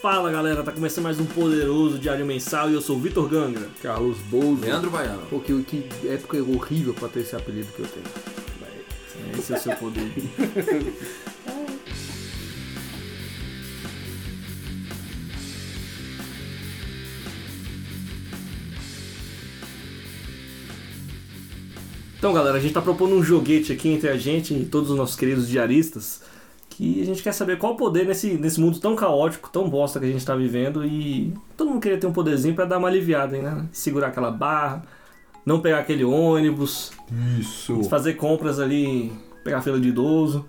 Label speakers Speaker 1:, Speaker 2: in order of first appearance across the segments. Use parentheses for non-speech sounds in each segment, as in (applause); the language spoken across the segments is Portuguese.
Speaker 1: Fala galera, tá começando mais um poderoso Diário Mensal e eu sou o Vitor Gangra.
Speaker 2: Carlos Bouzo.
Speaker 3: Leandro Baiano.
Speaker 2: Pô, que, que época horrível pra ter esse apelido que eu tenho. Esse é o seu poder.
Speaker 1: Então galera, a gente tá propondo um joguete aqui entre a gente e todos os nossos queridos diaristas que a gente quer saber qual o poder nesse, nesse mundo tão caótico, tão bosta que a gente tá vivendo e todo mundo queria ter um poderzinho pra dar uma aliviada, hein, né? Segurar aquela barra, não pegar aquele ônibus,
Speaker 2: Isso.
Speaker 1: fazer compras ali, pegar fila de idoso.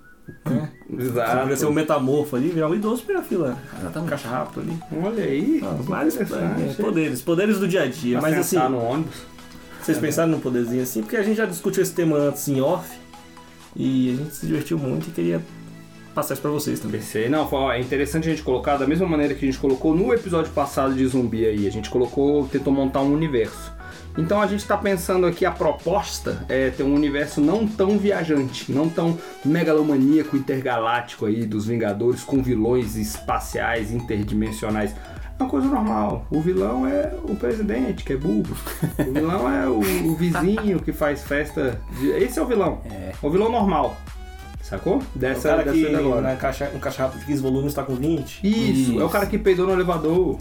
Speaker 1: Né? Você podia ser um metamorfo ali, virar um idoso pegar fila.
Speaker 3: Exatamente.
Speaker 1: Caixa rápido ali.
Speaker 4: Olha aí.
Speaker 1: Ah, vários é,
Speaker 4: interessante.
Speaker 1: poderes, poderes do dia a dia. Mas assim,
Speaker 4: Assentar no ônibus.
Speaker 1: vocês pensaram num poderzinho assim? Porque a gente já discutiu esse tema antes em off e a gente se divertiu muito e queria passar isso pra vocês também.
Speaker 4: Pensei, não, foi- ó, é interessante a gente colocar da mesma maneira que a gente colocou no episódio passado de zumbi aí. A gente colocou, tentou montar um universo. Então a gente tá pensando aqui, a proposta é ter um universo não tão viajante, não tão megalomaníaco, intergaláctico aí, dos Vingadores, com vilões espaciais, interdimensionais. É uma coisa normal. O vilão é o presidente, que é burro. O vilão é o, o vizinho que faz festa. de- Esse é o vilão.
Speaker 3: É.
Speaker 4: O vilão normal. Sacou?
Speaker 1: É
Speaker 4: Dessa, dessa vida agora.
Speaker 1: na caixa, um caixa rápido de 15 volumes tá com 20.
Speaker 4: Isso,
Speaker 3: Isso.
Speaker 4: é o cara que peidou no elevador,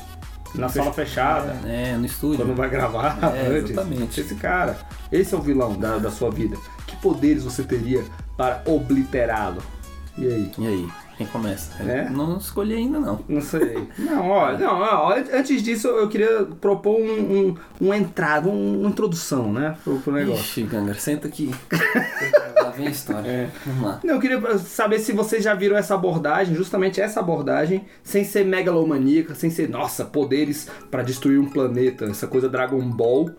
Speaker 4: na sala fechada,
Speaker 3: É, no estúdio.
Speaker 4: quando vai gravar
Speaker 3: É,
Speaker 4: (laughs) antes.
Speaker 3: exatamente.
Speaker 4: Esse cara, esse é o vilão da, da sua vida. Que poderes você teria para obliterá-lo? E aí?
Speaker 3: E aí, quem começa?
Speaker 4: É?
Speaker 3: Não escolhi ainda, não.
Speaker 4: Não
Speaker 3: (laughs)
Speaker 4: sei. Não, ó,
Speaker 3: É.
Speaker 4: não, ó, an- antes disso eu queria propor um, um, um entrada, um- uma introdução, né, pro, pro negócio.
Speaker 3: Ixi, Gangra,
Speaker 4: (laughs)
Speaker 3: senta aqui. Lá vem a história.
Speaker 4: É.
Speaker 3: Vamos lá.
Speaker 4: Não, eu queria saber se vocês já viram essa abordagem, justamente essa abordagem, sem ser megalomaníaca, sem ser, nossa, poderes pra destruir um planeta, essa coisa Dragon Ball.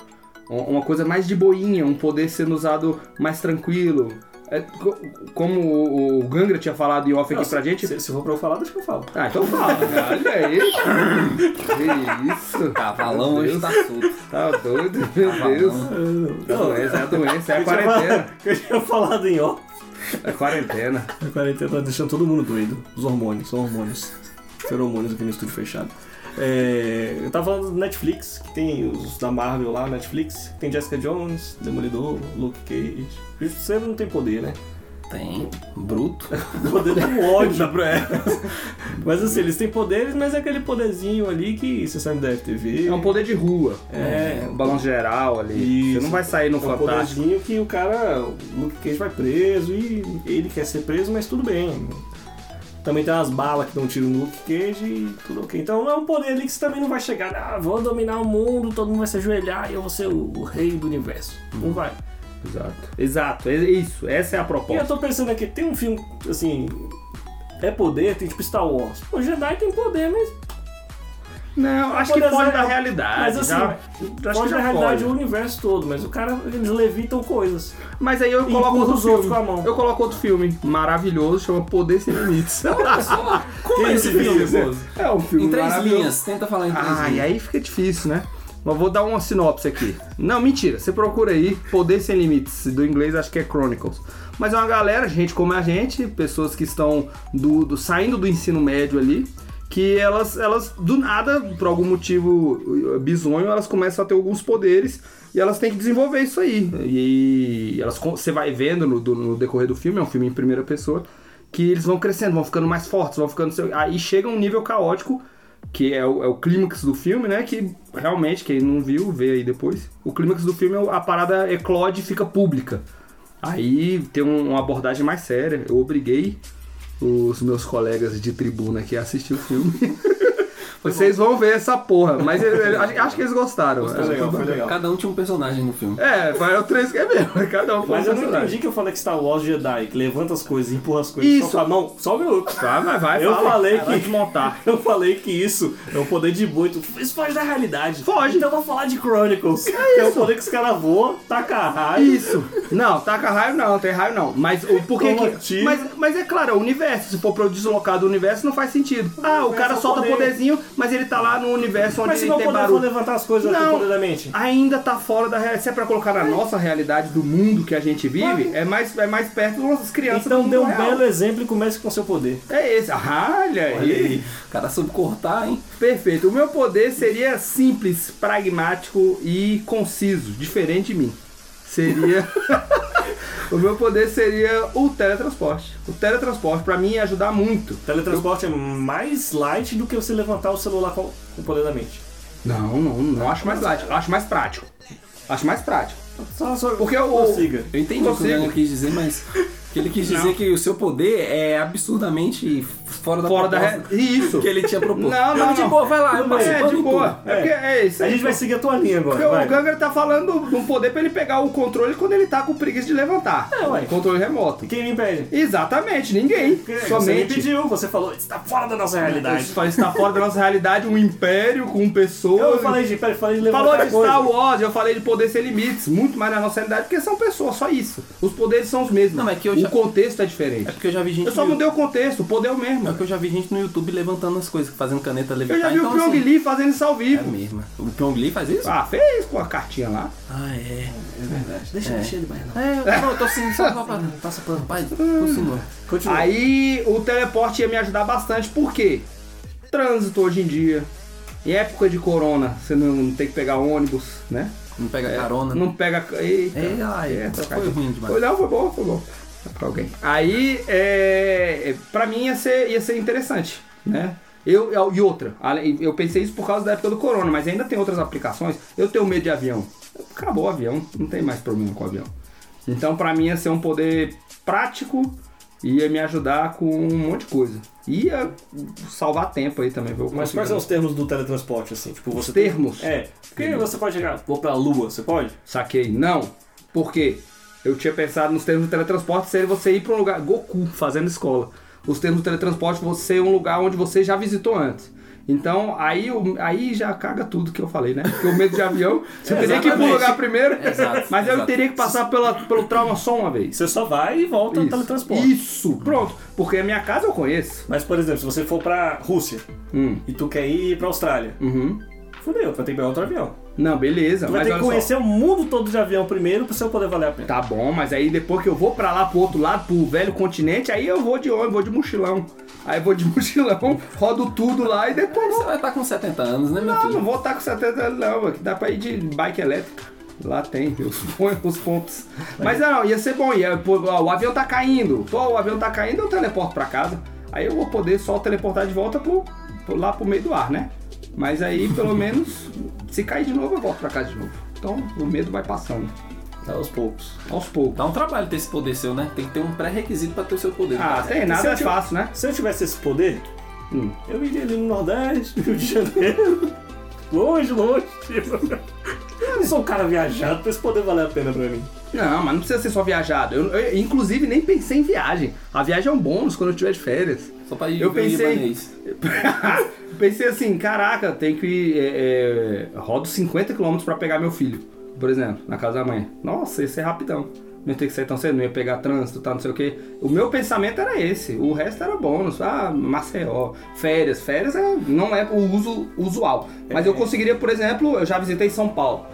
Speaker 4: Um- Uma coisa mais de boinha, um poder sendo usado mais tranquilo. É, co- como o- o Gangra tinha falado em off aqui pra gente.
Speaker 1: Se, se for pra eu falar, deixa que eu falo.
Speaker 4: Ah, então fala, cara. Olha aí. Que isso?
Speaker 3: Cavalão
Speaker 4: Meu
Speaker 3: hoje
Speaker 4: Deus,
Speaker 3: tá solto.
Speaker 4: Tá doido, meu Deus. É a
Speaker 1: Não,
Speaker 4: doença, é a doença, é a
Speaker 1: eu tinha
Speaker 4: quarentena.
Speaker 1: falado- (laughs) Eu tinha falado em off.
Speaker 4: É a quarentena.
Speaker 1: A quarentena tá deixando todo mundo doido. Os hormônios, são hormônios. Feromônios aqui no estúdio fechado. É, eu tava falando do Netflix, que tem os da Marvel lá, Netflix. Tem Jessica Jones, Demolidor, Luke Cage. Isso você não tem poder, né?
Speaker 3: Tem. Bruto.
Speaker 1: O poder do ódio. mas assim, eles têm poderes, mas é aquele poderzinho ali que você sabe da FTV.
Speaker 4: É um poder de rua.
Speaker 1: É,
Speaker 4: O balanço geral ali.
Speaker 1: Isso.
Speaker 4: Você não vai sair no
Speaker 1: É um
Speaker 4: Fantástico.
Speaker 1: poderzinho que o cara, o Luke Cage vai preso e ele quer ser preso, mas tudo bem. Também tem umas balas que dão um tiro no Luke Cage e tudo ok. Então é um poder ali que você também não vai chegar, ah, vou dominar o mundo, todo mundo vai se ajoelhar e eu vou ser o, o rei do universo.
Speaker 4: Uhum.
Speaker 1: Não vai.
Speaker 4: Exato. Exato, é isso. Essa é a
Speaker 1: E eu
Speaker 4: proposta.
Speaker 1: tô pensando aqui, tem um filme, assim, é poder, tem tipo Star Wars. O Jedi tem poder, mas,
Speaker 4: Não, acho que
Speaker 1: Poder
Speaker 4: foge
Speaker 1: zero.
Speaker 4: da realidade.
Speaker 1: é, mas assim,
Speaker 4: já, acho que
Speaker 1: pode
Speaker 4: já
Speaker 1: na realidade o
Speaker 4: foge.
Speaker 1: universo todo, mas o cara, eles levitam coisas.
Speaker 4: Mas aí eu
Speaker 1: e
Speaker 4: coloco
Speaker 1: empurra
Speaker 4: outro
Speaker 1: os outros
Speaker 4: filme.
Speaker 1: com a mão.
Speaker 4: Eu coloco outro filme maravilhoso, chama Poder Sem Limites. Como
Speaker 1: é esse filme, Bozo?
Speaker 4: É um filme
Speaker 3: Em três
Speaker 4: maravilhoso.
Speaker 3: linhas. Tenta falar em três
Speaker 4: Ah, e
Speaker 3: linhas.
Speaker 4: aí fica difícil, né? Mas vou dar uma sinopse aqui. Não, mentira. Você procura aí Poder Sem Limites. Do inglês acho que é Chronicles. Mas é uma galera, gente como a gente, pessoas que estão do, do- saindo do ensino médio ali, que elas, elas, do nada, por algum motivo eh, bizonho, elas começam a ter alguns poderes e elas têm que desenvolver isso aí. E elas, con- você vai vendo no, do- no decorrer do filme, é um filme em primeira pessoa, que eles vão crescendo, vão ficando mais fortes, vão ficando. Aí chega um nível caótico que é o, é o clímax do filme, né? Que realmente, quem não viu, vê aí depois. O clímax do filme, é a parada eclode e fica pública. Aí tem um- uma abordagem mais séria. Eu obriguei os meus colegas de tribuna aqui a assistir o filme. Vocês vão ver essa porra, mas eu- eu acho, acho que eles gostaram. Acho que foi bacana.
Speaker 3: Cada um tinha um personagem no filme.
Speaker 4: É, vai o 3 que é mesmo, (laughs) cada um foi
Speaker 1: Mas eu não
Speaker 4: personagem.
Speaker 1: entendi que eu falei que Star Wars Jedi, que levanta as coisas, empurra as coisas
Speaker 4: Isso.
Speaker 1: só com a mão. Só um minuto.
Speaker 4: Tá, mas vai,
Speaker 1: Eu
Speaker 4: fala.
Speaker 1: falei
Speaker 4: Vai
Speaker 1: que-
Speaker 4: montar.
Speaker 1: (laughs) Eu falei que isso é um poder de boi. Tu- Isso foge da realidade.
Speaker 4: Foge.
Speaker 1: Então eu vou falar de Chronicles. Que é o poder que os caras voam, taca raio.
Speaker 4: Isso. Não, tá taca raio não, tem raio não. Mas o porquê
Speaker 1: Toma
Speaker 4: que.
Speaker 1: tiro.
Speaker 4: Mas, mas é claro, é o universo. Se for pra eu deslocar do universo, não faz sentido. Ah, o
Speaker 1: universo
Speaker 4: cara
Speaker 1: é o
Speaker 4: solta
Speaker 1: poder.
Speaker 4: poderzinho, Mas ele tá lá no universo onde
Speaker 1: Mas se
Speaker 4: ele
Speaker 1: meu
Speaker 4: tem
Speaker 1: poder for
Speaker 4: barulho.
Speaker 1: levantar as coisas
Speaker 4: Não.
Speaker 1: com o poder da mente.
Speaker 4: Ainda tá fora da realidade. Se é pra colocar na nossa realidade do mundo que a gente vive, é mais, é mais perto das nossas crianças do
Speaker 1: Então
Speaker 4: mundo
Speaker 1: dê um
Speaker 4: real.
Speaker 1: belo exemplo e comece com seu poder.
Speaker 4: É esse. Ah, olha aí.
Speaker 3: O cara soube cortar, hein?
Speaker 4: Perfeito. O meu poder seria simples, pragmático e conciso, diferente de mim. Seria. (laughs) o meu poder seria o teletransporte. O teletransporte, pra mim, ia ajudar muito.
Speaker 1: Teletransporte é mais light do que você levantar o celular com com o poder da mente.
Speaker 4: Não, não, não acho mais light. Acho mais prático. Acho mais prático.
Speaker 1: Só, só
Speaker 4: Porque o-
Speaker 1: Consiga.
Speaker 4: É
Speaker 3: Eu entendi o que o
Speaker 4: Consigo.
Speaker 3: Daniel quis dizer, mas. Que ele quis dizer
Speaker 4: Não.
Speaker 3: que o seu poder é absurdamente fora da
Speaker 4: Fora da.
Speaker 3: proposta
Speaker 4: re- Isso.
Speaker 3: tá Que ele tinha proposto.
Speaker 4: Não, não,
Speaker 3: Mas de
Speaker 4: não.
Speaker 3: boa, vai lá, eu
Speaker 4: É,
Speaker 3: participo
Speaker 4: de
Speaker 3: em
Speaker 4: boa.
Speaker 3: tudo.
Speaker 4: É, porque é isso.
Speaker 1: A gente vai seguir a tua linha
Speaker 4: Porque
Speaker 1: agora. vai.
Speaker 4: o Ganger tá falando de um poder pra ele pegar o controle quando ele tá com preguiça de levantar.
Speaker 1: É, ué.
Speaker 4: O controle remoto.
Speaker 1: Quem me impede?
Speaker 4: Exatamente, ninguém.
Speaker 1: Porque Você me
Speaker 4: Somente.
Speaker 1: pediu, você falou, isso tá fora da nossa realidade.
Speaker 4: Só está fora da nossa realidade, um império com pessoas.
Speaker 1: Eu falei de, peraí, falei de levantar
Speaker 4: Falou de
Speaker 1: coisa.
Speaker 4: Star Wars, eu falei de poder sem limites, muito mais na nossa realidade, porque são pessoas, só isso. Os poderes são os mesmos.
Speaker 3: Não, é que eu
Speaker 4: o
Speaker 3: já-
Speaker 4: contexto é
Speaker 3: É
Speaker 4: diferente.
Speaker 3: porque eu já vi gente.
Speaker 4: Eu só
Speaker 3: no-
Speaker 4: mudei o contexto, o poder é o mesmo.
Speaker 3: É que eu já vi gente no YouTube levantando as coisas, fazendo caneta levitar.
Speaker 4: Eu já vi
Speaker 3: então,
Speaker 4: o Pyong
Speaker 3: assim,
Speaker 4: Lee fazendo isso ao
Speaker 3: É
Speaker 4: vivo.
Speaker 3: mesmo. O Pyong Lee faz isso?
Speaker 4: Ah, fez com a cartinha lá.
Speaker 3: Ah, é.
Speaker 1: Deixa
Speaker 3: É.
Speaker 1: eu mexer ele mais não.
Speaker 3: É, eu- não, eu tô assim, só só pra. Passa pra. Pai, continua.
Speaker 1: Continua.
Speaker 4: Aí o teleporte ia me ajudar bastante, por quê? Trânsito hoje em dia. Em época de corona, você não tem que pegar ônibus, né?
Speaker 3: Não pega carona.
Speaker 4: Não pega. Eita.
Speaker 3: É, ah, é,
Speaker 4: Eita,
Speaker 3: foi
Speaker 4: cara.
Speaker 3: ruim demais.
Speaker 4: Foi, não, foi bom, foi bom. Pra alguém. Aí, é, pra mim ia ser, ia ser interessante, né? Eu, eu- e outra, além- eu pensei isso por causa da época do corona, mas ainda tem outras aplicações. Eu tenho medo de avião. Acabou o avião, não tem mais problema com o avião. Então, pra mim, ia ser um poder prático e ia me ajudar com um monte de coisa. Ia salvar tempo aí também. viu?
Speaker 1: Mas quais são os termos do teletransporte, assim? Tipo, você
Speaker 4: Os termos?
Speaker 1: Tem... É. Porque você pode chegar, vou pra lua, você pode?
Speaker 4: Saquei. Não. Porque eu tinha pensado nos termos do teletransporte seria você ir pra um lugar. Goku, fazendo escola. Os termos do teletransporte você é um lugar onde você já visitou antes. Então, aí, o- aí já caga tudo que eu falei, né? Porque o medo de avião,
Speaker 1: (laughs)
Speaker 4: você teria que ir pra um
Speaker 1: Exatamente.
Speaker 4: lugar primeiro.
Speaker 3: Exato,
Speaker 4: mas eu
Speaker 3: exato.
Speaker 4: teria que passar pela, pelo trauma só uma vez.
Speaker 1: Você só vai e volta ao Então, teletransporte.
Speaker 4: Isso, pronto. Porque a minha casa eu conheço.
Speaker 1: Mas, por exemplo, se você for pra Rússia
Speaker 4: Hum.
Speaker 1: e tu quer ir pra Austrália,
Speaker 4: Uhum.
Speaker 1: fudeu, vai ter que pegar outro avião.
Speaker 4: Não, beleza.
Speaker 1: Tu vai
Speaker 4: mas
Speaker 1: ter
Speaker 4: olha
Speaker 1: que
Speaker 4: só.
Speaker 1: conhecer o mundo todo de avião primeiro pra seu poder valer a pena.
Speaker 4: Tá bom, mas aí depois que eu vou pra lá, pro outro lado, pro velho continente, aí eu vou de ônibus, vou de mochilão. Aí eu vou de (laughs) mochilão, rodo tudo lá e depois
Speaker 3: Você
Speaker 4: vou.
Speaker 3: vai estar com 70 anos, né, meu
Speaker 4: Não,
Speaker 3: filho?
Speaker 4: não vou estar com 70 anos não, que dá pra ir de bike elétrica. Lá tem (laughs) viu, os pon- os pontos. Mas não, ia ser bom. Ia, pô, ó, o avião tá caindo. Pô, o avião tá caindo, eu teleporto pra casa. Aí eu vou poder só teleportar de volta pro, pro- lá pro meio do ar, né? Mas aí, pelo (laughs) menos, se cair de novo, eu volto pra casa de novo. Então, o medo vai passando,
Speaker 1: Tá, aos poucos.
Speaker 4: aos poucos.
Speaker 3: Dá um trabalho ter esse poder seu, né? Tem que ter um pré-requisito pra ter o seu poder.
Speaker 4: Ah,
Speaker 3: Cara.
Speaker 4: tem nada,
Speaker 1: Tá. Se eu
Speaker 4: é
Speaker 1: te-
Speaker 4: fácil, né?
Speaker 1: Se eu tivesse esse poder,
Speaker 4: Hum.
Speaker 1: eu iria ali no Nordeste, (laughs) Rio de Janeiro. longe, longe. Tipo. Eu não sou um cara viajado pra esse poder valer a pena pra mim.
Speaker 4: Não, mas não precisa ser só viajado. Eu, eu, inclusive, nem pensei em viagem. A viagem é um bônus quando eu tiver de férias. (laughs)
Speaker 3: né? Só pra ir
Speaker 4: eu
Speaker 3: ver
Speaker 4: pensei-
Speaker 3: libanês.
Speaker 4: pensei assim, caraca, tem que... É, é, rodo 50 km pra pegar meu filho, por exemplo, na casa da mãe. Nossa, isso é rapidão. Não ia ter que sair tão cedo, não ia pegar trânsito, tá, não sei o quê. O meu pensamento era esse. O resto era bônus. Ah, Maceió, férias. Férias é- não é o uso usual. Mas eu conseguiria, por exemplo, eu já visitei São Paulo.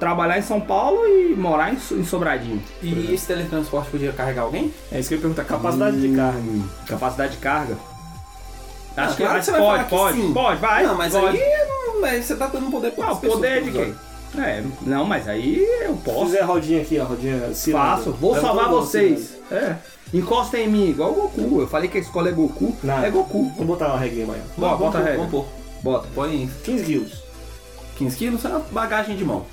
Speaker 4: Trabalhar em São Paulo e morar em, So- em Sobradinho.
Speaker 3: E esse teletransporte podia carregar alguém?
Speaker 1: É isso que eu ia perguntar. Capacidade de carro.
Speaker 4: Capacidade de carga.
Speaker 3: Hum. Ah,
Speaker 4: Acho que,
Speaker 3: claro
Speaker 4: acho
Speaker 3: que você
Speaker 4: que
Speaker 3: vai
Speaker 4: pode,
Speaker 3: falar que
Speaker 4: pode,
Speaker 3: sim.
Speaker 4: pode, vai.
Speaker 3: não, mas
Speaker 4: pode.
Speaker 3: aí. não- Mas você tá dando poder pra
Speaker 4: Ah, o
Speaker 3: outras
Speaker 4: poder de
Speaker 3: pessoas,
Speaker 4: quem?
Speaker 3: olha.
Speaker 4: É, não, mas aí eu
Speaker 1: Se
Speaker 4: posso,
Speaker 1: fizer a rodinha aqui, ó, a rodinha cilindro.
Speaker 4: faço,
Speaker 3: né?
Speaker 4: vou
Speaker 1: Leva assim,
Speaker 4: salvar
Speaker 1: todo mundo,
Speaker 4: vocês.
Speaker 1: cilindro.
Speaker 4: É. Encostem em mim, igual o Goku. Eu falei que a escola é Goku.
Speaker 1: Nada.
Speaker 4: É Goku.
Speaker 1: Vamos né? botar uma regrinha maior.
Speaker 4: Bora,
Speaker 3: Vamos
Speaker 4: bota a
Speaker 3: pôr,
Speaker 4: regra.
Speaker 3: Vamos pôr.
Speaker 4: Bota.
Speaker 3: Põe
Speaker 1: 15 quilos.
Speaker 3: 15 quilos, é uma bagagem de mão.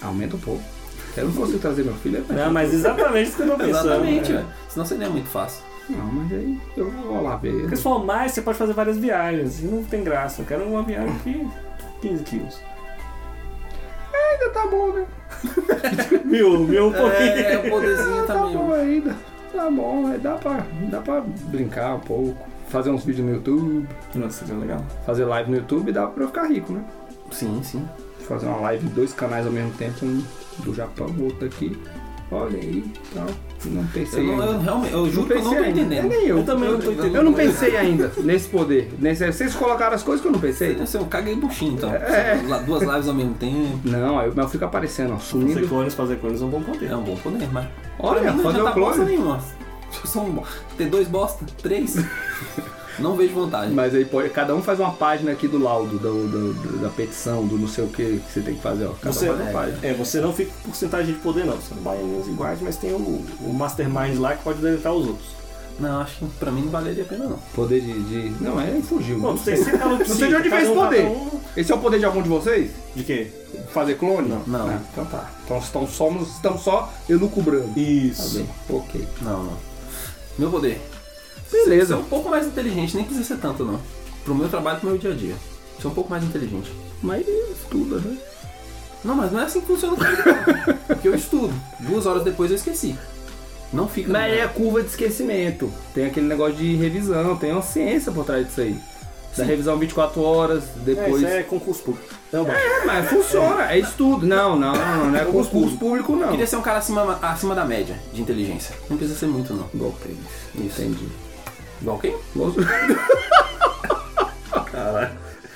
Speaker 4: Aumenta um pouco. Eu não consigo trazer meu filho, né? mas...
Speaker 1: Não, né? mas exatamente isso que eu tô pensando.
Speaker 3: Exatamente,
Speaker 1: né?
Speaker 4: é.
Speaker 3: velho. Senão seria muito fácil.
Speaker 4: Não, mas aí eu vou lá ver.
Speaker 1: Porque se for mais, você pode fazer várias viagens. E não tem graça. Eu quero uma viagem que 15 quilos.
Speaker 4: Ainda tá bom, né?
Speaker 1: (laughs) Mil, mil um pouquinho.
Speaker 4: (laughs)
Speaker 3: É, o poderzinho
Speaker 4: Tá
Speaker 3: também.
Speaker 4: bom ainda. Tá bom, né? dá pra, dá pra brincar um pouco. Fazer uns vídeos no YouTube.
Speaker 1: Nossa, seria legal.
Speaker 4: fazer live no YouTube dá pra eu ficar rico, né?
Speaker 3: Sim, sim.
Speaker 4: Fazer uma live em dois canais ao mesmo tempo, um do Japão, outro aqui. Olha aí, tal. Não pensei
Speaker 3: Eu, não,
Speaker 4: ainda.
Speaker 3: eu, realmente, eu juro que eu não tô
Speaker 4: pensei ainda.
Speaker 3: entendendo.
Speaker 4: É, nem eu.
Speaker 1: Eu também não tô entendendo.
Speaker 4: Eu não pensei ainda nesse poder. Nesse... Vocês colocaram as coisas que eu não pensei?
Speaker 3: Deve ser um caga e buchinho, então.
Speaker 4: É.
Speaker 3: Lá- Duas lives ao mesmo tempo.
Speaker 4: Não, aí eu, mas eu fico aparecendo, ó,
Speaker 1: Fazer
Speaker 4: sumindo.
Speaker 1: clones, fazer clones é um bom poder.
Speaker 3: É um bom poder, mas.
Speaker 4: Olha,
Speaker 3: pra mim não
Speaker 4: fazer
Speaker 3: adianta
Speaker 4: o clone.
Speaker 3: bosta nenhuma. Só um bo- Ter dois bosta,
Speaker 4: (laughs)
Speaker 3: três. não vejo vantagem.
Speaker 4: Mas aí pode, cada um faz uma página aqui do laudo, do- do- do- da petição, do não sei o que que você tem que fazer, ó. Cada
Speaker 1: Você,
Speaker 4: um faz uma página.
Speaker 1: é, você não fica com porcentagem de poder, não. São bainhas iguais, mas tem o, o Mastermind lá que pode deletar os outros.
Speaker 3: Não, acho que pra mim não valeria a pena, não.
Speaker 4: Poder de, de- Não, é fugiu.
Speaker 1: Bom, você tem
Speaker 4: Não sei de onde vem esse poder. Esse é o poder de algum de vocês?
Speaker 1: um, De quê?
Speaker 4: Fazer clone? Não.
Speaker 3: Não.
Speaker 4: então tá. Então estão só, estamos só elucubrando. Tá
Speaker 1: Isso.
Speaker 4: bem, ok.
Speaker 3: Não, não. Meu poder. Ser
Speaker 4: Beleza.
Speaker 3: um pouco mais inteligente, nem precisa ser tanto, não. Pro meu trabalho e pro meu dia a dia. Ser um pouco mais inteligente.
Speaker 4: Mas estuda, né?
Speaker 3: Não, mas não é assim que funciona comigo, não. Porque eu estudo. Duas horas depois eu esqueci. Não fica. na
Speaker 4: Mas é
Speaker 3: memória.
Speaker 4: a curva de esquecimento. Tem aquele negócio de revisão, tem uma ciência por trás disso aí. Da revisão 24 horas,
Speaker 1: É,
Speaker 4: depois.
Speaker 1: isso é concurso público. Não, mas
Speaker 4: Mas funciona, é estudo. Não, não, não, não é concurso público,
Speaker 3: Eu
Speaker 4: não.
Speaker 3: Queria ser um cara acima, acima da média de inteligência. Não precisa ser muito, não.
Speaker 4: Igual tênis. Entendi.
Speaker 3: Igual quem?
Speaker 4: Igual-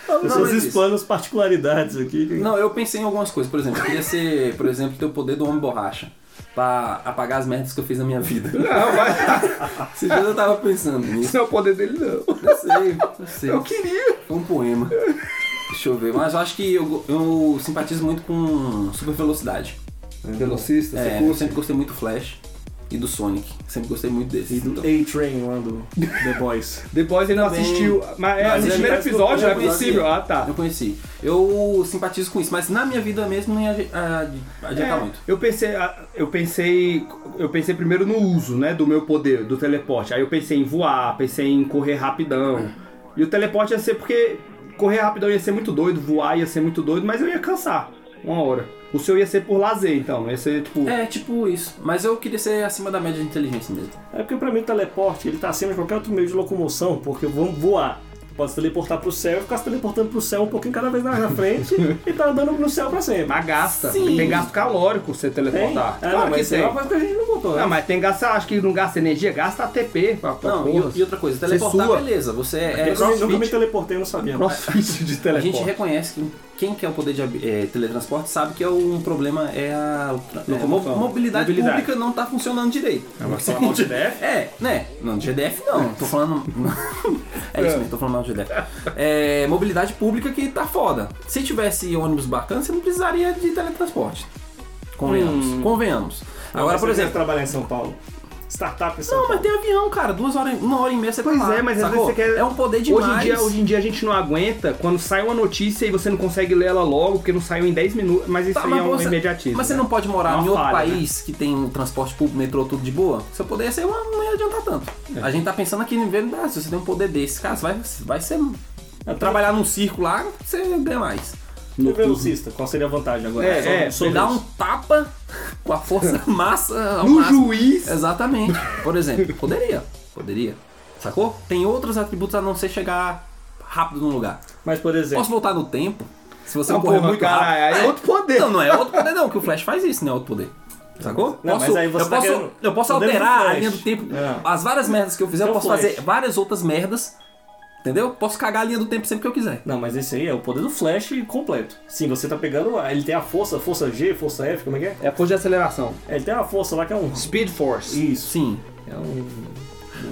Speaker 1: os
Speaker 3: mas
Speaker 1: seus
Speaker 3: isso.
Speaker 1: explanos particularidades aqui.
Speaker 3: Não, eu pensei em algumas coisas. Por exemplo, eu queria ser, por exemplo, ter o poder do homem borracha. Pra apagar as merdas que eu fiz na minha
Speaker 4: (laughs)
Speaker 3: vida.
Speaker 4: Não, mas
Speaker 3: Esses dias eu tava pensando nisso.
Speaker 4: isso não é o poder dele, não.
Speaker 3: Eu sei, eu sei.
Speaker 4: Eu queria.
Speaker 3: É um poema. Deixa eu ver. Mas eu acho que eu, eu simpatizo muito com super velocidade.
Speaker 4: Velocista,
Speaker 3: É,
Speaker 4: você
Speaker 3: eu
Speaker 4: curte.
Speaker 3: sempre gostei muito do Flash e do Sonic. Sempre gostei muito desse.
Speaker 1: E do
Speaker 3: Então,
Speaker 1: A-Train lá do The Boys.
Speaker 4: Depois ele não
Speaker 3: Também.
Speaker 4: assistiu. Mas é,
Speaker 3: Mas
Speaker 4: no
Speaker 3: ele
Speaker 4: primeiro
Speaker 3: faz
Speaker 4: episódio
Speaker 3: tudo,
Speaker 4: não é
Speaker 3: né?
Speaker 4: possível. Ah, tá.
Speaker 3: Eu conheci. Eu simpatizo com isso, mas na minha vida mesmo não ia adi- ah, adi- adiantar
Speaker 4: É,
Speaker 3: tá muito.
Speaker 4: Eu pensei, ah, eu pensei, eu pensei primeiro no uso, né, do meu poder, do teleporte. Aí eu pensei em voar, pensei em correr rapidão. E o teleporte ia ser porque correr rapidão ia ser muito doido, voar ia ser muito doido, mas eu ia cansar uma hora. O seu ia ser por lazer, então, ia ser tipo,
Speaker 3: É, tipo isso. Mas eu queria ser acima da média de inteligência mesmo.
Speaker 1: É porque pra mim o teleporte ele tá acima de qualquer outro meio de locomoção, porque vamos voar. Tu pode se teleportar pro céu e ficar se teleportando pro céu um pouquinho cada vez mais na
Speaker 4: (laughs)
Speaker 1: frente e tá andando no céu pra sempre.
Speaker 4: mas gasta.
Speaker 3: Sim.
Speaker 4: Tem gasto calórico você
Speaker 1: Tem?
Speaker 4: teleportar.
Speaker 1: Ah,
Speaker 4: claro
Speaker 1: não, mas
Speaker 4: que
Speaker 1: isso é
Speaker 4: tem.
Speaker 1: uma coisa que a gente não botou, né?
Speaker 4: Não, mas tem gasto, acho que não gasta energia, gasta ATP pra, pra
Speaker 3: Não,
Speaker 4: Tá porra.
Speaker 3: e, e outra coisa, teleportar,
Speaker 4: sua.
Speaker 3: beleza. Você é.
Speaker 1: Eu nunca me- nunca me
Speaker 4: crossfit.
Speaker 1: teleportei, eu não sabia. né?
Speaker 4: Crossfit de
Speaker 3: A gente
Speaker 4: teleporte.
Speaker 3: reconhece que quem quer o poder de ab- eh, teletransporte sabe que é um problema é a o tra- é, mo-
Speaker 4: Locomoção.
Speaker 3: mobilidade,
Speaker 4: Mobilidade.
Speaker 3: pública não tá funcionando direito.
Speaker 4: É, mas falar mal de DF?
Speaker 3: É, né? Não, de GDF não. Tô falando. (laughs) é isso mesmo, tô falando mal de GDF. É, mobilidade pública que tá foda. Se tivesse ônibus bacana, você não precisaria de teletransporte. Convenhamos.
Speaker 4: Hum.
Speaker 3: Convenhamos. Agora,
Speaker 1: Mas
Speaker 3: por
Speaker 1: você deve
Speaker 3: exemplo.
Speaker 1: trabalhar em São Paulo. Startup em São
Speaker 3: Não,
Speaker 1: Paulo.
Speaker 3: mas tem avião, cara. Duas horas, uma hora e meia você tá
Speaker 4: Pois
Speaker 3: lá,
Speaker 4: é, mas às vezes
Speaker 3: sacou?
Speaker 4: você quer-
Speaker 3: É um poder demais.
Speaker 4: Hoje em, dia, hoje em dia a gente não aguenta quando sai uma notícia e você não consegue ler ela logo porque não saiu em 10 minutos, mas isso
Speaker 3: Tá,
Speaker 4: aí
Speaker 3: mas
Speaker 4: é um
Speaker 3: você-
Speaker 4: imediatismo.
Speaker 3: Mas você
Speaker 4: né?
Speaker 3: não pode morar
Speaker 4: É uma
Speaker 3: em outro
Speaker 4: falha,
Speaker 3: país que tem um transporte público, metrô, tudo de boa? Se eu pudesse, eu não ia adiantar tanto.
Speaker 4: É.
Speaker 3: A gente tá pensando aqui no inverno, ah, se você tem um poder desse, cara, você vai, vai ser.
Speaker 4: É, tá.
Speaker 3: Trabalhar num circo lá, você ganha mais.
Speaker 1: E o velocista, qual seria a vantagem agora?
Speaker 4: É,
Speaker 1: Só-
Speaker 4: é,
Speaker 1: só
Speaker 3: Você dá um
Speaker 1: Deus.
Speaker 3: tapa (laughs) com a
Speaker 4: (laughs)
Speaker 3: força massa. ao
Speaker 4: No
Speaker 3: é máximo.
Speaker 4: juiz.
Speaker 3: Exatamente.
Speaker 4: (laughs)
Speaker 3: Por exemplo, poderia. Poderia. Sacou? Tem outros atributos a não ser chegar rápido num lugar.
Speaker 1: Mas, por exemplo,
Speaker 3: Posso voltar no tempo? Se você
Speaker 4: Não,
Speaker 3: correr
Speaker 4: porra,
Speaker 3: muito
Speaker 4: caralho,
Speaker 3: rápido.
Speaker 4: aí é outro poder.
Speaker 3: Não, não é outro poder não, que o Flash faz isso, não é outro poder. Sacou?
Speaker 1: Não, mas aí você
Speaker 3: eu,
Speaker 1: tá
Speaker 3: posso,
Speaker 1: querendo-
Speaker 3: eu posso
Speaker 1: Podemos
Speaker 3: alterar
Speaker 1: do
Speaker 3: a
Speaker 1: Flash.
Speaker 3: linha do tempo.
Speaker 1: É.
Speaker 3: As várias merdas que eu fizer, eu
Speaker 1: Então
Speaker 3: posso
Speaker 1: Flash.
Speaker 3: fazer várias outras merdas. Entendeu? Posso cagar a linha do tempo sempre que eu quiser.
Speaker 1: Não, mas esse aí é o poder do Flash completo. Sim, você tá pegando. Ele tem a força, força G, força F, como é que é?
Speaker 4: É a força de aceleração.
Speaker 1: Ele tem a força lá que é um.
Speaker 4: Speed Force.
Speaker 1: Isso.
Speaker 3: Sim,
Speaker 1: É um,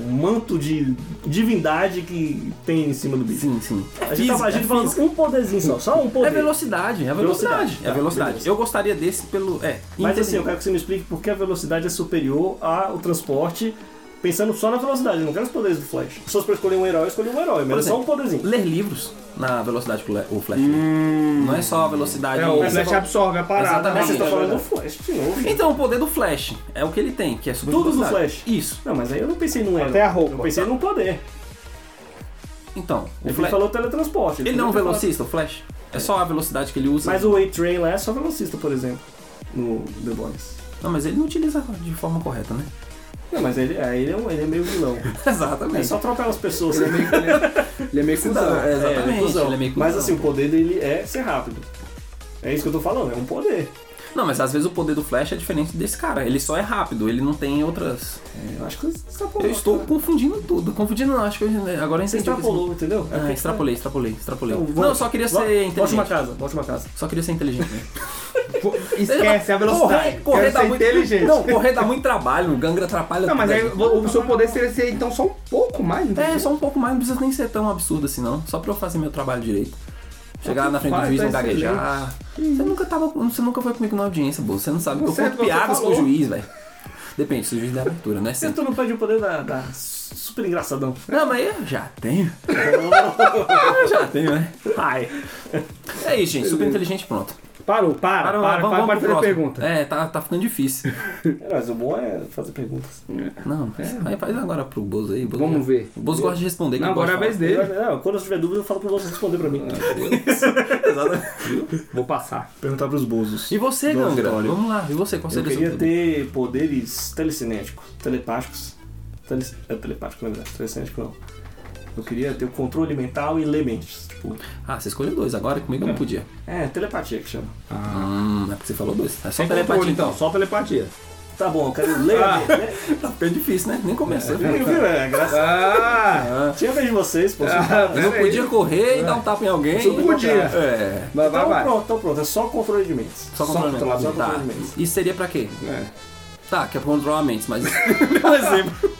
Speaker 1: um manto de divindade que tem em cima do bicho.
Speaker 3: sim, sim. É
Speaker 1: A gente, tá tava, a gente
Speaker 3: é
Speaker 1: falando
Speaker 3: física.
Speaker 1: um poderzinho só, só um poder.
Speaker 3: É velocidade, é velocidade.
Speaker 1: Velocidade,
Speaker 3: É
Speaker 1: tá,
Speaker 3: velocidade.
Speaker 1: beleza.
Speaker 3: Eu gostaria desse pelo. É.
Speaker 1: Mas assim, eu
Speaker 3: infelizmente.
Speaker 1: quero que você me explique por que a velocidade é superior ao transporte, pensando só na velocidade, eu não quero os poderes do Flash. Se fosse pra escolher um herói, eu escolhi um herói, mas é só um poderzinho.
Speaker 3: Ler livros na velocidade que o le- o Flash. lê.
Speaker 1: Hum.
Speaker 3: Não é só a velocidade.
Speaker 4: É, o
Speaker 3: Mas
Speaker 4: Flash
Speaker 3: você
Speaker 4: absorve a parada.
Speaker 1: Mas
Speaker 3: Exatamente. é
Speaker 4: né?
Speaker 1: vocês estão falando do Flash de novo.
Speaker 3: Então, o poder do Flash é o que ele tem, que é super
Speaker 1: Tudo do
Speaker 3: velocidade.
Speaker 1: Flash.
Speaker 3: Isso.
Speaker 1: Não, mas aí eu não pensei num herói.
Speaker 4: Até a roupa.
Speaker 1: Eu pensei num poder.
Speaker 3: Então, o
Speaker 1: Ele
Speaker 3: Flash.
Speaker 1: falou teletransporte.
Speaker 3: Ele não é um
Speaker 1: podia ter
Speaker 3: velocista, o Flash? É só a velocidade que ele usa.
Speaker 1: falado- Mas o A-Train lá é só velocista, por exemplo, no The Boys.
Speaker 3: Não, mas ele não utiliza de forma correta, né? (laughs)
Speaker 1: Não, mas ele, aí ele, é um- ele é meio vilão. É
Speaker 3: Exatamente.
Speaker 1: só trocar as pessoas.
Speaker 4: Ele é meio, ele é- ele é meio cuzão.
Speaker 3: É,
Speaker 1: É,
Speaker 3: exatamente.
Speaker 1: ele é cuzão.
Speaker 3: ele é meio cuzão.
Speaker 1: Mas assim, o poder dele é ser rápido. É isso que eu tô falando, é um poder.
Speaker 3: Não, mas às vezes o poder do Flash é diferente desse cara. Ele só é rápido, ele não tem outras.
Speaker 2: É, eu acho que você
Speaker 3: Eu estou confundindo tudo. Confundindo não, acho que eu, agora eu
Speaker 1: Você
Speaker 3: entendi. o que esse-
Speaker 1: extrapolou, entendeu? É
Speaker 3: Ah, extrapolei, extrapolei, extrapolei.
Speaker 1: Então,
Speaker 3: não,
Speaker 1: volta-
Speaker 3: eu só queria
Speaker 1: Vol-
Speaker 3: ser
Speaker 1: Volte uma
Speaker 3: inteligente.
Speaker 1: casa, volte uma casa.
Speaker 3: Só queria ser inteligente. né?
Speaker 2: Esquece a velocidade.
Speaker 3: Correr, correr
Speaker 2: Quero
Speaker 3: dá
Speaker 2: ser
Speaker 3: muito.
Speaker 2: inteligente.
Speaker 3: Não, correr dá muito trabalho, o Gangra atrapalha
Speaker 4: Não, mas
Speaker 3: tudo,
Speaker 4: aí
Speaker 3: né, gente?
Speaker 4: o, o seu poder seria ser, então, só um pouco mais.
Speaker 3: É,
Speaker 4: inteligente.
Speaker 3: só um pouco mais, não precisa nem ser tão absurdo assim não. Só pra eu fazer meu trabalho direito. Chegar lá na frente do
Speaker 4: faz,
Speaker 3: juiz,
Speaker 4: tá
Speaker 3: não gaguejar. Você nunca tava. Você nunca foi comigo na audiência, boa. Você não sabe. Eu
Speaker 4: Você- é
Speaker 3: conto
Speaker 4: você
Speaker 3: piadas com o
Speaker 4: falou.
Speaker 3: juiz, velho. Depende, se o juiz der abertura, né?
Speaker 1: Você
Speaker 4: (laughs)
Speaker 3: Sempre.
Speaker 1: entrou no pé de poder da, da super engraçadão.
Speaker 3: Não, mas eu já
Speaker 4: (laughs)
Speaker 3: tenho. eu já tenho, né?
Speaker 1: Ai.
Speaker 3: É isso, gente. Super inteligente, pronto.
Speaker 2: Parou,
Speaker 4: Ah,
Speaker 2: para, para,
Speaker 3: Parou,
Speaker 2: para, para,
Speaker 3: vamos, vamos pro
Speaker 2: fazer
Speaker 3: próximo.
Speaker 2: pergunta.
Speaker 3: É, tá, tá ficando
Speaker 4: (laughs)
Speaker 3: difícil.
Speaker 1: Mas o bom é fazer perguntas.
Speaker 3: Não, aí faz agora pro Bozo aí. Bozo
Speaker 4: É. Vamos ver.
Speaker 3: O Bozo gosta de responder. que
Speaker 4: Não,
Speaker 3: eu gosto
Speaker 4: agora é a
Speaker 3: de
Speaker 4: vez
Speaker 3: (laughs)
Speaker 4: dele.
Speaker 1: Não, quando eu tiver dúvida, eu falo pro outro responder pra mim.
Speaker 3: falar.
Speaker 4: Vou passar.
Speaker 1: Perguntar pros bozos.
Speaker 3: E você,
Speaker 1: Do
Speaker 3: Gangra?
Speaker 1: auditório.
Speaker 3: Vamos lá. E você, qual
Speaker 1: Eu
Speaker 3: seria o seu
Speaker 1: queria
Speaker 3: poder?
Speaker 1: ter poderes telecinéticos, telepáticos. Tele... É telepático, na verdade, telecinético não. Eu queria ter o controle mental e ler mentes. Tipo,
Speaker 3: Ah, você escolheu dois agora, comigo eu não podia.
Speaker 1: é, telepatia que chama.
Speaker 3: Hum, é porque você falou dois. É só
Speaker 4: Sem
Speaker 3: telepatia
Speaker 4: controle, então, só telepatia.
Speaker 1: Tá bom, eu quero ler. a mente, né?
Speaker 3: (laughs) Tá bem difícil, né? Nem começou.
Speaker 1: Viu, viu? É, graça.
Speaker 3: (laughs)
Speaker 4: Ah! tá,
Speaker 1: Tinha vez de vocês, (laughs) pô.
Speaker 3: Eu
Speaker 4: É,
Speaker 3: não podia correr e dar um tapa em alguém.
Speaker 4: Você não podia.
Speaker 3: É.
Speaker 4: Vai, vai,
Speaker 1: Então
Speaker 4: vai.
Speaker 1: pronto, então pronto. É só controle de mentes.
Speaker 3: Só controlar
Speaker 1: controle, só
Speaker 3: mentes. Tá.
Speaker 1: controle de mentes.
Speaker 3: Isso seria pra quê?
Speaker 4: É.
Speaker 3: Tá, que é pra controlar
Speaker 4: (laughs)
Speaker 3: mentes, mas. (laughs)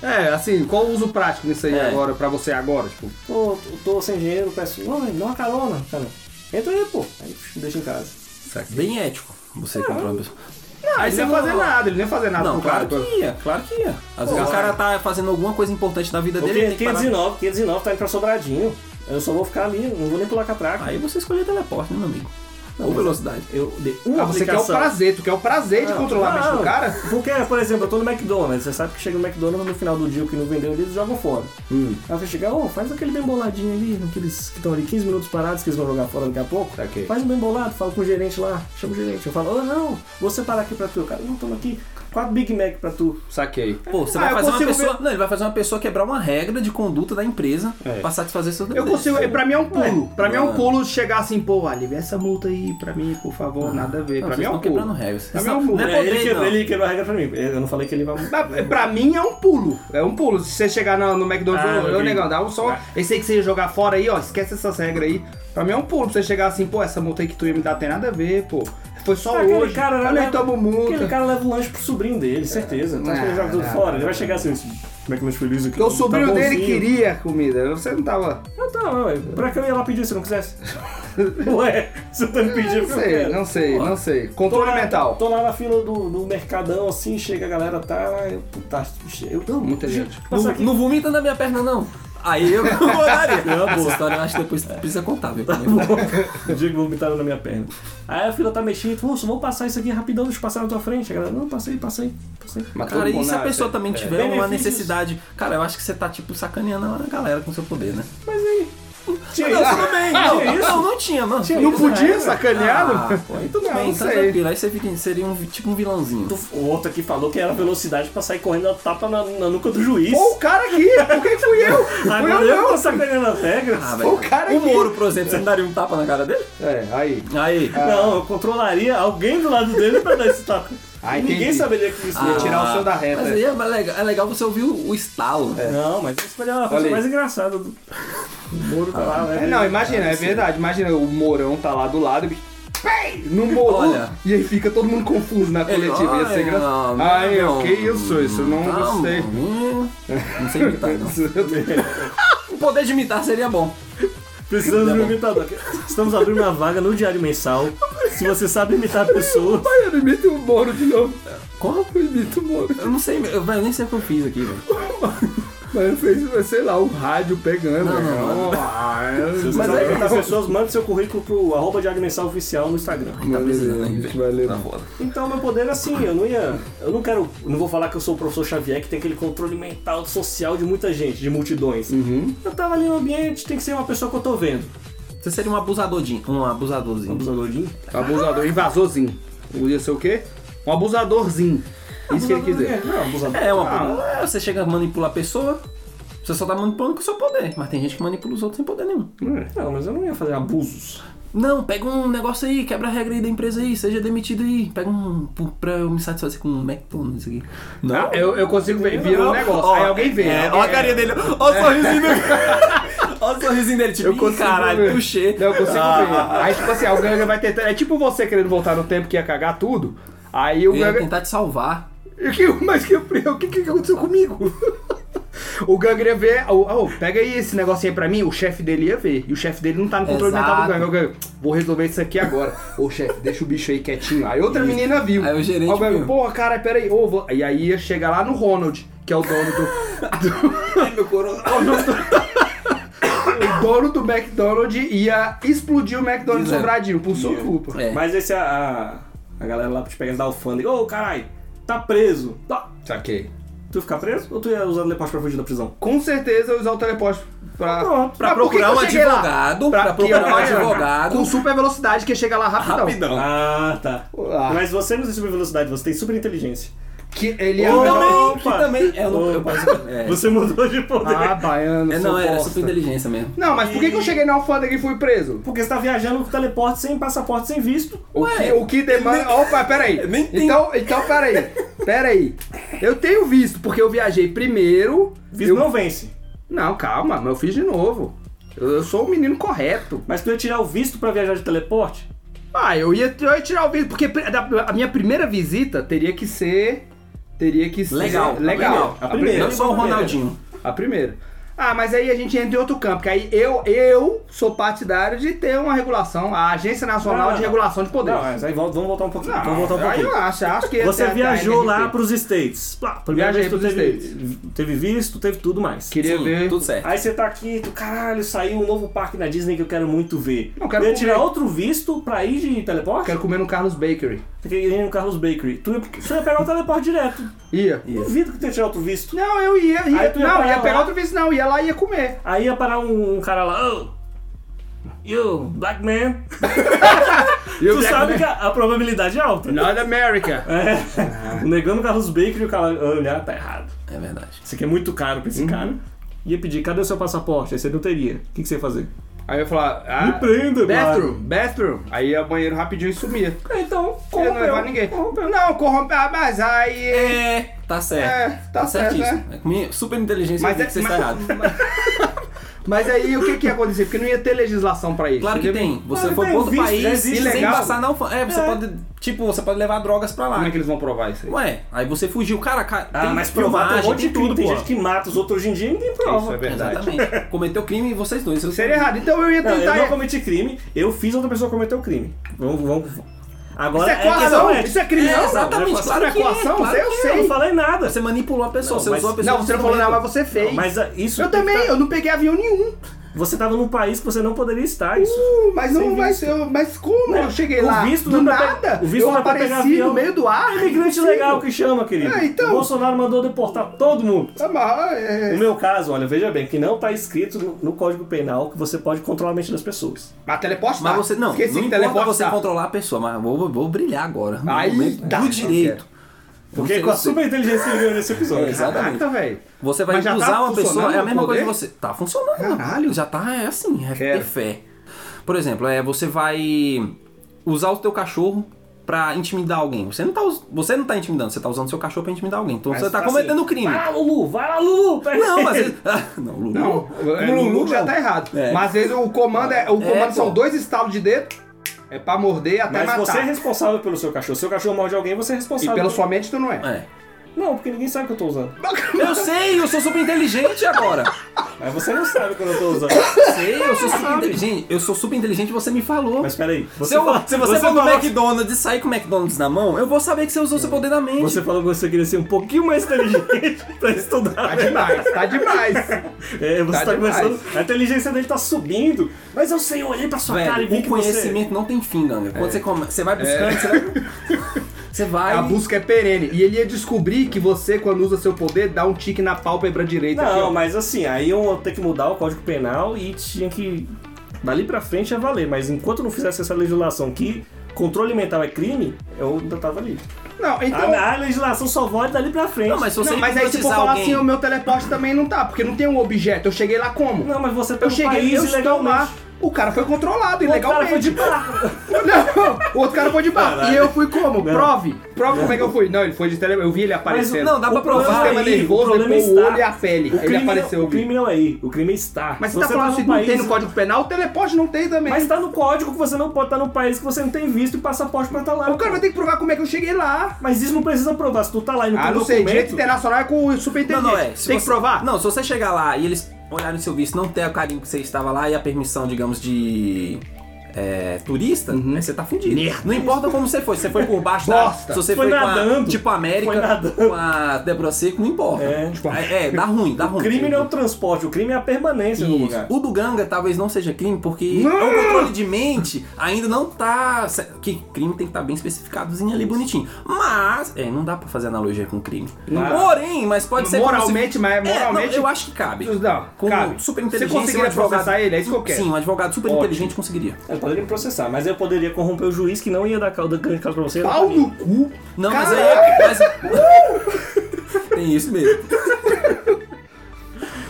Speaker 4: É, assim, qual o uso prático disso aí
Speaker 3: É.
Speaker 4: agora, pra você agora? Tipo,
Speaker 1: Pô, eu tô sem dinheiro, peço. Não, velho, dá uma carona, cara. Entra aí, pô. Aí me deixa em casa.
Speaker 3: é Bem ético. Você controla a pessoa.
Speaker 4: ah, ele não ia fazer nada, ele não ia fazer nada
Speaker 3: Não,
Speaker 4: pro
Speaker 3: claro
Speaker 4: cara.
Speaker 3: que ia, claro que ia. Às vezes o cara tá fazendo alguma coisa importante na vida
Speaker 1: Eu
Speaker 3: dele, ele
Speaker 1: queria
Speaker 3: tem que parar.
Speaker 1: 519, 519 tá indo pra Sobradinho. Eu só vou ficar ali, não vou nem pular catraca.
Speaker 3: Aí você escolheu teleporte, né, meu amigo? Ou
Speaker 4: é.
Speaker 3: velocidade.
Speaker 1: Eu dei uma
Speaker 4: Ah, você quer o
Speaker 1: aplicação.
Speaker 4: prazer, tu quer o prazer de controlar a mente do
Speaker 1: Não,
Speaker 4: cara?
Speaker 1: Porque, por exemplo, eu tô no McDonald's, você sabe que chega no McDonald's no final do dia o que não vendeu eles jogam fora.
Speaker 4: Hum.
Speaker 1: Aí você chega, ô, faz aquele bem boladinho ali, aqueles que estão ali 15 minutos parados que eles vão jogar fora daqui a pouco.
Speaker 4: Saquei.
Speaker 1: Faz um bem bolado, fala com o gerente lá, chama o gerente. Eu falo, ô não, vou separar aqui pra tu. O cara, não, toma aqui, quatro Big Mac pra tu.
Speaker 4: Saquei.
Speaker 3: Pô, você
Speaker 4: Ah,
Speaker 3: vai
Speaker 4: eu
Speaker 3: fazer uma
Speaker 4: consigo
Speaker 3: pessoa. Não, ele vai fazer uma pessoa quebrar uma regra de conduta da empresa
Speaker 4: É.
Speaker 3: pra satisfazer seu
Speaker 4: Eu
Speaker 3: desejo.
Speaker 4: consigo, é, pra mim é um pulo. Pra mim é um
Speaker 3: Ué.
Speaker 4: pulo chegar assim, pô, alivia essa multa aí pra mim, por favor, nada a ver.
Speaker 3: Ah, Não,
Speaker 4: Pra mim
Speaker 3: vocês
Speaker 4: é um
Speaker 3: estão quebrando
Speaker 4: pulo.
Speaker 3: regras.
Speaker 4: Pra
Speaker 3: Vocês
Speaker 4: mim é um
Speaker 3: não-
Speaker 4: pulo.
Speaker 3: não
Speaker 1: É,
Speaker 3: é
Speaker 1: ele,
Speaker 3: poder,
Speaker 1: quebrou,
Speaker 3: não.
Speaker 1: ele quebrou a regra pra mim. Eu não falei que ele
Speaker 4: (laughs)
Speaker 1: vai.
Speaker 4: Pra- Pra mim é um pulo. É um pulo. Se você chegar no, no
Speaker 1: Ah,
Speaker 4: McDonald's, ô,
Speaker 1: ok.
Speaker 4: ô negão, dá um só. Esse aí que você ia jogar fora aí, ó, esquece essas regras aí. Pra mim é um pulo. Pra você chegar assim, pô, essa multa aí que tu ia me dar tem nada a ver, pô. Foi só
Speaker 1: Aquele
Speaker 4: hoje.
Speaker 1: cara
Speaker 4: eu
Speaker 1: lá
Speaker 4: nem
Speaker 1: leva-
Speaker 4: tomo multa.
Speaker 1: Aquele cara leva o lanche pro sobrinho dele, certeza. Então,
Speaker 4: Ah,
Speaker 3: É,
Speaker 1: acho que ele joga tudo
Speaker 4: não.
Speaker 1: fora. Ele vai chegar assim, como é que meus felizes aqui?
Speaker 4: Porque o sobrinho
Speaker 1: Tá
Speaker 4: dele
Speaker 1: bonzinho.
Speaker 4: queria comida. Você não tava.
Speaker 1: Não, tá, ué. Pra que eu ia lá pedir se eu não
Speaker 4: (laughs)
Speaker 1: quisesse? ué, você tá me pedindo
Speaker 4: É, Não
Speaker 1: que eu
Speaker 4: sei,
Speaker 1: quero.
Speaker 4: não sei, não sei.
Speaker 1: Tô
Speaker 4: Controle
Speaker 1: lá-
Speaker 4: mental.
Speaker 1: Tô lá na fila do, do mercadão, assim, chega a galera, tá. Eu, puta, eu, eu,
Speaker 4: Muita gente.
Speaker 1: Passa
Speaker 3: Não,
Speaker 1: aqui.
Speaker 3: não vomita na minha perna, não.
Speaker 4: (laughs)
Speaker 3: Aí eu rodaria.
Speaker 1: Não,
Speaker 3: Essa
Speaker 1: boa.
Speaker 3: história eu acho que depois precisa contar, viu?
Speaker 1: (laughs) O dia que vomitaram na tá minha perna. Aí a fila tá mexendo, moço, vamos passar isso aqui rapidão, deixa eu passar na tua frente. A galera, não, passei, passei, passei.
Speaker 4: Mas
Speaker 3: Cara,
Speaker 4: todo
Speaker 3: e
Speaker 4: mundo É.
Speaker 3: se a
Speaker 4: na-
Speaker 3: pessoa também tiver uma
Speaker 1: Benefícios.
Speaker 3: necessidade? Cara, eu acho que você tá, tipo, sacaneando a galera com seu poder, né?
Speaker 1: Tinha
Speaker 3: Não,
Speaker 1: isso?
Speaker 3: tudo bem.
Speaker 1: tinha
Speaker 3: Não,
Speaker 1: isso?
Speaker 3: não, não tinha, não.
Speaker 1: Tinha
Speaker 4: Não
Speaker 1: isso,
Speaker 4: podia
Speaker 1: né?
Speaker 4: sacanear?
Speaker 3: Ah,
Speaker 4: não?
Speaker 3: pô, aí tudo
Speaker 4: Não,
Speaker 3: bem,
Speaker 4: não
Speaker 3: tá
Speaker 4: sei.
Speaker 3: tranquilo. Aí você fica- seria um, vi- tipo um vilãozinho.
Speaker 1: O outro aqui falou que era velocidade pra sair correndo a tapa na, na nuca do juiz.
Speaker 4: Ou o cara aqui, por que fui
Speaker 1: (laughs)
Speaker 4: eu? Fui
Speaker 1: Agora
Speaker 4: eu
Speaker 1: eu
Speaker 4: não.
Speaker 1: tô sacaneando as regras.
Speaker 3: Ah,
Speaker 4: O cara
Speaker 3: o
Speaker 4: aqui.
Speaker 3: Moro, por exemplo, você não daria um tapa na cara dele?
Speaker 4: É, aí.
Speaker 3: Aí.
Speaker 1: Não, eu controlaria alguém do lado dele pra dar esse tapa.
Speaker 4: (laughs) Ah, entendi.
Speaker 1: Ninguém saberia que isso
Speaker 3: Ah.
Speaker 4: Ia
Speaker 1: ia
Speaker 4: tirar o seu da reta.
Speaker 3: Mas aí é legal, é legal você ouvir o, o estalo. né?
Speaker 1: Não, mas isso foi a coisa
Speaker 4: aí.
Speaker 1: mais engraçada do o Moro tá lá, né?
Speaker 4: É, não, imagina, é verdade. Imagina o Mourão tá lá do lado e o bicho, pei, no Mourão.
Speaker 3: Olha.
Speaker 4: E aí fica todo mundo confuso na
Speaker 3: Ele-
Speaker 4: coletiva. Ia ser
Speaker 3: Ai,
Speaker 4: engraçado.
Speaker 3: não,
Speaker 4: Ai,
Speaker 3: não.
Speaker 4: o que isso? Isso eu não
Speaker 3: Não, (laughs)
Speaker 4: gostei.
Speaker 3: hum, Não sei imitar, não. O poder de imitar seria bom.
Speaker 4: tá
Speaker 1: Precisamos de um imitador. Estamos abrindo uma vaga no Diário Mensal. Se você sabe imitar pessoas.
Speaker 4: Ai, eu não imito o Moro de novo.
Speaker 3: Como?
Speaker 4: Eu imito o Moro.
Speaker 3: Eu não sei, eu, velho, nem sei o que eu fiz aqui, velho.
Speaker 4: Mas fez, sei lá, o rádio pegando.
Speaker 3: Não,
Speaker 4: né?
Speaker 3: não,
Speaker 4: Ah,
Speaker 1: Se
Speaker 4: é-
Speaker 1: você
Speaker 4: Mas
Speaker 1: sabe
Speaker 4: aí,
Speaker 1: imitar pessoas, mande seu currículo pro arroba Diário Mensal Oficial no Instagram.
Speaker 3: Tá precisando, hein,
Speaker 4: Valeu, valeu.
Speaker 3: velho. Tá foda.
Speaker 1: Então meu poder é assim, eu não ia. Eu não quero. eu Não vou falar que eu sou o professor Xavier que tem aquele controle mental social de muita gente, de multidões.
Speaker 4: Uhum.
Speaker 1: Eu tava ali no ambiente, tem que ser uma pessoa que eu tô vendo.
Speaker 3: Você seria um abusadorzinho. Um abusadorzinho.
Speaker 1: Abusadorzinho?
Speaker 4: Abusador, invasorzinho. Ia ser o quê? Um abusadorzinho. Isso que ele quis dizer.
Speaker 1: Não, abusador.
Speaker 3: É, uma
Speaker 4: Ah.
Speaker 3: é, você chega a manipular a pessoa, você só tá manipulando com o seu poder. Mas tem gente que manipula os outros sem poder nenhum.
Speaker 1: Não, mas eu não ia fazer abusos.
Speaker 3: Não, pega um negócio aí, quebra a regra aí da empresa aí, seja demitido aí. Pega um. p- Pra eu me satisfazer com um McDonald's aqui.
Speaker 4: Não, Ah, eu, eu consigo ver, vira um negócio. aí alguém vê.
Speaker 3: É,
Speaker 4: alguém-
Speaker 3: ó a carinha dele, ó o sorrisinho dele. (laughs) Ó o sorrisinho dele, tipo,
Speaker 4: Eu
Speaker 3: "Ih, é
Speaker 4: consigo
Speaker 3: caralho,
Speaker 4: ver.
Speaker 3: puxei. Ah.
Speaker 4: Não, eu consigo ver. Aí, tipo assim, alguém vai tentando. É tipo você querendo voltar no tempo que ia cagar tudo. Aí o
Speaker 3: Eu ia
Speaker 4: Ganga.
Speaker 3: tentar te salvar.
Speaker 4: E que- Mas que, o que, que aconteceu comigo? (laughs) O Ganga ia ver. "Ô, ô, pega aí esse negocinho aí pra mim. O chefe dele ia ver. E o chefe dele não tá no controle mental do
Speaker 3: Exato.
Speaker 4: Ganga. O Ganga, vou resolver isso aqui agora. Ô chefe, deixa o bicho aí quietinho. Aí outra menina viu.
Speaker 3: Aí o gerente
Speaker 4: Ó, Ganga,
Speaker 3: viu.
Speaker 4: porra, cara, pera aí. Ô, vou-" E aí ia chegar lá no Ronald, que é o dono
Speaker 3: (laughs)
Speaker 4: do. do-
Speaker 3: Meu
Speaker 4: (laughs)
Speaker 3: coroa.
Speaker 4: o dono do McDonald's ia explodir o McDonald's
Speaker 3: Dizendo.
Speaker 4: sobradinho, por sua culpa.
Speaker 3: É.
Speaker 1: Mas esse a, a, a galera lá te pega da alfândega, ô caralho, tá preso. Tá.
Speaker 4: Saquei.
Speaker 1: Tu ia ficar preso ou tu ia usar o teleporte pra fugir da prisão?
Speaker 4: Com certeza eu ia usar o teleporte pra,
Speaker 1: Pronto,
Speaker 3: Pra
Speaker 4: Mas por que
Speaker 3: procurar
Speaker 4: que
Speaker 3: um
Speaker 4: eu cheguei lá? é,
Speaker 3: advogado. Pra
Speaker 4: que
Speaker 3: procurar um
Speaker 4: eu- Com
Speaker 3: advogado.
Speaker 4: super velocidade que ia chegar lá rapidão.
Speaker 3: Rapidão.
Speaker 1: Ah, tá.
Speaker 4: Ah.
Speaker 1: Mas você não tem super velocidade, você tem super inteligência.
Speaker 4: Que ele é um
Speaker 1: Ô,
Speaker 4: ia.
Speaker 3: Também, que
Speaker 1: Opa.
Speaker 3: também. É, eu não- eu
Speaker 1: Opa.
Speaker 3: posso. É.
Speaker 1: (laughs) Você mudou de poder.
Speaker 4: Ah, baiano.
Speaker 3: É,
Speaker 4: seu
Speaker 3: não, era
Speaker 4: bosta.
Speaker 3: super inteligência mesmo.
Speaker 4: Não, mas por que, que eu cheguei na alfândega e fui preso?
Speaker 1: Porque você tá viajando com teleporte sem passaporte, sem visto.
Speaker 4: O
Speaker 3: Ué.
Speaker 4: que, o que demanda. Opa, peraí.
Speaker 3: (laughs) Nem tem-
Speaker 4: Então, então, peraí. Peraí. Eu tenho visto, porque eu viajei primeiro.
Speaker 1: Visto
Speaker 4: eu-
Speaker 1: não vence.
Speaker 4: Não, calma, mas eu fiz de novo. Eu, eu sou o menino correto.
Speaker 1: Mas tu ia tirar o visto pra viajar de teleporte?
Speaker 4: Ah, eu ia, eu ia tirar o visto, porque pri- da- a minha primeira visita teria que ser. Teria que ser.
Speaker 3: Legal.
Speaker 4: Legal.
Speaker 1: A primeira.
Speaker 3: Não igual o Ronaldinho.
Speaker 4: A primeira. Ah, mas aí a gente entra em outro campo, que aí eu, eu sou partidário de ter uma regulação, a Agência Nacional
Speaker 1: Não, não,
Speaker 4: de
Speaker 1: não.
Speaker 4: Regulação de Poder.
Speaker 1: Não, mas aí vol- vamos voltar um pouquinho.
Speaker 4: Não,
Speaker 1: vamos voltar um
Speaker 4: aí
Speaker 1: pouquinho.
Speaker 4: eu acho, acho que...
Speaker 1: Você
Speaker 4: até- até
Speaker 1: viajou
Speaker 4: a
Speaker 1: lá
Speaker 4: NRP.
Speaker 1: pros States. Pá, primeira
Speaker 4: Viajei
Speaker 1: vez tu
Speaker 4: pros
Speaker 1: teve, teve visto, teve tudo mais.
Speaker 4: Queria
Speaker 3: Sim,
Speaker 4: ver...
Speaker 3: Tudo certo.
Speaker 1: Aí você tá aqui, tu, caralho, saiu um novo parque na Disney que eu quero muito ver.
Speaker 4: Não, quero
Speaker 1: tu ia
Speaker 4: comer.
Speaker 1: tirar outro visto pra ir de teleporte?
Speaker 4: Quero comer no Carlos Bakery.
Speaker 1: Fiquei no Carlos Bakery. Tu ia, tu ia pegar o teleporte
Speaker 4: (laughs)
Speaker 1: direto.
Speaker 4: Ia.
Speaker 1: Duvido que tu ia tirar outro visto.
Speaker 4: Não, eu ia, ia.
Speaker 1: Aí tu ia
Speaker 4: não,
Speaker 1: parar
Speaker 4: ia pegar
Speaker 1: lá.
Speaker 4: outro visto, não. Ia lá e ia comer.
Speaker 1: Aí ia parar um, um cara lá, oh, you, black man. tu sabe que a, a probabilidade é alta.
Speaker 4: Not America.
Speaker 1: É. (laughs) Negando o Carlos Baker e o cara olhar, tá errado.
Speaker 3: É verdade.
Speaker 1: Isso aqui é muito caro pra esse
Speaker 4: Uhum.
Speaker 1: cara. Ia pedir, cadê o seu passaporte? Aí você não teria. O que, que você ia fazer?
Speaker 4: Aí eu ia falar... Ah,
Speaker 1: Me prenda,
Speaker 4: Bathroom, bathroom. Aí ia banheiro rapidinho e sumia.
Speaker 1: Então,
Speaker 4: Ia não levar ninguém. Não, corrompeu. Ah, mas aí...
Speaker 3: É, tá certo.
Speaker 4: É, tá certo,
Speaker 3: certíssimo. É, com minha super inteligência
Speaker 4: Mas
Speaker 3: eu vi
Speaker 4: é-
Speaker 3: que você
Speaker 4: mas-
Speaker 3: está errado.
Speaker 4: (laughs) Mas aí o que, que ia acontecer? Porque não ia ter legislação pra isso.
Speaker 3: Claro que
Speaker 4: entendeu?
Speaker 3: tem. Você
Speaker 1: Claro
Speaker 3: foi
Speaker 1: que
Speaker 3: para
Speaker 1: tem,
Speaker 3: outro
Speaker 1: visto,
Speaker 3: país
Speaker 1: já
Speaker 3: sem
Speaker 1: existe,
Speaker 4: legal.
Speaker 3: passar na alfândega. É, você
Speaker 1: É.
Speaker 3: pode. Tipo, você pode levar drogas pra lá.
Speaker 4: Como é que eles vão provar isso aí?
Speaker 3: Ué, aí você fugiu. Cara, cara
Speaker 1: Ah,
Speaker 3: tem
Speaker 1: mas provar tem um
Speaker 3: filmagem,
Speaker 1: monte de
Speaker 3: tem
Speaker 1: tudo.
Speaker 3: tudo,
Speaker 1: Tem
Speaker 3: pô.
Speaker 1: gente que mata os outros hoje em dia e ninguém
Speaker 4: Isso
Speaker 1: prova.
Speaker 4: é verdade.
Speaker 3: Exatamente. Cometeu crime e vocês dois.
Speaker 4: Seria errado. Então eu ia
Speaker 1: Não, eu
Speaker 4: tentar.
Speaker 1: não cometi crime, eu fiz outra pessoa cometer o crime. Vamos, vamos. Agora
Speaker 4: Isso é coação?
Speaker 1: questão
Speaker 4: Isso
Speaker 1: ética.
Speaker 4: é crime,
Speaker 3: É,
Speaker 4: não?
Speaker 3: exatamente,
Speaker 4: Isso
Speaker 3: claro
Speaker 4: não é
Speaker 3: que é,
Speaker 4: coação?
Speaker 3: claro
Speaker 4: Isso aí eu
Speaker 3: que é,
Speaker 1: Eu não
Speaker 4: sei.
Speaker 1: falei nada.
Speaker 3: Você manipulou a pessoa,
Speaker 1: Não,
Speaker 3: você
Speaker 1: mas-
Speaker 3: usou a pessoa. é
Speaker 4: Não, você não falou nada, mas você fez.
Speaker 1: Mas ah, isso.
Speaker 4: Eu também, eu não peguei avião nenhum.
Speaker 1: Você tava num país que você não poderia estar. Isso.
Speaker 4: Uh, Mas não
Speaker 1: Sem
Speaker 4: vai
Speaker 1: visto.
Speaker 4: ser. Mas como?
Speaker 1: Não,
Speaker 4: Eu cheguei
Speaker 1: o
Speaker 4: lá.
Speaker 1: visto
Speaker 4: do
Speaker 1: não é pra-
Speaker 4: nada.
Speaker 1: o visto
Speaker 4: eu
Speaker 1: não é pra pegar
Speaker 4: apareci
Speaker 1: avião.
Speaker 4: no meio do ar.
Speaker 1: Ah, Imigrante
Speaker 4: impossível.
Speaker 1: legal que chama, querido.
Speaker 4: É, então.
Speaker 1: O Bolsonaro mandou deportar todo mundo.
Speaker 4: Ah, mas, é.
Speaker 1: No meu caso, olha, veja bem, que não tá escrito no, no Código Penal que você pode controlar a mente das pessoas.
Speaker 4: Mas teleporte
Speaker 3: Mas
Speaker 4: tá.
Speaker 3: você. Não,
Speaker 4: Esqueci
Speaker 3: não
Speaker 4: que
Speaker 3: importa
Speaker 4: teleporte
Speaker 3: você
Speaker 4: tá.
Speaker 3: controlar a pessoa, mas vou, vou brilhar agora. No
Speaker 4: Aí
Speaker 3: momento
Speaker 4: tá,
Speaker 3: do
Speaker 4: não
Speaker 3: direito.
Speaker 1: Porque
Speaker 3: Você-
Speaker 1: com a
Speaker 3: você-
Speaker 1: super inteligência que ganhou nesse episódio.
Speaker 3: É, exato.
Speaker 4: Caraca,
Speaker 3: Exatamente.
Speaker 4: velho.
Speaker 3: Você vai
Speaker 4: Mas já tá
Speaker 3: usar uma pessoa,
Speaker 4: funcionando
Speaker 3: é a mesma
Speaker 4: o
Speaker 3: coisa que
Speaker 4: poder?
Speaker 3: você. Tá funcionando.
Speaker 4: Caralho.
Speaker 3: Já tá, é assim, é
Speaker 4: Quero.
Speaker 3: ter fé. Por exemplo, é, você vai usar o teu cachorro pra intimidar alguém. Você não tá, us- você não tá intimidando, você tá usando seu cachorro pra intimidar alguém. Então você tá
Speaker 1: assim,
Speaker 3: cometendo crime.
Speaker 1: Vai lá, Lulu, vai lá, Lulu! pega
Speaker 3: Não, mas.
Speaker 1: ele.
Speaker 3: ele- (laughs) Ah, não, Lulu.
Speaker 4: Não,
Speaker 3: É,
Speaker 4: o Lulu
Speaker 3: Lulu
Speaker 4: já
Speaker 3: não.
Speaker 4: tá errado.
Speaker 3: É.
Speaker 4: Mas às vezes o comando é. O comando
Speaker 3: pô.
Speaker 4: são dois estalos de dedo. É pra morder até
Speaker 1: (laughs) Mas
Speaker 4: matar.
Speaker 1: você é responsável pelo seu cachorro. Seu cachorro morde alguém, você é
Speaker 4: E
Speaker 1: responsável.
Speaker 4: pela sua mente tu não é.
Speaker 3: É.
Speaker 1: Não, porque ninguém sabe que eu tô usando.
Speaker 3: Eu sei, eu sou super inteligente agora.
Speaker 1: Mas você não sabe quando eu tô
Speaker 3: (laughs)
Speaker 1: usando.
Speaker 3: sei, eu sou super inteligente. Eu sou super inteligente você me falou.
Speaker 1: Mas peraí. Você
Speaker 3: se, eu,
Speaker 1: fala- assim,
Speaker 3: se você, for no
Speaker 1: falou-
Speaker 3: McDonald's e sair com o McDonald's na mão, eu vou saber que você usou seu poder da mente.
Speaker 1: Você falou que você queria ser um pouquinho mais inteligente (laughs) pra
Speaker 4: Tá
Speaker 1: estudar.
Speaker 4: demais, tá
Speaker 3: (laughs)
Speaker 4: demais.
Speaker 1: É, você
Speaker 4: Tá
Speaker 1: tá,
Speaker 4: demais.
Speaker 1: começando. A inteligência dele tá subindo. Mas eu sei, eu olhei pra sua cara e vi
Speaker 3: Velho, o
Speaker 1: que você- é.
Speaker 3: conhecimento não tem fim, Ganga. Quando você, come- você vai buscando, você vai. Você vai.
Speaker 4: A busca é perene. E ele ia descobrir que você, quando usa seu poder, dá um tique na pálpebra direita. aqui, ó.
Speaker 1: Não, mas assim, aí eu vou ter que mudar o Código Penal e tinha que. Dali pra frente ia valer, mas enquanto não fizesse essa legislação que controle mental é crime, eu ainda tava ali.
Speaker 4: Não, então.
Speaker 1: a, a legislação só vale dali pra frente.
Speaker 3: Não, mas se Ah, você
Speaker 4: Não, mas aí se for
Speaker 3: hipnotizar
Speaker 4: falar
Speaker 3: alguém-
Speaker 4: assim, o meu teleporte também não tá, porque não tem um objeto. Eu cheguei lá como?
Speaker 1: Não, mas você tá
Speaker 4: eu
Speaker 1: no
Speaker 4: cheguei,
Speaker 1: país
Speaker 4: eu estou lá.
Speaker 1: ilegalmente.
Speaker 4: O cara foi controlado
Speaker 1: O cara foi de
Speaker 4: ilegalmente.
Speaker 1: barco.
Speaker 4: Não, o outro cara foi de barco. E eu fui como? Prove. Prove como é que eu fui. Não, ele foi de tele. Eu vi ele aparecendo.
Speaker 2: não, dá pra
Speaker 4: O problema
Speaker 2: provar
Speaker 4: é o sistema
Speaker 1: aí, o
Speaker 4: nervoso,
Speaker 1: problema
Speaker 4: ele pôs o
Speaker 1: está.
Speaker 4: olho e a pele.
Speaker 1: O
Speaker 4: ele
Speaker 1: crime, não,
Speaker 4: apareceu. eu
Speaker 1: o
Speaker 4: vi.
Speaker 1: crime não é ir, o crime é estar.
Speaker 4: Mas
Speaker 1: Se
Speaker 4: você tá
Speaker 1: tá
Speaker 4: falando
Speaker 1: num
Speaker 4: assim, não tem
Speaker 1: país-
Speaker 4: no Código né? Penal? O teleporte não tem também.
Speaker 1: Mas tá no código que você não pode estar num país que você não tem visto e passaporte pra estar lá.
Speaker 4: O cara vai ter que provar como é que eu cheguei lá.
Speaker 1: Mas isso não precisa provar, se tu tá lá e não
Speaker 4: Ah,
Speaker 1: tem
Speaker 4: não sei, direito
Speaker 1: documento...
Speaker 4: internacional é com o
Speaker 3: Não,
Speaker 4: superintendente.
Speaker 3: não, é. Se
Speaker 4: Tem que
Speaker 3: você-
Speaker 4: provar?
Speaker 3: Não, se você chegar lá e eles olharem o seu visto, não ter o carinho que você estava lá e a permissão, digamos, de. é, turista,
Speaker 1: Uhum.
Speaker 3: aí você tá fudido. Não importa como você foi, se você foi por baixo da.
Speaker 4: Bosta.
Speaker 3: Se você
Speaker 1: Foi
Speaker 3: foi, com a-
Speaker 1: nadando.
Speaker 3: tipo a
Speaker 1: Foi
Speaker 3: América,
Speaker 1: nadando.
Speaker 3: com a Debra Seco, não importa.
Speaker 1: É.
Speaker 3: É, é, dá ruim, dá
Speaker 1: O
Speaker 3: ruim.
Speaker 1: crime não é o transporte, o crime é a permanência no
Speaker 3: Isso.
Speaker 1: lugar.
Speaker 3: O do Ganga talvez não seja crime, porque o controle de mente ainda não tá. Que crime tem que estar bem especificadozinho ali, bonitinho. Mas. É, não dá pra fazer analogia com crime. Porém, mas pode ser. como se-
Speaker 4: Moralmente, mas
Speaker 3: É,
Speaker 4: moralmente-
Speaker 3: não, eu acho que cabe.
Speaker 4: Não,
Speaker 3: Com
Speaker 4: cabe.
Speaker 3: super
Speaker 4: Você
Speaker 3: inteligência.
Speaker 4: conseguiria processar ele? É isso que eu quero.
Speaker 3: Sim, um advogado super inteligente conseguiria.
Speaker 1: Eu poderia me processar, mas eu poderia corromper o juiz que não ia dar causa grande causa pra você.
Speaker 4: Pau no cu.
Speaker 3: Não,
Speaker 4: Caralho!
Speaker 3: mas aí. é Mas... (laughs) Tem isso mesmo.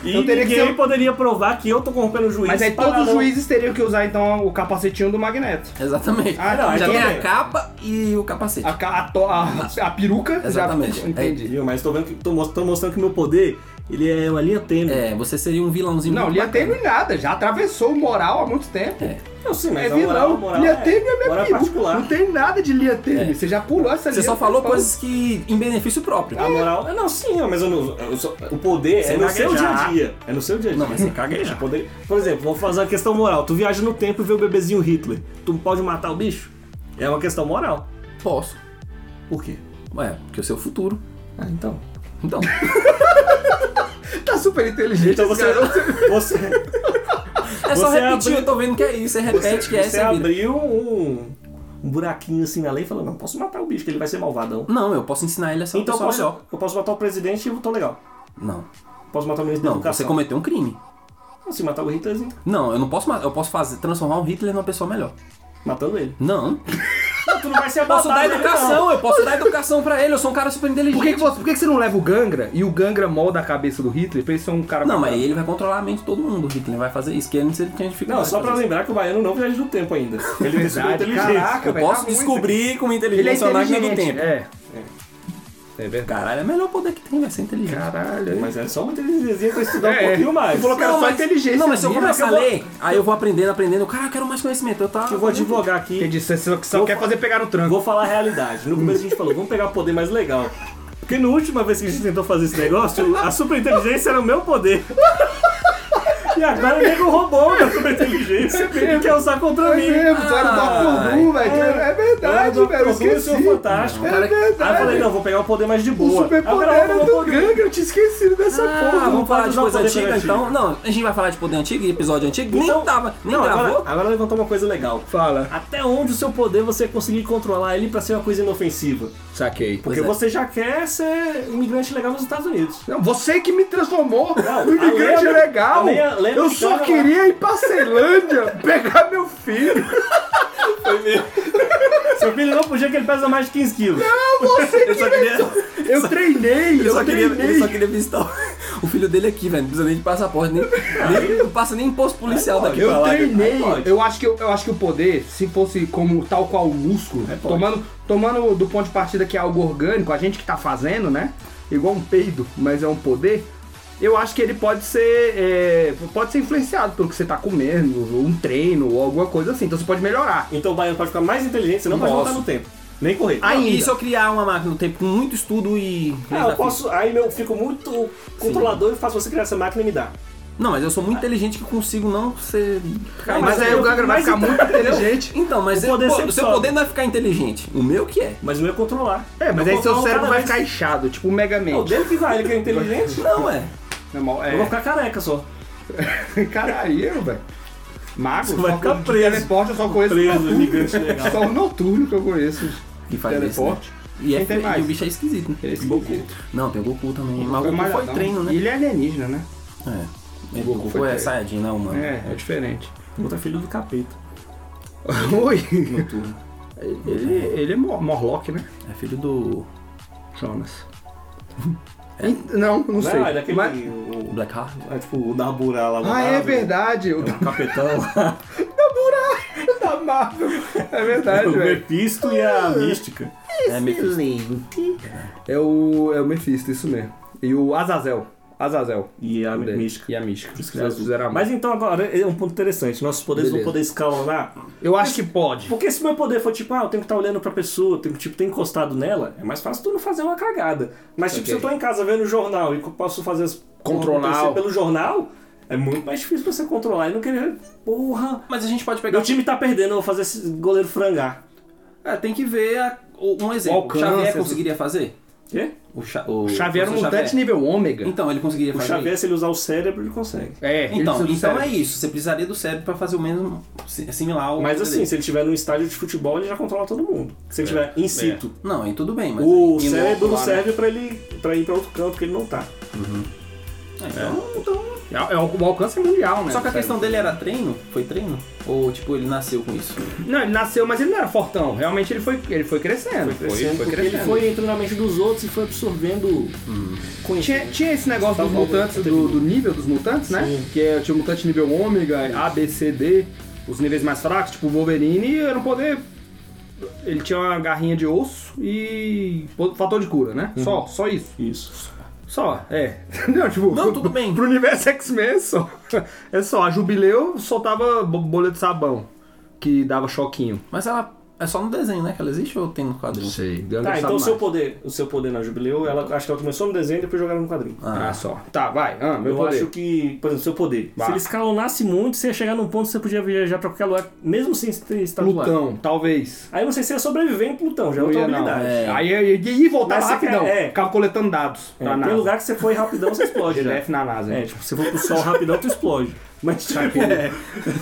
Speaker 1: E
Speaker 4: Então teria que
Speaker 1: ninguém
Speaker 4: ser-
Speaker 1: poderia provar que eu tô corrompendo o juiz.
Speaker 4: Mas aí
Speaker 1: para
Speaker 4: todos os
Speaker 1: não-
Speaker 4: juízes teriam que usar, então, o capacetinho do Magneto.
Speaker 3: Exatamente.
Speaker 4: Ah, não,
Speaker 3: Já
Speaker 1: então
Speaker 3: tem
Speaker 1: é.
Speaker 3: a capa e o capacete.
Speaker 4: A, ca- a, to- a, a peruca
Speaker 3: Exatamente.
Speaker 4: já... Entendi.
Speaker 1: Viu? Mas tô, vendo que, tô, mos- tô mostrando que meu poder, ele é uma linha tênue.
Speaker 3: É, você seria um vilãozinho.
Speaker 4: Não,
Speaker 3: muito
Speaker 4: Lia
Speaker 3: bacana.
Speaker 4: Temer nada, já atravessou o moral há muito tempo.
Speaker 3: É.
Speaker 1: Não, sim,
Speaker 4: É
Speaker 1: mas a moral, a
Speaker 4: vilão.
Speaker 1: moral
Speaker 4: Lia
Speaker 1: é,
Speaker 4: Temer
Speaker 1: moral
Speaker 4: é minha
Speaker 1: é
Speaker 4: peruca.
Speaker 1: particular.
Speaker 4: Não tem nada de Lia Temer.
Speaker 1: É.
Speaker 4: Você já pulou essa
Speaker 3: Você
Speaker 4: linha.
Speaker 3: só falou
Speaker 4: Então,
Speaker 3: coisas que. em benefício próprio.
Speaker 4: Ah,
Speaker 1: A moral. é, Não, sim, mas eu não, eu só- o poder
Speaker 3: Sem
Speaker 1: é no seu dia a
Speaker 3: gaguejar.
Speaker 1: dia. É no seu dia a dia.
Speaker 3: Não, mas sem gaguejar.
Speaker 1: O (laughs) poder- por exemplo, vou fazer uma questão moral. Tu viaja no tempo e vê o bebezinho Hitler. Tu pode matar o bicho? É uma questão moral.
Speaker 3: Posso.
Speaker 1: Por quê?
Speaker 3: Ué, porque o seu futuro.
Speaker 1: Ah, então. (laughs)
Speaker 3: Então.
Speaker 4: Tá super inteligente.
Speaker 1: Então
Speaker 4: esse
Speaker 1: você. (laughs)
Speaker 4: cara.
Speaker 1: Você,
Speaker 3: É só
Speaker 1: Você
Speaker 3: repetir,
Speaker 1: abriu-
Speaker 3: eu tô vendo que é isso. Você repete que é
Speaker 1: você
Speaker 3: essa a vida.
Speaker 1: abriu um, um buraquinho assim na lei e falou: não, posso matar o bicho, que ele vai ser malvadão.
Speaker 3: Não, Então eu posso ensinar ele a ser
Speaker 1: Então eu
Speaker 3: uma
Speaker 1: posso,
Speaker 3: pessoa melhor.
Speaker 1: eu posso matar o presidente e eu tô legal.
Speaker 3: Não.
Speaker 1: Posso matar o ministro da
Speaker 3: Não, você
Speaker 1: educação.
Speaker 3: cometeu um crime.
Speaker 1: Se matar o Hitler, então,
Speaker 3: Não, eu não posso matar. Eu posso fazer, transformar um Hitler numa pessoa melhor.
Speaker 1: matando ele.
Speaker 3: Não.
Speaker 1: Não, tu não vai ser
Speaker 3: Eu posso
Speaker 1: abordado,
Speaker 3: dar
Speaker 1: Ah, tá, não.
Speaker 3: educação, eu posso dar educação pra ele, eu sou um cara super inteligente.
Speaker 4: Por que, que você, por que que você não leva o Gangra e o Gangra molda a cabeça do Hitler pra ele ser um cara...
Speaker 3: Não, mas ele vai controlar a mente de todo mundo, o Hitler vai fazer isso, que antes ele tinha dificuldade.
Speaker 1: Não, só
Speaker 3: de
Speaker 1: pra
Speaker 3: fazer isso.
Speaker 1: lembrar que o baiano não viaja no tempo ainda. Ele é super
Speaker 4: Verdade,
Speaker 1: inteligente.
Speaker 4: caraca,
Speaker 3: Eu
Speaker 4: velho.
Speaker 3: posso
Speaker 4: tá muito-
Speaker 3: descobrir como
Speaker 4: Ele é
Speaker 3: inteligência na máquina do
Speaker 4: inteligente.
Speaker 3: tempo.
Speaker 4: É. É verdade.
Speaker 3: Caralho, é o melhor poder que tem, vai ser inteligente.
Speaker 4: Caralho.
Speaker 1: Mas é só uma inteligência pra estudar
Speaker 4: É.
Speaker 1: um pouquinho mais.
Speaker 4: Tu falou que era
Speaker 3: Não,
Speaker 4: só
Speaker 3: mas-
Speaker 4: inteligência.
Speaker 3: Não, mas se né? eu
Speaker 4: minha,
Speaker 3: começar a
Speaker 4: que eu vou-
Speaker 3: ler, aí eu vou aprendendo, aprendendo. Cara, eu quero mais conhecimento. Eu, tá...
Speaker 1: Eu vou advogar aqui.
Speaker 4: Entendi, você só, só
Speaker 1: Vou
Speaker 4: quer
Speaker 1: fa-
Speaker 4: fazer pegar no tranco.
Speaker 1: Vou falar a realidade. No começo a gente falou, vamos pegar o poder mais legal. Porque na última vez que a gente tentou fazer esse negócio, a super inteligência era o meu poder. E agora o nego roubou a minha super inteligência e quer usar contra
Speaker 4: É
Speaker 1: mim.
Speaker 4: mesmo, tu era o Dr. Who, velho. tu era- É
Speaker 1: Ah, Eu
Speaker 4: verdade,
Speaker 1: era
Speaker 4: velho. Eu
Speaker 1: do- do Senhor
Speaker 4: esqueci.
Speaker 1: Fantástico.
Speaker 4: É verdade.
Speaker 1: Aí eu falei, não, vou pegar o poder mais de
Speaker 4: O
Speaker 1: boa. Ah,
Speaker 4: superpoder
Speaker 1: Agora eu vou
Speaker 4: era
Speaker 1: pegar o
Speaker 4: do Gangra, eu tinha esquecido dessa
Speaker 3: Ah,
Speaker 4: porra.
Speaker 3: vamos falar
Speaker 1: pode
Speaker 3: de
Speaker 1: usar
Speaker 3: coisa
Speaker 1: o poder
Speaker 3: antiga,
Speaker 1: antigo.
Speaker 3: então? Não, a gente vai falar de poder antigo, episódio antigo.
Speaker 1: Então-
Speaker 3: nem tava, nem
Speaker 1: Não,
Speaker 3: gravou.
Speaker 1: agora, agora levantou uma coisa legal.
Speaker 4: Fala.
Speaker 1: Até onde o seu poder você conseguir controlar ele pra ser uma coisa inofensiva?
Speaker 4: Saquei.
Speaker 1: Porque
Speaker 3: é.
Speaker 1: você já quer ser um imigrante legal nos Estados Unidos.
Speaker 4: Não, você que me transformou
Speaker 1: Não,
Speaker 4: no imigrante
Speaker 1: a lenda-
Speaker 4: legal.
Speaker 1: a lenda- a lenda
Speaker 4: eu
Speaker 1: que
Speaker 4: só
Speaker 1: tava lá.
Speaker 4: queria ir pra
Speaker 1: (laughs)
Speaker 4: Ceilândia pegar meu filho.
Speaker 1: Seu filho não podia que ele pesa mais de 15 quilos.
Speaker 4: Você
Speaker 3: Eu
Speaker 4: que
Speaker 3: só
Speaker 4: me...
Speaker 3: queria,
Speaker 4: Eu treinei,
Speaker 3: eu
Speaker 4: eu
Speaker 3: só queria,
Speaker 4: treinei.
Speaker 3: eu só queria visitar o, (laughs) o filho dele aqui, velho. Não precisa nem de passaporte, nem, (laughs) nem- não passa nem imposto policial daqui pra
Speaker 4: Eu
Speaker 3: lá.
Speaker 4: treinei.
Speaker 1: pode.
Speaker 4: Eu acho, que, eu, eu acho que o poder, se fosse como tal qual o músculo,
Speaker 1: É
Speaker 4: tomando, tomando do ponto de partida que é algo orgânico, a gente que tá fazendo, né? Igual um peido, mas é um poder. Eu acho que ele pode ser. é, pode ser influenciado pelo que você tá comendo, ou um treino, ou alguma coisa assim. Então você pode melhorar.
Speaker 1: Então o Baiano pode ficar mais inteligente, você não pode
Speaker 3: Nossa.
Speaker 1: voltar no tempo. Nem correr.
Speaker 3: Não,
Speaker 4: Ainda.
Speaker 3: E se eu criar uma máquina do tempo com muito estudo e.
Speaker 1: Ah, eu posso. Aí meu, eu fico muito controlador e faço você criar essa máquina e me dar.
Speaker 3: Não, mas eu sou muito inteligente que eu consigo não ser.
Speaker 1: Não,
Speaker 4: Mas,
Speaker 1: mas
Speaker 4: aí
Speaker 1: eu-
Speaker 4: o Gangra vai
Speaker 1: mas
Speaker 4: ficar
Speaker 1: então-
Speaker 4: muito inteligente.
Speaker 3: Então, mas
Speaker 1: O
Speaker 3: eu-
Speaker 1: poder
Speaker 3: pô,
Speaker 1: sempre
Speaker 3: o seu
Speaker 1: sobe.
Speaker 3: poder não vai ficar inteligente. O meu que é.
Speaker 1: Mas não é controlar.
Speaker 4: É, mas
Speaker 1: Eu
Speaker 4: aí seu
Speaker 1: controlo
Speaker 4: cérebro
Speaker 1: cada
Speaker 4: vai
Speaker 1: vez-
Speaker 4: ficar inchado, tipo um Mega
Speaker 1: É o
Speaker 4: Man.
Speaker 1: dele que vai, ele que é inteligente.
Speaker 3: Não, é.
Speaker 4: Na mão,
Speaker 1: Eu vou
Speaker 4: É.
Speaker 1: ficar careca só.
Speaker 4: Caralho, eu, velho. Mago,
Speaker 1: Você vai
Speaker 4: só
Speaker 1: ficar
Speaker 4: que de
Speaker 1: preso.
Speaker 4: teleporte eu só conheço.
Speaker 1: Preso, imigrante legal.
Speaker 4: (laughs) Só o noturno que eu conheço.
Speaker 3: Que faz
Speaker 4: Teleporte.
Speaker 3: isso. né? E, é,
Speaker 4: Quem tem
Speaker 3: feio,
Speaker 4: mais?
Speaker 3: e o bicho é esquisito, né?
Speaker 4: Esse Goku.
Speaker 3: Não, tem o Goku também. Mas o
Speaker 4: É
Speaker 3: Goku foi
Speaker 4: malhadão.
Speaker 3: treino,
Speaker 4: E
Speaker 3: né?
Speaker 4: ele é alienígena, né?
Speaker 3: É. O
Speaker 4: Goku foi
Speaker 3: Goku foi
Speaker 4: treino.
Speaker 3: Saiyajin, né, não, mano.
Speaker 4: É, é diferente.
Speaker 1: Outro é filho do capeta.
Speaker 4: Oi!
Speaker 3: Noturno.
Speaker 4: Ele, ele é Mor- Morlock, né?
Speaker 3: É filho do.
Speaker 4: Jonas. (laughs) Ent- Não, não, sei.
Speaker 1: Ah, é daquele.
Speaker 4: Mas-
Speaker 1: o-
Speaker 3: Black Hard.
Speaker 1: é tipo o da Burá lá. o
Speaker 4: Ah, é
Speaker 1: Marvel.
Speaker 4: verdade. O
Speaker 1: É o capitão lá.
Speaker 4: da Marvel. (laughs) É (laughs) verdade,
Speaker 1: o
Speaker 4: velho.
Speaker 1: Mepisto e a Mística.
Speaker 3: É Mephisto.
Speaker 4: É o, é o Mephisto, isso mesmo. E o Azazel. Azazel.
Speaker 1: E a
Speaker 4: Poder.
Speaker 1: Mística.
Speaker 4: E a Mística.
Speaker 1: Isso que
Speaker 4: Elas
Speaker 1: azul.
Speaker 4: fizeram a
Speaker 1: Mas então agora é um ponto interessante. Nossos poderes
Speaker 4: Beleza.
Speaker 1: vão poder escalonar.
Speaker 4: Eu acho que pode.
Speaker 1: Porque se meu poder for tipo, ah, eu tenho que estar olhando pra pessoa, eu tenho que tipo, ter encostado nela, é mais fácil tu não fazer uma cagada. Mas tipo,
Speaker 4: Ok.
Speaker 1: se eu tô em casa vendo o jornal e que eu posso fazer as
Speaker 4: Controlar.
Speaker 1: acontecer pelo jornal, é muito mais difícil você controlar e não querer. Porra!
Speaker 3: Mas a gente pode pegar.
Speaker 1: Meu time tá perdendo, eu vou fazer esse goleiro frangar.
Speaker 3: É, tem que ver a- o- um exemplo.
Speaker 4: O
Speaker 3: O,
Speaker 4: alcance,
Speaker 3: Xavier
Speaker 4: essas-
Speaker 3: conseguiria fazer?
Speaker 1: Quê?
Speaker 3: O, Cha- o
Speaker 4: Xavier é um
Speaker 3: professor
Speaker 4: mutante nível ômega.
Speaker 3: Então, ele conseguiria
Speaker 1: O
Speaker 3: fazer.
Speaker 1: Xavier, se ele usar o cérebro, ele consegue.
Speaker 4: É, ele
Speaker 3: Então,
Speaker 4: precisa do
Speaker 3: então é
Speaker 4: cérebro.
Speaker 3: isso. Você precisaria do cérebro pra fazer o mesmo. si- similar ao.
Speaker 1: Mas
Speaker 3: dele.
Speaker 1: assim, se ele tiver num estádio de futebol, ele já controla todo mundo. Se
Speaker 4: É.
Speaker 1: ele tiver in situ.
Speaker 3: Não, aí tudo bem, mas.
Speaker 1: O
Speaker 3: aí, em
Speaker 1: cérebro
Speaker 3: loco
Speaker 1: não
Speaker 3: lá, né?
Speaker 1: serve pra ele pra ir pra outro campo que ele não tá.
Speaker 3: Ah, então, então-
Speaker 4: É, é, o alcance é mundial, né?
Speaker 3: Só que a questão dele era treino? Foi treino? Ou, tipo, ele nasceu com isso?
Speaker 4: Não, ele nasceu, mas ele não era fortão. Realmente ele foi, ele foi crescendo. Foi
Speaker 1: Crescendo, porque ele foi entrando na mente dos outros e foi absorvendo
Speaker 4: Tinha,
Speaker 1: conhecimento.
Speaker 4: tinha esse negócio dos
Speaker 1: Salvador, né?
Speaker 4: mutantes, do, do nível dos mutantes, né?
Speaker 1: Sim.
Speaker 4: Que é, tinha o mutante nível ômega, A, B, C, D, os níveis mais fracos, tipo o Wolverine, era um poder. Ele tinha uma garrinha de osso e. po- fator de cura,
Speaker 1: Uhum.
Speaker 4: né? Só, só isso.
Speaker 1: Isso.
Speaker 4: Só, é. (laughs) Não, tipo,
Speaker 3: Não, tudo bem.
Speaker 4: Pro universo X-Men é só. (laughs) É só, a Jubileu soltava bo- bolha de sabão, que dava choquinho.
Speaker 3: Mas ela. É só no desenho, né? Que ela existe ou tem no quadrinho?
Speaker 4: Sei,
Speaker 1: Tá, então o seu poder, o seu poder na Jubileu, ela acho que ela começou no desenho e depois jogaram no quadrinho.
Speaker 4: Ah, só. Tá, vai, ah, meu
Speaker 1: Eu
Speaker 4: poder.
Speaker 1: acho que, por exemplo, seu poder.
Speaker 4: Vá.
Speaker 1: Se ele escalonasse muito, você ia chegar num ponto que você podia viajar pra qualquer lugar, mesmo sem ter estado lá.
Speaker 4: Plutão, talvez.
Speaker 1: Aí você ia sobreviver em Plutão, já é
Speaker 4: Não
Speaker 1: outra
Speaker 4: ia, não.
Speaker 1: habilidade.
Speaker 3: É.
Speaker 4: Aí eu ia voltar
Speaker 1: Mas você
Speaker 4: rapidão.
Speaker 1: quer- é.
Speaker 4: Ficava coletando dados
Speaker 1: É,
Speaker 4: na
Speaker 1: tem
Speaker 4: NASA.
Speaker 1: lugar que você foi rapidão, você
Speaker 4: (laughs)
Speaker 1: explode já.
Speaker 4: GDF na NASA.
Speaker 1: É, tipo, se for pro sol rapidão, tu
Speaker 4: (laughs)
Speaker 1: explode. Mas tipo,
Speaker 4: É.
Speaker 1: (laughs)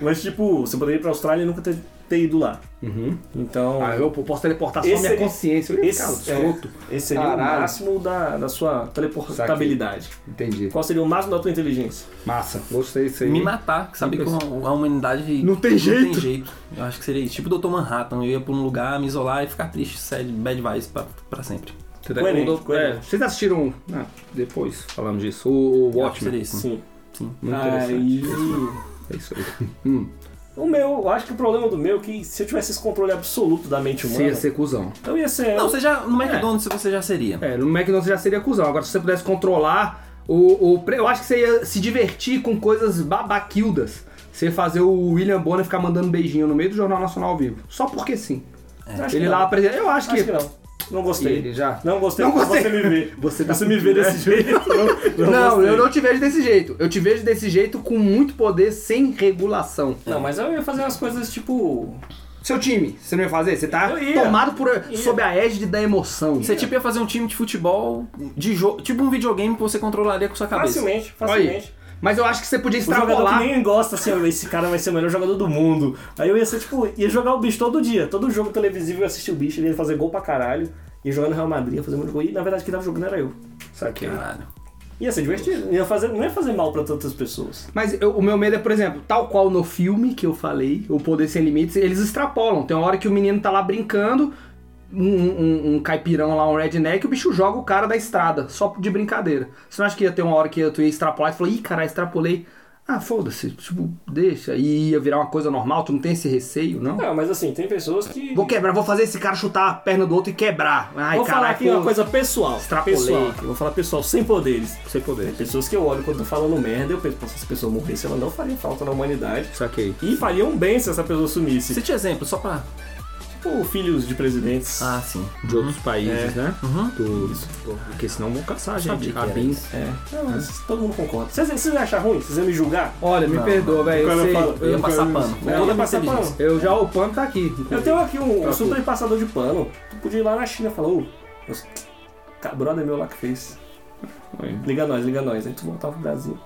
Speaker 1: mas, tipo, você poderia ir pra Austrália e nunca ter, ter ido lá.
Speaker 4: Uhum.
Speaker 1: Então.
Speaker 4: Ah, eu posso teleportar só
Speaker 1: Esse
Speaker 4: minha
Speaker 1: seria-
Speaker 4: consciência. Eu ia
Speaker 1: Esse,
Speaker 4: ficar
Speaker 1: é,
Speaker 4: escroto.
Speaker 1: esse seria
Speaker 4: Caralho.
Speaker 1: o máximo da, da sua teleportabilidade.
Speaker 4: Entendi.
Speaker 1: Qual seria o máximo da tua inteligência?
Speaker 4: Massa, gostei disso aí. tá
Speaker 3: Me matar, saber que a humanidade
Speaker 4: Não tem
Speaker 3: Não
Speaker 4: jeito.
Speaker 3: tem jeito. Eu acho que seria isso. tipo o Dr. Manhattan, eu ia pra um lugar, me isolar e ficar triste, sad, bad vibes pra, pra sempre.
Speaker 4: Você tá-
Speaker 1: Coerente,
Speaker 4: mandou-
Speaker 1: coerente.
Speaker 4: é, vocês assistiram ah, depois, falamos disso, o, o
Speaker 3: Eu acho que
Speaker 4: Watchmen.
Speaker 3: seria isso.
Speaker 1: Sim.
Speaker 4: Muito interessante.
Speaker 1: Aí,
Speaker 4: É isso aí.
Speaker 1: o meu, eu acho que o problema do meu é que se eu tivesse esse controle absoluto da mente
Speaker 4: Você ia
Speaker 1: humana,
Speaker 4: ser cuzão.
Speaker 1: então ia ser.
Speaker 3: Não, você já. No McDonald's você já seria.
Speaker 4: É, no McDonald's você já seria cuzão. Agora, se você pudesse controlar o, o pre- Eu acho que você ia se divertir com coisas babaquildas. Você ia fazer o William Bonner ficar mandando beijinho no meio do Jornal Nacional ao vivo. Só porque sim.
Speaker 1: eu acho que
Speaker 4: Ele
Speaker 1: não.
Speaker 4: lá apresenta. Eu acho
Speaker 1: Acho
Speaker 4: que.
Speaker 1: que não. Não gostei.
Speaker 4: Ele já-
Speaker 1: Não gostei.
Speaker 4: Não gostei.
Speaker 1: Você me vê.
Speaker 4: (laughs) Você tá
Speaker 1: me vê
Speaker 4: sentindo,
Speaker 1: desse jeito. Não, não,
Speaker 4: Não,
Speaker 1: gostei.
Speaker 4: eu não te vejo desse jeito. Eu te vejo desse jeito com muito poder, sem regulação.
Speaker 1: Não, mas eu ia fazer umas coisas tipo.
Speaker 4: Seu time, você não ia fazer? Você tá
Speaker 1: Eu ia.
Speaker 4: tomado por, sob a égide da emoção.
Speaker 3: Você tipo ia fazer um time de futebol, de jo- tipo um videogame que você controlaria com sua cabeça.
Speaker 1: Facilmente,
Speaker 4: Olha aí.
Speaker 1: facilmente.
Speaker 4: Mas eu acho que você podia
Speaker 1: O jogador que
Speaker 4: extrapolar.
Speaker 1: nem gosta assim, "Ah, esse cara vai ser o melhor jogador do mundo. Aí eu ia ser, tipo, ia jogar o bicho todo dia. Todo jogo televisivo eu ia assistir o bicho, ele ia fazer gol pra caralho. Ia jogar no Real Madrid, ia fazer muito gol. E na verdade quem tava jogando era eu.
Speaker 4: Saquei.
Speaker 3: Caralho.
Speaker 1: Ia ser divertido. Ia fazer, não ia fazer mal pra tantas pessoas.
Speaker 4: Mas eu- o meu medo é, por exemplo, tal qual no filme que eu falei, o Poder Sem Limites, eles extrapolam. Tem uma hora que o menino tá lá brincando, um, um- um caipirão lá, um redneck, o bicho joga o cara da estrada, só de brincadeira. Você não acha que ia ter uma hora que tu ia extrapolar e tu falou, ih, cara, extrapolei. Ah, foda-se, tipo, deixa. E ia virar uma coisa normal, tu não tem esse receio, não?
Speaker 1: Não, mas assim, tem pessoas que.
Speaker 4: Vou quebrar, vou fazer esse cara chutar a perna do outro e quebrar. Ai,
Speaker 1: Vou falar
Speaker 4: caraca,
Speaker 1: aqui uma
Speaker 4: eu-
Speaker 1: coisa pessoal.
Speaker 4: Extrapolei.
Speaker 1: Pessoal. Eu vou falar pessoal sem poderes.
Speaker 4: Sem poder.
Speaker 1: Tem pessoas que eu olho quando tô falando merda, eu penso, "Pô, se essa pessoa morresse, ela não faria falta na humanidade.
Speaker 4: Saquei.
Speaker 1: E faria um bem se essa pessoa sumisse.
Speaker 3: Cite exemplo, só pra.
Speaker 1: Tipo, filhos de presidentes.
Speaker 3: Ah, sim.
Speaker 4: De outros países, né?
Speaker 3: Uhum.
Speaker 4: Do- do- porque senão vão caçar a gente.
Speaker 3: Sabia que era
Speaker 4: Rabins.
Speaker 3: isso.
Speaker 1: É. Não, mas todo mundo concorda. Vocês, vocês acham ruim? Vocês iam me julgar?
Speaker 4: Olha, me
Speaker 3: Não,
Speaker 4: perdoa, velho.
Speaker 1: Quando eu
Speaker 4: Eu, sei,
Speaker 1: falo-
Speaker 3: Eu ia passar pano. Com
Speaker 1: Não,
Speaker 3: toda a
Speaker 1: ia
Speaker 4: é
Speaker 3: minha
Speaker 1: passar
Speaker 3: inteligência.
Speaker 1: pano.
Speaker 4: eu já, o pano tá aqui.
Speaker 1: Eu tenho aqui um,
Speaker 4: Tá
Speaker 1: um super passador de pano. Tu podia ir lá na China e falar, ô, nossa, ca- brother meu lá que fez.
Speaker 4: Aí.
Speaker 1: Liga nós, liga nós. Aí tu voltava pro Brasil.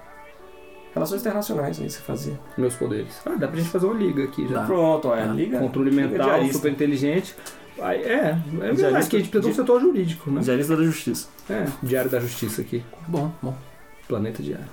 Speaker 1: Relações internacionais, aí você fazia.
Speaker 4: meus poderes. Ah, dá pra gente fazer uma liga aqui já.
Speaker 3: Dá.
Speaker 1: Pronto, olha,
Speaker 3: Ah,
Speaker 1: liga.
Speaker 4: Tá. Controle
Speaker 1: liga de
Speaker 4: mental,
Speaker 1: arista.
Speaker 4: super inteligente. Aí, é, é verdade
Speaker 1: Diarista-
Speaker 4: que a gente precisa de um
Speaker 1: di-
Speaker 4: setor jurídico, né?
Speaker 1: Diarista da Justiça.
Speaker 4: É, Diário da Justiça aqui.
Speaker 3: Bom, bom.
Speaker 4: Planeta Diário.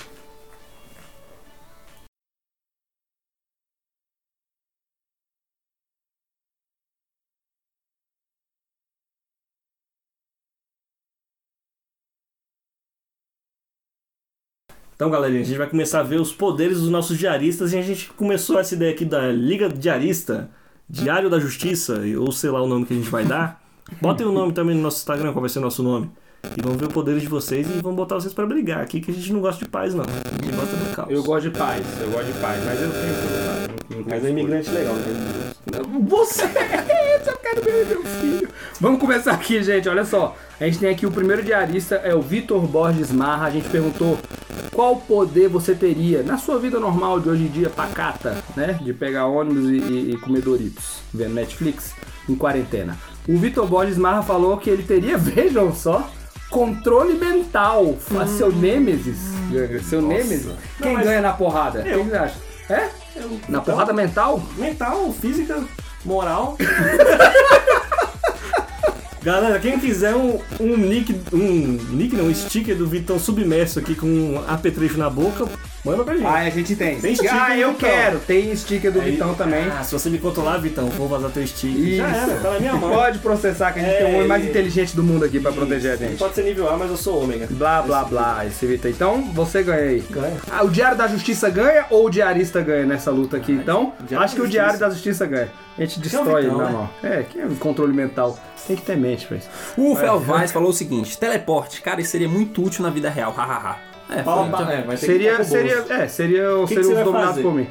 Speaker 1: Então, galerinha, a gente vai começar a ver os poderes dos nossos diaristas e a gente começou essa ideia aqui da Liga Diarista, Diário da Justiça, ou sei lá o nome que a gente vai dar. Botem o nome também no nosso Instagram, qual vai ser o nosso nome. E vamos ver o poder de vocês e vamos botar vocês pra brigar aqui, que a gente não gosta de paz, não. A gente gosta do caos.
Speaker 2: Eu gosto de paz, eu gosto de paz, mas eu tenho que lutar. não- não tenho
Speaker 1: Mas é
Speaker 2: escolha.
Speaker 1: imigrante legal, né?
Speaker 4: Você! (laughs) Eu só quero ver meu filho. Vamos começar aqui, gente. Olha só. A gente tem aqui o primeiro diarista, é o Vitor Borges Marra. A gente perguntou qual poder você teria na sua vida normal de hoje em dia, pacata, né? De pegar ônibus e, e- e comer Doritos, vendo Netflix, em quarentena. O Vitor Borges Marra falou que ele teria, (laughs) vejam só, controle mental.
Speaker 1: Hum.
Speaker 4: Faz Seu Nêmesis. Seu Nêmesis. Quem
Speaker 1: mas-
Speaker 4: ganha na porrada?
Speaker 1: Eu.
Speaker 4: Quem você acha? É?
Speaker 1: Eu-
Speaker 4: Na porrada mental?
Speaker 1: mental, física, moral. (laughs) Galera, quem quiser um, um nick, um nick não, um sticker do Vitão submerso aqui com um apetrecho na boca, manda pra gente.
Speaker 4: Ah, a gente tem.
Speaker 1: Tem sticker
Speaker 4: ah,
Speaker 1: do Vitão.
Speaker 4: eu quero. Tem sticker do Vitão também.
Speaker 1: Ah, se você me controlar, Vitão, vou vazar teu sticker.
Speaker 4: Isso.
Speaker 1: Já era, tá na minha mão.
Speaker 4: Pode processar que a gente
Speaker 1: É,
Speaker 4: tem o homem mais
Speaker 1: e-
Speaker 4: inteligente do mundo aqui pra proteger a
Speaker 1: Não
Speaker 4: gente.
Speaker 1: Pode ser nível A, mas eu sou ômega.
Speaker 4: Blá, blá, blá. Esse Vitor. Então, você ganha aí.
Speaker 1: Ganha.
Speaker 4: Ah, o Diário da Justiça ganha ou o Diarista ganha nessa luta aqui? Então,
Speaker 1: Ah, Diário
Speaker 4: acho que
Speaker 1: da
Speaker 4: o
Speaker 1: Justiça.
Speaker 4: Diário da Justiça ganha. A gente destrói ele
Speaker 1: Vitão,
Speaker 4: na
Speaker 1: né?
Speaker 4: mão. É, que é controle mental. Tem que ter mente, velho.
Speaker 3: O Fel Vaz falou o seguinte: teleporte, cara, isso seria muito útil na vida real, hahaha. É, foi, já-
Speaker 1: vai ter
Speaker 4: Seria,
Speaker 1: que
Speaker 4: seria,
Speaker 1: que
Speaker 4: é, seria, seria
Speaker 1: você
Speaker 4: os
Speaker 1: vai
Speaker 4: dominados
Speaker 1: fazer?
Speaker 4: por mim.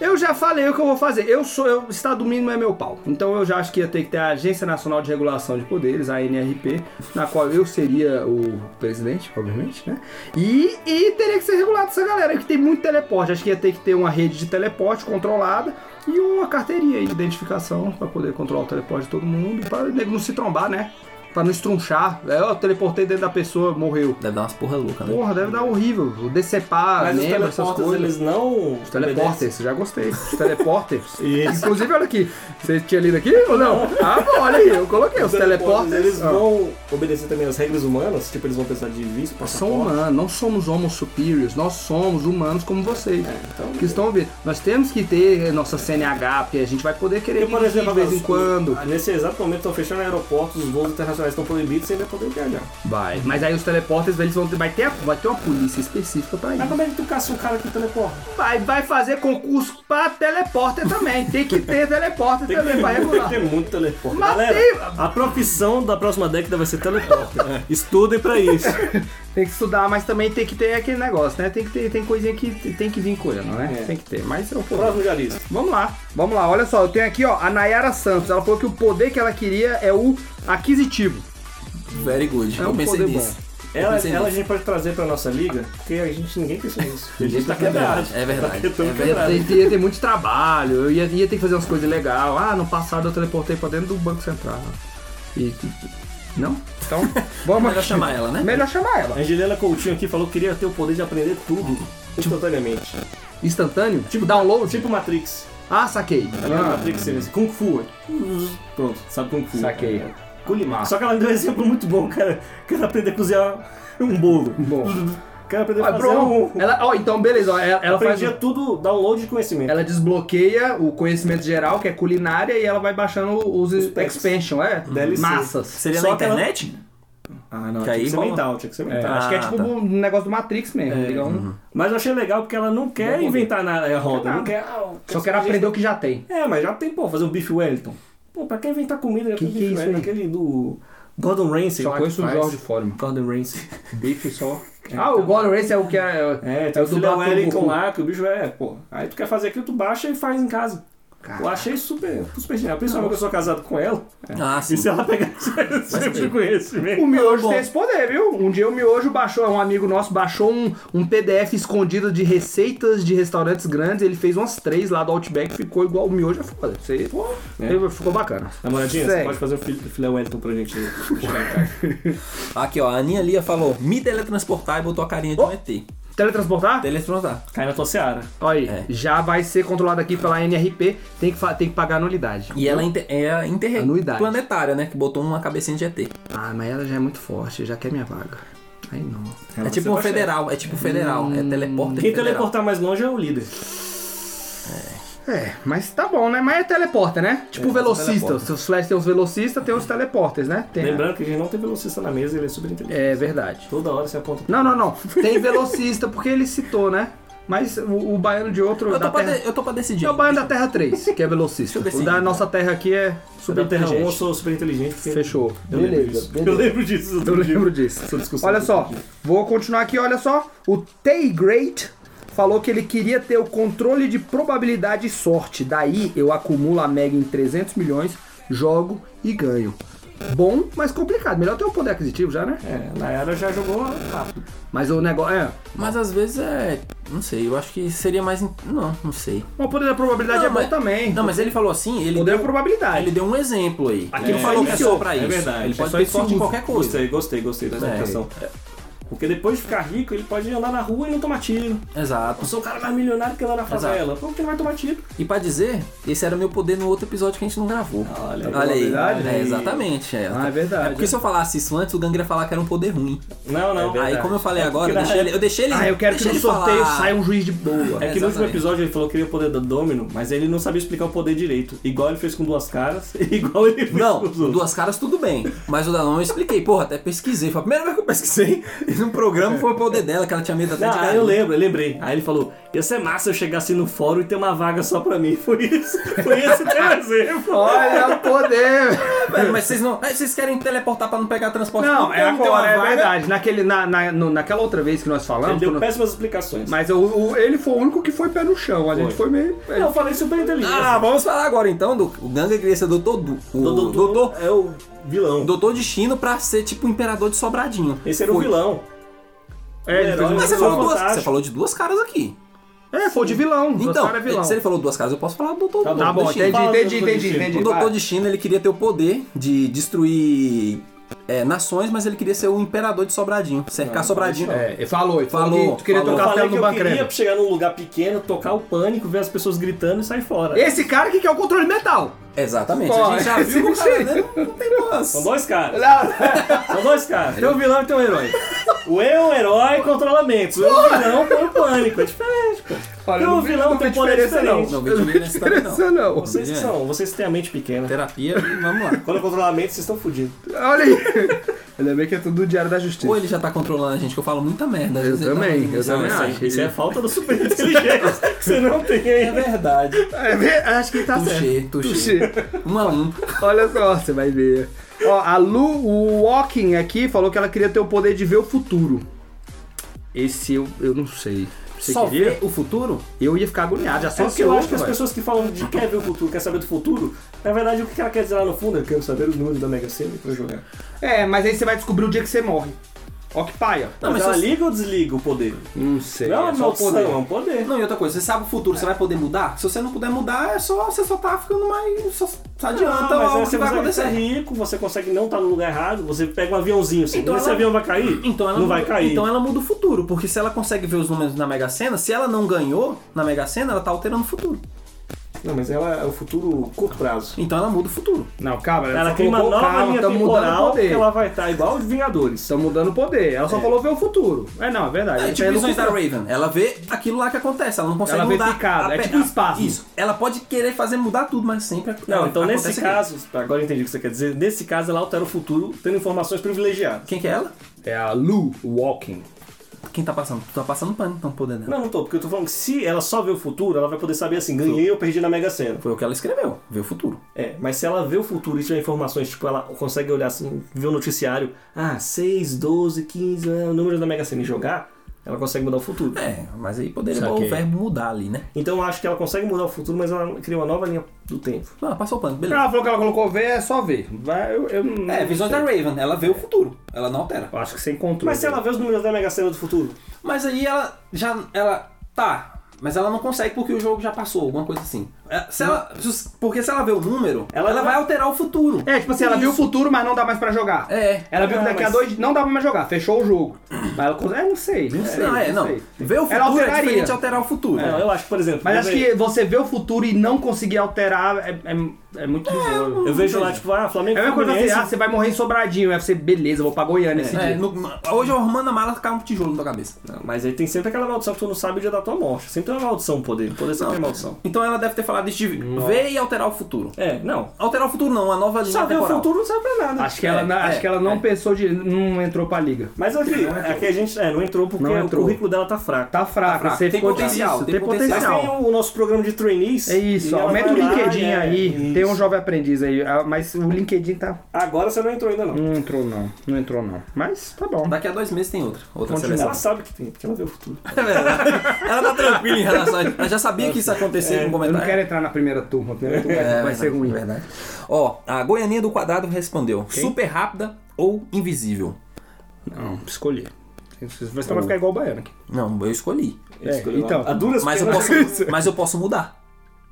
Speaker 4: Eu já falei o que eu vou fazer. Eu sou, eu, Estado mínimo é meu pau. Então eu já acho que ia ter que ter a Agência Nacional de Regulação de Poderes, a ANRP, na qual eu seria o presidente, obviamente, né? E, e teria que ser regulado essa galera, que tem muito teleporte. Acho que ia ter que ter uma rede de teleporte controlada e uma carteirinha aí de identificação pra poder controlar o teleporte de todo mundo, para o nego não se trombar, né? Pra não estrunchar. É, Eu teleportei dentro da pessoa, morreu.
Speaker 3: Deve dar umas porra louca, né?
Speaker 4: Porra, deve dar horrível. Decepar,
Speaker 1: Mas os
Speaker 4: membro, essas
Speaker 1: teleportas,
Speaker 4: coisas.
Speaker 1: eles não...
Speaker 4: Os teleporters, já gostei.
Speaker 1: (laughs)
Speaker 4: Os teleporters.
Speaker 1: Isso.
Speaker 4: Inclusive, olha aqui. Você tinha lido aqui ou não? Ah, bom, olha aí. Eu coloquei os
Speaker 1: Os teleportas,
Speaker 4: teleporters. Ah.
Speaker 1: eles
Speaker 4: ó.
Speaker 1: vão obedecer também as regras humanas? Tipo, eles vão precisar de visto,
Speaker 4: São
Speaker 1: passaporte?
Speaker 4: humanos, não somos homo superiors, nós somos humanos como vocês.
Speaker 1: então-
Speaker 4: que estão ouvindo. Nós temos que ter nossa CNH, porque a gente vai poder querer
Speaker 1: Porque, por
Speaker 4: dirigir
Speaker 1: exemplo,
Speaker 4: de vez em
Speaker 1: agora,
Speaker 4: quando.
Speaker 1: Nesse exato momento estão fechando aeroportos, os voos internacionais estão proibidos, você ainda vai poder viajar.
Speaker 4: Vai. Mas aí os teleporters, eles vão ter, vai, ter, vai ter uma polícia específica pra isso.
Speaker 1: Mas como é que tu caça um cara que teleporta?
Speaker 4: Vai, vai fazer concurso pra teleporter também. Tem que ter teleporter
Speaker 1: Tem que
Speaker 4: também
Speaker 1: ter,
Speaker 4: pra
Speaker 1: É muito- (laughs) tem que
Speaker 4: regular.
Speaker 1: ter muito teleporte.
Speaker 4: Mas
Speaker 1: Galera,
Speaker 4: tem-
Speaker 1: a profissão da próxima década vai ser teleporte. Estudem pra isso.
Speaker 4: Tem que estudar, mas também tem que ter aquele negócio, né? Tem que ter tem coisinha que tem que vir coelhando, né?
Speaker 1: É.
Speaker 4: Tem que ter, mas é o poder.
Speaker 1: (laughs) Próximo diarista.
Speaker 4: Vamos lá, vamos lá. Olha só, eu tenho aqui, ó, a Nayara Santos. Ela falou que o poder que ela queria é o aquisitivo.
Speaker 3: Very good.
Speaker 4: É
Speaker 3: eu
Speaker 4: um
Speaker 3: pensei
Speaker 4: poder
Speaker 3: nisso. Eu
Speaker 1: Ela,
Speaker 3: pensei
Speaker 1: ela a
Speaker 3: nisso.
Speaker 1: gente pode trazer pra nossa liga, porque a gente ninguém pensou nisso. A gente tá
Speaker 3: É
Speaker 1: quebrado.
Speaker 3: verdade, é verdade.
Speaker 1: Eu tô
Speaker 3: é
Speaker 4: Ia,
Speaker 3: verdade.
Speaker 4: ter- ia ter muito trabalho, eu ia, ia ter que fazer umas coisas legais. Ah, no passado eu teleportei pra dentro do Banco Central. E. Não? (laughs) Então, vamos
Speaker 3: Melhor
Speaker 4: aqui.
Speaker 3: chamar ela, né?
Speaker 4: Melhor chamar ela.
Speaker 1: Angelina Coutinho aqui falou que queria ter o poder de aprender tudo instantaneamente.
Speaker 4: Instantâneo? Tipo download?
Speaker 1: Tipo Matrix.
Speaker 4: Ah, saquei.
Speaker 1: Tá ligado?
Speaker 4: Ah,
Speaker 1: Matrix seria assim. Kung Fu. Pronto, sabe Kung Fu.
Speaker 4: saquei.
Speaker 1: Culimar. Só que ela deu um exemplo muito bom, cara. Quero aprender a cozinhar um bolo.
Speaker 4: Bom.
Speaker 1: Quero aprender a
Speaker 4: Ah,
Speaker 1: fazer
Speaker 4: pronto.
Speaker 1: um...
Speaker 4: Ela, ó, então beleza, ó, ela, ela faz.
Speaker 1: Aprendia tudo, download de conhecimento.
Speaker 4: Ela desbloqueia o conhecimento geral, que é culinária, e ela vai baixando os,
Speaker 1: packs.
Speaker 4: expansion, é?
Speaker 1: DLC.
Speaker 4: Massas.
Speaker 3: Seria
Speaker 1: Só
Speaker 3: na
Speaker 1: que ela-
Speaker 3: internet?
Speaker 1: Ah, não,
Speaker 3: Que
Speaker 1: tinha
Speaker 3: aí
Speaker 1: que ser
Speaker 3: rola.
Speaker 1: mental, tinha que ser mental.
Speaker 4: Acho que é
Speaker 3: Ah,
Speaker 4: tipo
Speaker 3: tá.
Speaker 4: um negócio do Matrix mesmo. liga um-
Speaker 1: Mas eu achei legal porque ela não quer inventar nada, é roda, não quer... ah, eu
Speaker 4: Só quero aprender o que já tem.
Speaker 1: É, mas já tem, pô, fazer um bife Wellington. Pô, pra quem inventar comida, já tem
Speaker 4: que é
Speaker 1: bife
Speaker 4: isso
Speaker 1: Wellington,
Speaker 4: aí?
Speaker 1: aquele do Gordon Ramsay.
Speaker 4: Só
Speaker 1: lá
Speaker 4: conheço
Speaker 1: que
Speaker 4: o
Speaker 1: faz.
Speaker 4: George Foreman.
Speaker 1: Gordon Ramsay.
Speaker 4: Bife só. Ah, o Gordon Ramsay é o que é.
Speaker 1: É,
Speaker 4: é
Speaker 1: tem o filé
Speaker 4: Baku
Speaker 1: Wellington
Speaker 4: Goku.
Speaker 1: lá, que o bicho é, pô. Aí tu quer fazer aquilo, tu baixa e faz em casa.
Speaker 4: Caraca.
Speaker 1: Eu achei super, super genial. Principalmente que eu sou casado com ela.
Speaker 3: Ah, sim.
Speaker 1: E se ela pegar esse tipo de
Speaker 3: sentido.
Speaker 1: conhecimento...
Speaker 4: O Miojo tem esse poder, viu? Um dia o Miojo baixou, um amigo nosso baixou um, um PDF escondido de receitas de restaurantes grandes. Ele fez umas três lá do Outback, ficou igual o Miojo é foda. Isso aí
Speaker 1: É.
Speaker 4: ficou bacana.
Speaker 1: Namoradinha, você
Speaker 4: Segue.
Speaker 1: pode fazer o fil- filé Wellington pra gente aí.
Speaker 3: Aqui, ó, a Aninha Lia falou: me teletransportar e botou a carinha de um ET.
Speaker 4: Teletransportar?
Speaker 3: Teletransportar.
Speaker 1: Cai na tua seara.
Speaker 4: Olha aí,
Speaker 3: É.
Speaker 4: já vai ser controlado aqui pela NRP, tem que, fa- tem que pagar anuidade.
Speaker 3: E ela é inter- é
Speaker 4: Anuidade.
Speaker 3: interplanetária, né? Que botou uma cabecinha de ET.
Speaker 4: Ah, mas ela já é muito forte, já quer minha vaga. Aí não.
Speaker 3: É tipo um federal, é tipo federal, é teleporte.
Speaker 1: tá Quem
Speaker 3: federal.
Speaker 1: teleportar mais longe é o líder.
Speaker 4: É, mas tá bom, né? Mas é teleporta, né? Tipo
Speaker 3: É,
Speaker 4: velocista.
Speaker 3: teleporta.
Speaker 4: Os Flash tem os velocistas, tem os teleporters, né? Tem,
Speaker 1: Lembrando que a gente não tem velocista na mesa, ele é super inteligente.
Speaker 4: É verdade.
Speaker 1: Toda hora você aponta.
Speaker 4: Não, não, não. Tem velocista, porque ele citou, né? Mas o, o baiano de outro.
Speaker 3: Eu
Speaker 4: da
Speaker 3: tô, pra
Speaker 4: terra...
Speaker 3: de- eu tô pra decidir.
Speaker 4: É o baiano da Terra 3, que é velocista.
Speaker 3: Deixa eu
Speaker 4: O da
Speaker 3: decidir.
Speaker 4: nossa terra aqui é super
Speaker 1: Da Terra 1 eu
Speaker 4: inteligente.
Speaker 1: sou super inteligente porque
Speaker 4: Fechou.
Speaker 1: eu lembro disso. Eu lembro disso.
Speaker 4: Eu
Speaker 1: outro dia.
Speaker 4: lembro disso.
Speaker 1: Essa discussão.
Speaker 4: Olha só, vou continuar aqui, olha só. O Tay Great falou que ele queria ter o controle de probabilidade e sorte. Daí eu acumulo a Mega em 300 milhões, jogo e ganho. Bom, mas complicado. Melhor ter um poder aquisitivo já, né?
Speaker 1: É, Nayara já jogou rápido.
Speaker 4: Mas o negócio é.
Speaker 3: Mas às vezes é. Não sei, eu acho que seria mais. in- Não, não sei.
Speaker 4: Mas o poder da probabilidade
Speaker 3: Não,
Speaker 4: é bom
Speaker 3: mas-
Speaker 4: também.
Speaker 3: Não, mas ele falou assim, ele,
Speaker 4: poder da
Speaker 3: Ah,
Speaker 4: probabilidade.
Speaker 3: ele deu um exemplo aí.
Speaker 1: Aqui
Speaker 3: ele
Speaker 1: é,
Speaker 3: falou que é
Speaker 4: iniciou,
Speaker 3: só pra
Speaker 1: é
Speaker 3: isso.
Speaker 1: verdade,
Speaker 3: ele
Speaker 1: é
Speaker 3: pode
Speaker 4: só
Speaker 3: ter
Speaker 4: esse
Speaker 3: sorte em
Speaker 4: uso.
Speaker 3: qualquer coisa. É.
Speaker 1: Gostei, gostei, gostei da explicação. Porque depois de ficar rico, ele pode andar na rua e não tomar tiro.
Speaker 3: Exato.
Speaker 1: Eu sou o cara mais milionário que anda na favela. Por que não vai tomar tiro?
Speaker 3: E pra dizer, esse era meu poder no outro episódio que a gente não gravou.
Speaker 1: Olha aí.
Speaker 3: Olha aí.
Speaker 4: Verdade,
Speaker 3: É,
Speaker 4: né?
Speaker 3: exatamente. É.
Speaker 4: Ah, é
Speaker 3: É
Speaker 4: verdade.
Speaker 3: porque se eu falasse isso antes, o Gangra ia falar que era um poder ruim.
Speaker 1: Não, não.
Speaker 4: É
Speaker 3: Aí, como eu falei agora, eu
Speaker 1: na
Speaker 3: deixei, ele,
Speaker 1: real-
Speaker 3: eu deixei ele.
Speaker 4: Ah, eu quero que
Speaker 3: deixei
Speaker 4: no
Speaker 3: ele
Speaker 4: sorteio
Speaker 3: falar.
Speaker 4: saia um juiz de boa.
Speaker 1: É que no último
Speaker 3: Exatamente.
Speaker 1: episódio ele falou que queria o poder do Domino, mas ele não sabia explicar o poder direito. Igual ele fez com duas caras, (laughs) e igual ele fez
Speaker 3: Não,
Speaker 1: com os outros.
Speaker 3: duas caras tudo bem. Mas o da Loma eu expliquei. Porra, até pesquisei. Foi a primeira vez que eu pesquisei. (laughs) E no programa foi o poder dela, que ela tinha medo até de
Speaker 1: Não, aí eu
Speaker 3: galinha.
Speaker 1: lembro, eu lembrei. Aí ele falou: ia ser massa eu chegar assim no fórum e ter uma vaga só pra mim. (laughs) Foi isso. Foi esse
Speaker 3: (laughs)
Speaker 1: teu exemplo.
Speaker 4: (laughs) Olha o poder!
Speaker 3: Velho, Mas vocês não. ah, Vocês querem teleportar pra não pegar transporte
Speaker 4: Não,
Speaker 3: público,
Speaker 4: é
Speaker 3: eu tenho
Speaker 4: agora,
Speaker 3: uma
Speaker 4: é
Speaker 3: vaga.
Speaker 4: verdade. Naquele, na, na- no- naquela outra vez que nós
Speaker 1: Ele
Speaker 4: falamos.
Speaker 1: deu
Speaker 4: quando-
Speaker 1: péssimas explicações.
Speaker 4: Mas o- o- ele foi o único que foi pé no chão. A gente foi meio. é,
Speaker 1: Não, eu falei super inteligente.
Speaker 3: Ah, vamos falar agora então do o Ganga queria ser doutor do, o
Speaker 1: Doutor-
Speaker 3: doutor
Speaker 1: é o vilão.
Speaker 3: doutor destino pra ser tipo o imperador de Sobradinho.
Speaker 1: Esse era o
Speaker 3: Foi.
Speaker 1: vilão.
Speaker 4: É, ele
Speaker 1: Herói,
Speaker 4: fez um-
Speaker 3: Mas você
Speaker 1: Vilão
Speaker 3: falou, duas,
Speaker 1: fantástico.
Speaker 3: você falou de duas caras aqui.
Speaker 4: É, foi de vilão.
Speaker 3: Então,
Speaker 4: Então, é vilão.
Speaker 3: se ele falou duas caras, eu posso falar do doutor.
Speaker 1: Tá
Speaker 4: Tá
Speaker 3: doutor
Speaker 4: bom,
Speaker 3: destino.
Speaker 4: entendi,
Speaker 1: Fala do
Speaker 4: entendi,
Speaker 1: Doutor
Speaker 4: entendi,
Speaker 1: Destino.
Speaker 4: entendi.
Speaker 3: O doutor
Speaker 4: vai.
Speaker 3: destino ele queria ter o poder de destruir é, nações, mas ele queria ser o imperador de Sobradinho, cercar Sobradinho.
Speaker 4: É, ele falou, ele falou.
Speaker 3: Falou,
Speaker 4: que tu queria
Speaker 3: falou.
Speaker 1: Eu
Speaker 4: tocar
Speaker 1: falei
Speaker 4: castelo
Speaker 1: que
Speaker 4: no
Speaker 1: eu queria
Speaker 4: Bancrema.
Speaker 1: chegar num lugar pequeno, tocar o pânico, ver as pessoas gritando e sair fora.
Speaker 4: Esse cara que quer o controle metal.
Speaker 3: É, Exatamente.
Speaker 4: Pô,
Speaker 3: a gente já viu que o cara, né? Não tem
Speaker 1: São
Speaker 3: nossa.
Speaker 1: dois
Speaker 4: (laughs)
Speaker 1: caras. São dois caras.
Speaker 4: é
Speaker 1: Tem um vilão e tem um herói. O eu, herói, controla mentes. O eu, vilão, põe o pânico. É diferente, pô.
Speaker 4: Olha,
Speaker 1: Porque o
Speaker 4: não vi-
Speaker 1: vilão
Speaker 4: não
Speaker 1: tem um
Speaker 4: vi
Speaker 1: poder
Speaker 4: diferença, não.
Speaker 1: diferente.
Speaker 3: Não, vídeo não é nesse também, não.
Speaker 4: Isso não.
Speaker 1: Vocês que são, vocês que têm a mente pequena.
Speaker 3: Terapia, vamos lá.
Speaker 1: Quando eu controlar a mente, vocês estão fodidos.
Speaker 4: Olha aí. Ainda bem que é tudo do Diário da Justiça.
Speaker 3: Ou ele já tá controlando a gente, que eu falo muita merda. às
Speaker 4: Eu
Speaker 3: vezes ele tá-
Speaker 4: também, eu
Speaker 3: Não,
Speaker 4: também
Speaker 3: isso aí.
Speaker 4: acho.
Speaker 1: Isso é falta do super inteligência (laughs) que você não tem
Speaker 3: É
Speaker 1: ainda.
Speaker 3: verdade.
Speaker 4: É, vê- acho que ele tá certo.
Speaker 3: Tuxê, tuxê. Um a um.
Speaker 4: Olha só, você vai ver. Ó, a Lu Walking aqui falou que ela queria ter o poder de ver o futuro. Esse eu, eu não sei. Você
Speaker 3: Só
Speaker 4: queria?
Speaker 3: ver o futuro?
Speaker 4: Eu ia ficar agoniado, já
Speaker 1: Só
Speaker 4: só
Speaker 1: que eu acho que as pessoas que falam de quer ver o futuro, quer saber do futuro, na verdade o que ela quer dizer lá no fundo é quero saber os números da Mega Sena pra eu jogar.
Speaker 4: É, mas aí você vai descobrir o dia que você morre. Ó que paia.
Speaker 3: Não,
Speaker 1: Não,
Speaker 3: mas
Speaker 1: mas ela
Speaker 3: se-
Speaker 1: liga ou desliga o poder?
Speaker 4: Não sei.
Speaker 1: Não é uma
Speaker 4: é só o
Speaker 1: maldição,
Speaker 4: poder.
Speaker 1: é um poder.
Speaker 3: Não, e outra coisa, você sabe o futuro, você vai poder mudar? Se você não puder mudar, é só, você só tá ficando mais. Só, só adianta
Speaker 1: Ah, mas
Speaker 3: o
Speaker 1: aí
Speaker 3: então é que
Speaker 1: você
Speaker 3: vai
Speaker 1: consegue
Speaker 3: acontecer.
Speaker 1: ser rico, você consegue não estar no lugar errado, você pega um aviãozinho assim,
Speaker 3: Então
Speaker 1: esse
Speaker 3: ela-
Speaker 1: avião vai cair?
Speaker 3: Então ela
Speaker 1: não
Speaker 3: muda,
Speaker 1: vai cair.
Speaker 3: Então ela muda o futuro, porque se ela consegue ver os números na Mega Sena, se ela não ganhou na Mega Sena, ela tá alterando o futuro.
Speaker 1: Não, mas ela é o futuro curto prazo.
Speaker 3: Então ela muda o futuro.
Speaker 4: Não, calma.
Speaker 1: Ela tá
Speaker 4: só
Speaker 1: cria uma
Speaker 4: colocou-
Speaker 1: nova
Speaker 4: calma,
Speaker 1: linha
Speaker 4: tamo mudando o
Speaker 1: temporal que
Speaker 4: poder.
Speaker 1: ela vai estar (laughs) igual os Vingadores.
Speaker 4: Estão mudando o poder. Ela só falou ver o futuro. É, não, é verdade.
Speaker 3: É
Speaker 4: Ela
Speaker 3: tipo
Speaker 4: tá indo
Speaker 3: visões
Speaker 4: pro
Speaker 3: da
Speaker 4: futuro.
Speaker 3: Raven. Ela vê aquilo lá que acontece, ela não consegue
Speaker 4: Ela vê
Speaker 3: mudar.
Speaker 4: picado, é
Speaker 3: pe-
Speaker 4: tipo um espasmo.
Speaker 3: Isso. Ela pode querer fazer mudar tudo, mas sempre.
Speaker 1: Não, então
Speaker 3: acontece
Speaker 1: nesse
Speaker 3: aquilo.
Speaker 1: caso, agora eu entendi o que você quer dizer, nesse caso ela altera o futuro tendo informações privilegiadas.
Speaker 3: Quem que é ela?
Speaker 4: É a Lu Walking.
Speaker 3: Quem tá passando? Tu tá passando pano, então, poder dela.
Speaker 1: Não, não tô, porque eu tô falando que se ela só vê o futuro, ela vai poder saber assim, ganhei ou perdi na Mega Sena.
Speaker 3: Foi o que ela escreveu, vê o futuro.
Speaker 1: É, mas se ela vê o futuro e tiver informações, tipo, ela consegue olhar assim, ver o noticiário, ah, 6, 12, 15, é, o número da Mega Sena e jogar, ela consegue mudar o futuro.
Speaker 3: É, mas aí poderia
Speaker 4: Saquei.
Speaker 3: o verbo mudar ali, né?
Speaker 1: Então eu acho que ela consegue mudar o futuro, mas ela cria uma nova linha do tempo.
Speaker 3: Não, Ah, passou o pano, beleza.
Speaker 4: Ela falou que ela colocou ver, é só ver. Vai, eu, eu Ah, não
Speaker 3: É, visões da
Speaker 4: sei.
Speaker 3: Raven, ela vê o futuro, ela não altera.
Speaker 4: Eu acho que você encontrou.
Speaker 1: Mas se ela vê os números da Mega Sena do futuro,
Speaker 3: Mas aí ela já. Ela. Tá. Mas ela não consegue porque o jogo já passou, alguma coisa assim. É, Se ela, se- porque se ela vê o número, ela,
Speaker 1: Ela
Speaker 3: vai alterar o futuro.
Speaker 4: É, tipo assim, ela viu o
Speaker 3: Isso.
Speaker 4: futuro, mas não dá mais pra jogar.
Speaker 3: É.
Speaker 4: Ela viu que
Speaker 1: Ah,
Speaker 4: daqui a
Speaker 1: mas-
Speaker 4: dois dias não dá mais jogar, fechou o jogo. Mas ela consegue. É, não sei, não sei.
Speaker 3: não, é, não.
Speaker 4: sei.
Speaker 3: Ver o
Speaker 4: Ela
Speaker 3: futuro é
Speaker 4: alteraria.
Speaker 1: É,
Speaker 4: É,
Speaker 3: diferente de alterar o futuro.
Speaker 1: não, eu acho que, por exemplo...
Speaker 4: Mas acho
Speaker 1: eu ve-
Speaker 4: que você ver o futuro e não conseguir alterar é, é É muito bizarro.
Speaker 1: Eu vejo lá, tipo, ah, Flamengo
Speaker 4: É a mesma coisa assim,
Speaker 1: Fluminense.
Speaker 4: ah, você vai morrer em Sobradinho. Aí você, beleza, vou pra Goiânia esse
Speaker 3: É,
Speaker 4: dia.
Speaker 3: no- hoje eu arrumando a mala, cai um tijolo na tua cabeça.
Speaker 1: Não, Mas aí tem sempre aquela maldição que tu não sabe o dia da tua morte. Sempre é uma maldição o poder. O poder sempre é maldição.
Speaker 3: Então ela deve ter falado isso de ver e alterar o futuro.
Speaker 1: É, não.
Speaker 3: Alterar o futuro não, a nova linha
Speaker 1: Saber o
Speaker 3: temporal.
Speaker 1: futuro não serve pra nada.
Speaker 4: Acho que ela, na-
Speaker 3: É,
Speaker 4: acho que ela não pensou de. não entrou pra liga.
Speaker 1: Mas aqui, aqui a gente é, não entrou porque
Speaker 4: Não entrou.
Speaker 1: o currículo dela tá fraco.
Speaker 4: Tá fraca,
Speaker 3: fraca.
Speaker 4: você
Speaker 3: Tem
Speaker 4: ficou
Speaker 3: potencial,
Speaker 4: disso,
Speaker 3: tem
Speaker 4: tem
Speaker 3: potencial. um
Speaker 1: Mas tem
Speaker 4: potencial.
Speaker 1: Tá o, o nosso programa de trainees.
Speaker 4: É
Speaker 1: e
Speaker 4: isso,
Speaker 1: ela
Speaker 4: aumenta o
Speaker 1: vai lá,
Speaker 4: LinkedIn
Speaker 3: né?
Speaker 1: é,
Speaker 4: aí.
Speaker 1: isso.
Speaker 4: Tem um jovem aprendiz aí, ah, mas o LinkedIn tá.
Speaker 1: Agora você não entrou ainda, não.
Speaker 4: Não entrou não, não entrou não. Mas tá bom.
Speaker 3: Daqui a dois meses tem outra. Outra
Speaker 4: Continua.
Speaker 1: Ela
Speaker 3: seleção.
Speaker 1: sabe que tem, porque ela vê o futuro.
Speaker 3: ela tá tranquila em relação a isso. Ela já sabia que isso ia acontecer com o
Speaker 4: É, Eu
Speaker 3: comentário.
Speaker 4: não quero entrar na primeira turma, a primeira turma vai ser ruim.
Speaker 3: Tá. Verdade. Ó, a Goianinha do Quadrado respondeu: super rápida ou invisível?
Speaker 4: Não, escolhi. Vocês vão ficar igual o baiano aqui.
Speaker 3: Não, eu escolhi.
Speaker 1: Ela
Speaker 4: É,
Speaker 1: escolheu lá.
Speaker 4: então.
Speaker 1: a duras
Speaker 3: Mas eu
Speaker 1: penas- (laughs)
Speaker 3: posso, mas eu posso mudar.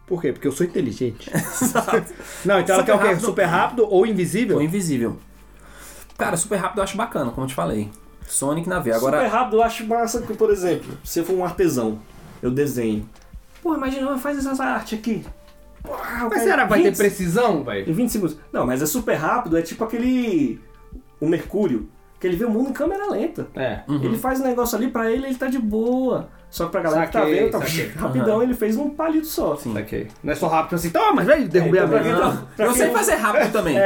Speaker 4: Por quê? Porque eu sou inteligente. Não, então ela quer o quê?
Speaker 3: rápido.
Speaker 4: Super rápido ou
Speaker 3: Ou
Speaker 4: invisível?
Speaker 3: invisível. Cara, super rápido eu acho bacana, como eu te falei. Sonic na veia.
Speaker 1: Super
Speaker 3: Agora,
Speaker 1: rápido, eu acho massa que, por exemplo, se eu for um artesão, eu desenho. Pô, imagina, faz essa arte aqui. Pô, o cara-
Speaker 4: Mas será que vai ter
Speaker 1: 20
Speaker 4: precisão, velho?
Speaker 1: Em 20 segundos. Não, mas é super rápido, é tipo aquele. O Mercúrio, que ele vê o mundo em câmera lenta.
Speaker 4: É.
Speaker 3: Uhum.
Speaker 1: Ele faz um negócio ali pra ele, ele tá de boa. Só que pra galera que
Speaker 4: Saquei,
Speaker 1: tá vendo, tá
Speaker 4: saquei.
Speaker 1: (laughs) rapidão, ele fez num palito só.
Speaker 4: Ok. Não é só rápido assim, toma, velho, derrubei a
Speaker 1: Então, pra
Speaker 4: mesa.
Speaker 1: quem tá- pra
Speaker 3: eu
Speaker 1: quem- É.
Speaker 3: sei fazer
Speaker 1: (laughs)
Speaker 3: rápido também.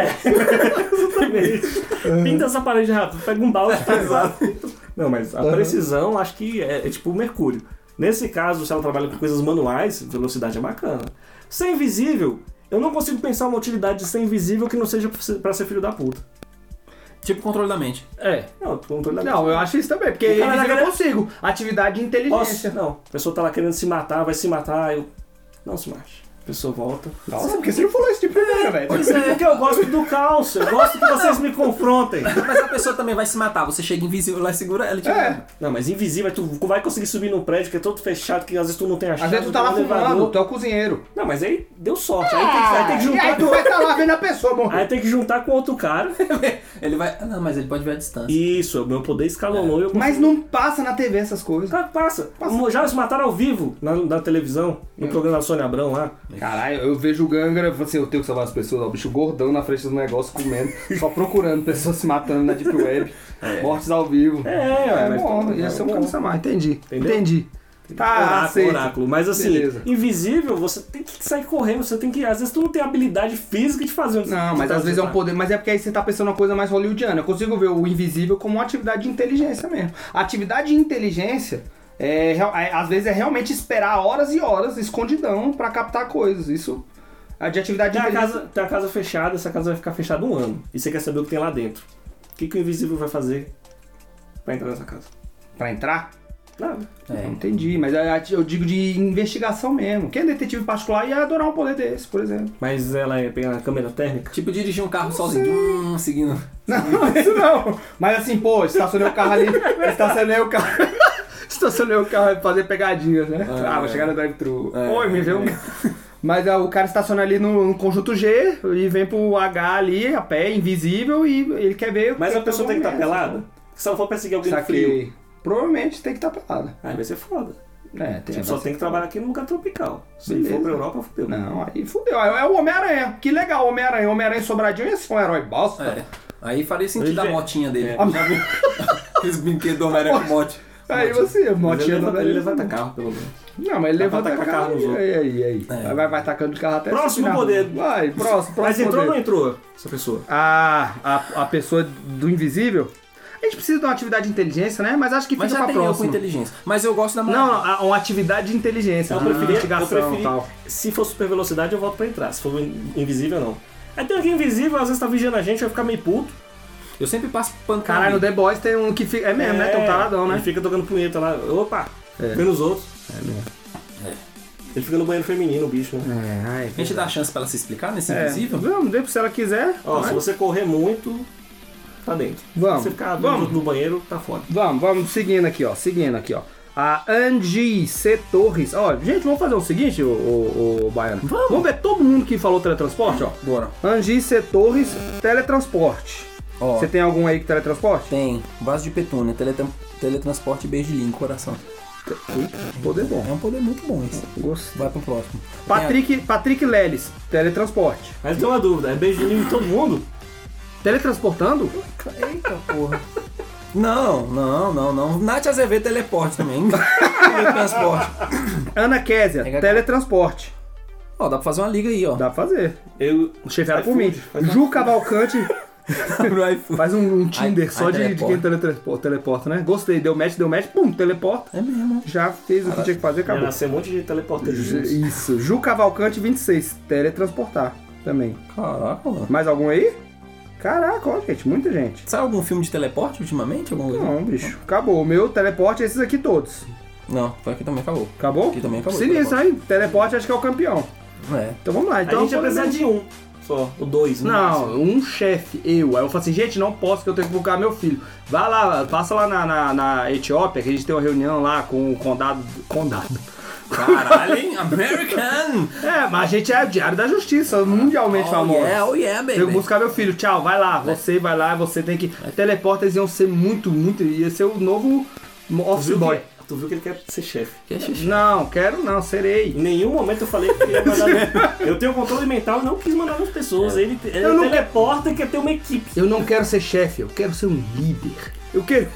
Speaker 1: Exatamente. Pinta essa parede rápido, pega um balde e faz rápido. Não, mas a precisão acho que é, é tipo o mercúrio. Nesse caso, se ela trabalha com coisas manuais, velocidade é bacana. Ser invisível, eu não consigo pensar uma utilidade de ser invisível que não seja pra ser- pra ser filho da puta.
Speaker 3: Tipo controle da mente.
Speaker 4: É.
Speaker 1: Não, controle da
Speaker 4: Não, eu acho isso também, porque
Speaker 1: O cara
Speaker 4: invisível
Speaker 1: vai-
Speaker 4: eu consigo. Atividade de
Speaker 1: Posso?
Speaker 4: inteligência.
Speaker 1: Não. A pessoa tá lá querendo se matar, vai se matar, eu. Não se mate. A pessoa volta.
Speaker 4: Nossa, porque você não falou isso de primeira, velho?
Speaker 1: Pois é, porque eu gosto do caos, eu gosto que vocês me confrontem.
Speaker 3: Mas a pessoa também vai se matar. Você chega invisível lá e segura ela. tipo, e te
Speaker 4: É.
Speaker 1: Não, mas invisível, tu vai conseguir subir num prédio que é todo fechado, que às vezes tu não tem a chave.
Speaker 4: Às vezes tu tá
Speaker 1: não
Speaker 4: lá
Speaker 1: tem um elevador.
Speaker 4: fumando, tu é o cozinheiro.
Speaker 1: Não, mas aí deu sorte. Aí tem que, aí tem que
Speaker 4: e
Speaker 1: juntar.
Speaker 4: aí tu vai estar lá vendo a pessoa morrer.
Speaker 1: (laughs) Aí tem que juntar com outro cara.
Speaker 3: Ele vai. Ah, não, mas ele pode ver a distância.
Speaker 1: Isso, o meu poder escalonou e eu
Speaker 4: Mas não passa na TV essas coisas.
Speaker 1: Ah, Passa. Já se mataram ao vivo na, na televisão,
Speaker 4: É.
Speaker 1: no programa da Sônia Abrão lá.
Speaker 4: Caralho, eu vejo o Gangra, eu falo assim, eu tenho que salvar as pessoas, ó, o bicho gordão na frente do negócio, comendo, (laughs) só procurando pessoas se matando na Deep Web, mortes ao vivo.
Speaker 1: É, ué, mas-
Speaker 4: bom, ia ser um
Speaker 1: bom.
Speaker 4: camisa mais, entendi.
Speaker 1: Entendeu?
Speaker 4: Entendi. Tá,
Speaker 1: oráculo,
Speaker 4: aceito.
Speaker 1: oráculo. Mas assim,
Speaker 4: Beleza.
Speaker 1: invisível, você tem que sair correndo, você tem que. Às vezes tu não tem habilidade física de fazer um
Speaker 4: Não, mas às vezes é um poder. Mas é porque aí você tá pensando uma coisa mais hollywoodiana. Eu consigo ver o invisível como uma atividade de inteligência mesmo. A atividade de inteligência. É, real- é, às vezes é realmente esperar horas e horas escondidão pra captar coisas. Isso. A de atividade de
Speaker 1: Tem a,
Speaker 4: inteligência.
Speaker 1: casa, tem a casa fechada, essa casa vai ficar fechada um ano. E você quer saber o que tem lá dentro. O que, que o invisível vai fazer pra entrar nessa casa?
Speaker 4: Pra entrar?
Speaker 1: Nada.
Speaker 3: É.
Speaker 4: Então, Entendi, mas a- a- eu digo de investigação mesmo. Quem é detetive particular ia adorar um poder desse, por exemplo. (laughs)
Speaker 1: Mas ela é pegar a câmera térmica?
Speaker 3: Tipo dirigir um carro sozinho. Hum, seguindo.
Speaker 4: Não, isso não. Mas assim, pô, estacionei o carro ali, estacionei o carro. (laughs) Estacionei o carro pra fazer pegadinhas, né?
Speaker 1: É,
Speaker 4: ah, vou chegar no drive-thru. Oi, me vê um. Mas ah, o cara estaciona ali no, no conjunto G e vem pro H ali, a pé, invisível, e ele quer ver. o
Speaker 1: Mas
Speaker 4: que
Speaker 1: a pessoa tem que estar
Speaker 4: acontece.
Speaker 1: pelada? Se ela for perseguir alguém no frio,
Speaker 4: Saquei. Provavelmente tem que tá estar pelado.
Speaker 1: aí vai ser foda.
Speaker 4: É, tem
Speaker 1: Tipo, só tem que trabalhar aqui num lugar tropical. Se
Speaker 4: Beleza.
Speaker 1: for pra Europa, fudeu.
Speaker 4: Não, aí fudeu. Aí É o Homem-Aranha. Que legal, Homem-Aranha. Homem-Aranha sobradinho ia ser um herói bosta.
Speaker 3: É. Aí faria sentido
Speaker 1: Ele
Speaker 3: a
Speaker 1: vem-
Speaker 3: motinha dele.
Speaker 1: É.
Speaker 3: Já viu? (laughs) Aqueles brinquedos do Homem-Aranha com mote.
Speaker 4: Aí você,
Speaker 1: Mas
Speaker 4: motinha
Speaker 1: ele
Speaker 4: do tá
Speaker 1: levanta, ele
Speaker 4: Homem-Aranha.
Speaker 1: levanta carro, pelo menos.
Speaker 4: Não, mas ele
Speaker 1: Dá pra
Speaker 4: levanta
Speaker 1: tacar
Speaker 4: carro.
Speaker 1: carro nos
Speaker 4: carro aí, aí, aí.
Speaker 3: É.
Speaker 4: Aí Vai, vai tacando de carro até
Speaker 1: Próximo
Speaker 4: final.
Speaker 1: poder.
Speaker 4: Vai, próximo, próximo
Speaker 1: Mas entrou ou
Speaker 4: poder.
Speaker 1: não entrou essa pessoa?
Speaker 4: a, a, a pessoa do invisível. A gente precisa de uma atividade de inteligência, né? Mas acho que fica
Speaker 3: Mas já
Speaker 4: pra
Speaker 3: tem eu com
Speaker 4: próxima.
Speaker 3: inteligência. Mas eu gosto da
Speaker 4: Não,
Speaker 3: maravilha.
Speaker 4: não, a- uma atividade de
Speaker 1: Ah,
Speaker 4: inteligência.
Speaker 1: Eu
Speaker 4: de
Speaker 1: preferi, eu
Speaker 4: Ah, investigação
Speaker 1: preferi
Speaker 4: e tal.
Speaker 1: se for super velocidade, eu volto pra entrar. Se for in- invisível, não. Aí tem alguém invisível, às vezes tá vigiando a gente, vai ficar meio puto.
Speaker 3: Eu sempre passo pancada.
Speaker 4: Caralho, no The Boys tem um que fica. É mesmo, né? Tem um taradão,
Speaker 1: Ele
Speaker 4: né?
Speaker 1: fica tocando punheta lá, opa, vendo os outros. É
Speaker 4: mesmo.
Speaker 1: Ele fica no banheiro feminino, o bicho, né?
Speaker 4: É, ai.
Speaker 3: A gente dá chance pra ela se explicar nesse
Speaker 4: É.
Speaker 3: invisível?
Speaker 4: Vamos ver se ela quiser.
Speaker 1: Ó,
Speaker 4: vai.
Speaker 1: se você correr muito, tá dentro.
Speaker 4: É. Vamos,
Speaker 1: Se você ficar
Speaker 4: vamos.
Speaker 1: dentro no banheiro, tá fora.
Speaker 4: Vamos, vamos seguindo aqui, ó. Seguindo aqui, ó. A Angie C. Torres. Ó, gente, vamos fazer o seguinte, o, o, Baiano. Vamos. ver todo mundo que falou teletransporte, ó.
Speaker 3: Bora.
Speaker 4: Angie C. Torres, teletransporte.
Speaker 3: Ó,
Speaker 4: Você tem algum aí que teletransporte?
Speaker 3: tem vaso de petúnia, teletra- teletransporte, beijo de língua, coração.
Speaker 4: Poder bom.
Speaker 3: É um poder muito bom esse.
Speaker 4: Gosto.
Speaker 3: Vai pro próximo.
Speaker 4: Patrick, Patrick Lelis, teletransporte.
Speaker 1: Mas tem uma dúvida, é beijinho em todo mundo?
Speaker 4: Teletransportando?
Speaker 3: Eita porra. Não, não, não, não. Nath Azevedo teleporte também. (laughs) Teletransporte.
Speaker 4: Ana Késia,
Speaker 3: Pega-
Speaker 4: teletransporte.
Speaker 3: Ó, dá pra fazer uma liga aí, ó.
Speaker 4: Dá pra fazer.
Speaker 1: Eu.
Speaker 4: Chefiado por mim. Ju Cavalcante
Speaker 3: Pro iFood.
Speaker 4: faz um, um Tinder
Speaker 3: (laughs) Ai-
Speaker 4: só
Speaker 3: ai,
Speaker 4: de, de quem teletransporta, teleporta, né? Gostei, deu match, deu match, pum, teleporta.
Speaker 3: É mesmo.
Speaker 4: Já fez o que tinha que fazer,
Speaker 1: Ia
Speaker 4: acabou.
Speaker 1: nascer um monte de teleporteiros.
Speaker 4: Ju- Isso. Ju Cavalcante 26, teletransportar também.
Speaker 3: Caraca, mano.
Speaker 4: Mais algum aí? Caraca, ó, gente, muita gente.
Speaker 3: Sai algum filme de teleporte ultimamente? Algum...
Speaker 4: Não, bicho. Acabou. O meu teleporte é esses aqui todos.
Speaker 3: Não, foi aqui também, acabou.
Speaker 4: Acabou?
Speaker 3: Aqui também acabou.
Speaker 4: Sinistro, hein? Teleporte acho que é o campeão.
Speaker 3: É.
Speaker 4: Então vamos lá.
Speaker 1: A
Speaker 4: Então
Speaker 1: gente ia
Speaker 4: podemos-
Speaker 1: precisar de um só, ou dois, no máximo.
Speaker 4: Não, um chefe, eu. Aí eu falo assim, gente, não posso que eu tenho que buscar meu filho. Vai lá, passa lá na, na, na Etiópia, que a gente tem uma reunião lá com o condado. Condado.
Speaker 3: Caralho, hein? American!
Speaker 4: É, mas a gente é o Diário da Justiça, mundialmente
Speaker 3: oh,
Speaker 4: famoso.
Speaker 3: yeah, oh yeah, baby.
Speaker 4: Eu vou buscar meu filho, tchau, vai lá,
Speaker 1: É.
Speaker 4: você vai lá, você tem que. Teleportas iam ser muito, muito. Ia ser o novo
Speaker 1: Tu
Speaker 4: office
Speaker 1: viu,
Speaker 4: boy.
Speaker 1: que, é? tu viu que ele quer ser chefe.
Speaker 3: Que xixi.
Speaker 4: Não, quero não,
Speaker 1: Em
Speaker 4: serei.
Speaker 1: nenhum momento eu falei que ele ia
Speaker 4: (laughs)
Speaker 1: mandar. eu tenho controle mental e não quis mandar nas pessoas.
Speaker 4: É.
Speaker 1: Ele, ele
Speaker 4: Eu não-
Speaker 1: teleporta e quer ter uma equipe.
Speaker 4: Eu não quero ser chefe, eu quero ser um líder. Eu quero. (laughs)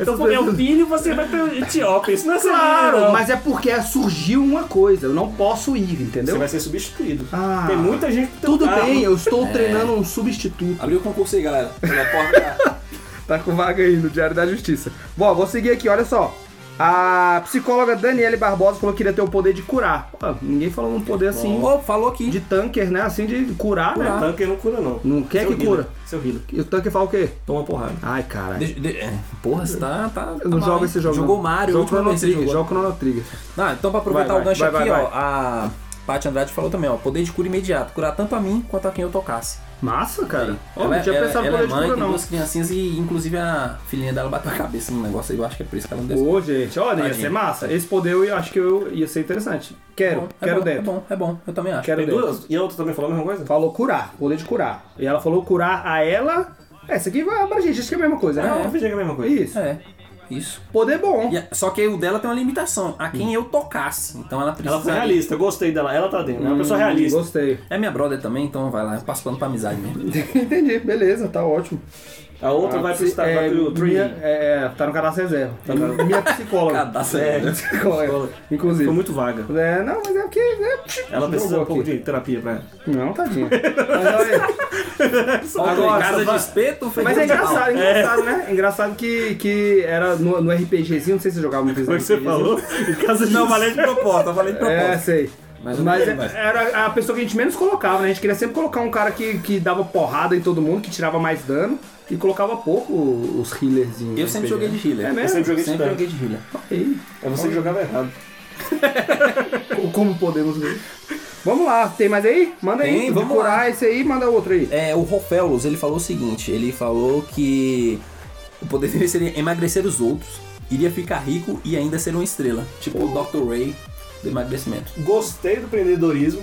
Speaker 1: Então,
Speaker 4: Essas
Speaker 1: com meu
Speaker 4: pessoas-
Speaker 1: filho, você vai pra Etiópia. Isso não é ser líder,
Speaker 4: Claro,
Speaker 1: não.
Speaker 4: mas é porque surgiu uma coisa, eu não posso ir,
Speaker 1: Você
Speaker 4: entendeu?
Speaker 1: vai ser substituído.
Speaker 4: Ah.
Speaker 1: Tem muita gente que tem
Speaker 4: Tudo
Speaker 1: um carro.
Speaker 4: bem, eu estou treinando um substituto.
Speaker 3: Abriu o concurso aí, galera. Teleporta. (laughs)
Speaker 4: Tá com vaga aí no Diário da Justiça. Bom, vou seguir aqui, olha só. A psicóloga Daniele Barbosa falou que queria ter o poder de curar. Pô, ninguém falou um poder assim
Speaker 3: Ô, oh, falou aqui.
Speaker 4: de tanker, né? Assim de curar,
Speaker 1: Não,
Speaker 4: né?
Speaker 1: um tanque não cura, não.
Speaker 4: Não quer
Speaker 1: Seu
Speaker 4: que
Speaker 1: healer.
Speaker 4: cura.
Speaker 1: Seu healer.
Speaker 4: E o tanker fala o quê?
Speaker 1: Toma porrada.
Speaker 4: Ai, caralho.
Speaker 3: Deixa- de- é, Porra, você tá. tá tá
Speaker 4: Eu não
Speaker 3: mal,
Speaker 4: jogo
Speaker 3: hein?
Speaker 4: esse jogo.
Speaker 3: Jogou
Speaker 4: não. jogo
Speaker 3: Mario, jogo
Speaker 4: Chrono
Speaker 3: último você
Speaker 4: Trigger.
Speaker 3: jogou.
Speaker 4: Jogo Chrono Trigger.
Speaker 3: Ah, então pra aproveitar
Speaker 4: Vai, vai,
Speaker 3: o gancho
Speaker 4: vai,
Speaker 3: aqui,
Speaker 4: vai,
Speaker 3: ó, a Paty Andrade falou também, ó, poder de cura imediato, curar tanto a mim quanto a quem eu tocasse.
Speaker 4: Massa, cara. Ó,
Speaker 3: ela,
Speaker 4: não tinha
Speaker 3: ela-
Speaker 4: pensado no
Speaker 3: ela
Speaker 4: poder
Speaker 3: é
Speaker 4: de
Speaker 3: mãe,
Speaker 4: cura,
Speaker 3: tem
Speaker 4: não.
Speaker 3: duas criancinhas e inclusive a filhinha dela bateu a cabeça no negócio aí, eu acho que é por isso que ela não desceu.
Speaker 4: Ô, gente, olha, ia
Speaker 3: Tadinho.
Speaker 4: ser massa. Esse poder eu acho que eu ia ser interessante. Quero,
Speaker 3: é
Speaker 4: quero
Speaker 3: bom,
Speaker 4: dentro.
Speaker 3: É bom, é bom, eu também acho.
Speaker 4: Quero
Speaker 1: Tem
Speaker 4: dentro.
Speaker 1: duas? E a outra também falou a mesma coisa?
Speaker 4: Falou curar, poder de curar. E ela falou curar a ela. Essa aqui vai pra gente, acho que é a mesma coisa,
Speaker 1: Não, eu
Speaker 4: né?
Speaker 1: fingi que é a mesma coisa.
Speaker 4: Isso.
Speaker 3: É, isso.
Speaker 4: Poder bom.
Speaker 3: E a- só que o dela tem uma limitação, a quem eu tocasse. Então ela precisa.
Speaker 1: Ela foi realista, eu gostei dela. Ela tá dentro. É uma pessoa realista.
Speaker 4: Hum, Gostei. (laughs)
Speaker 3: É minha brother também, então vai lá, eu passo pano pra amizade mesmo.
Speaker 4: Entendi, beleza, tá ótimo.
Speaker 1: A outra vai pro Star
Speaker 4: é,
Speaker 1: vai pro Dream.
Speaker 4: minha, é, tá no cadastro reserva. Tá no, minha psicóloga.
Speaker 3: Cadastro
Speaker 4: É,
Speaker 3: reserva.
Speaker 4: psicóloga. Inclusive.
Speaker 1: Foi muito vaga.
Speaker 4: É, não, mas é porque. É,
Speaker 1: Ela precisa
Speaker 4: jogou
Speaker 1: um pouco de
Speaker 4: aqui.
Speaker 1: terapia pra ela.
Speaker 4: Não, tadinho. Mas olha. Agora,
Speaker 3: casa de
Speaker 4: vai-
Speaker 3: espeto, feito
Speaker 4: Mas
Speaker 3: de
Speaker 4: é
Speaker 3: pau.
Speaker 4: engraçado, engraçado, né? Engraçado que, que era no, no RPGzinho, não sei se você jogava muito
Speaker 1: Foi o que você
Speaker 4: RPGzinho.
Speaker 1: falou? (laughs) Em casa É de (laughs)
Speaker 3: Não, valeu de proposta, valeu de
Speaker 4: É,
Speaker 3: proposta.
Speaker 4: sei. Mas,
Speaker 3: Mas eu não lembro
Speaker 4: é-
Speaker 3: mais.
Speaker 4: era a pessoa que a gente menos colocava, né? A gente queria sempre colocar um cara que, que dava porrada em todo mundo, que tirava mais dano e colocava pouco os healerzinhos.
Speaker 3: Eu sempre joguei de healer.
Speaker 4: É
Speaker 1: Eu
Speaker 4: mesmo?
Speaker 1: sempre joguei de
Speaker 3: Sempre
Speaker 1: tanque.
Speaker 3: joguei de healer.
Speaker 4: Ei,
Speaker 1: É você que jogava errado.
Speaker 4: co- como podemos ver? Vamos lá, tem mais aí? Manda aí,
Speaker 3: Tem,
Speaker 4: de
Speaker 3: vamos
Speaker 4: curar esse aí, manda outro aí.
Speaker 3: É, o Rofelos, ele falou o seguinte, ele falou que o poder dele seria emagrecer os outros, iria ficar rico e ainda ser uma estrela. Tipo o Dr. Ray do emagrecimento.
Speaker 1: Gostei do
Speaker 4: (laughs)
Speaker 1: empreendedorismo.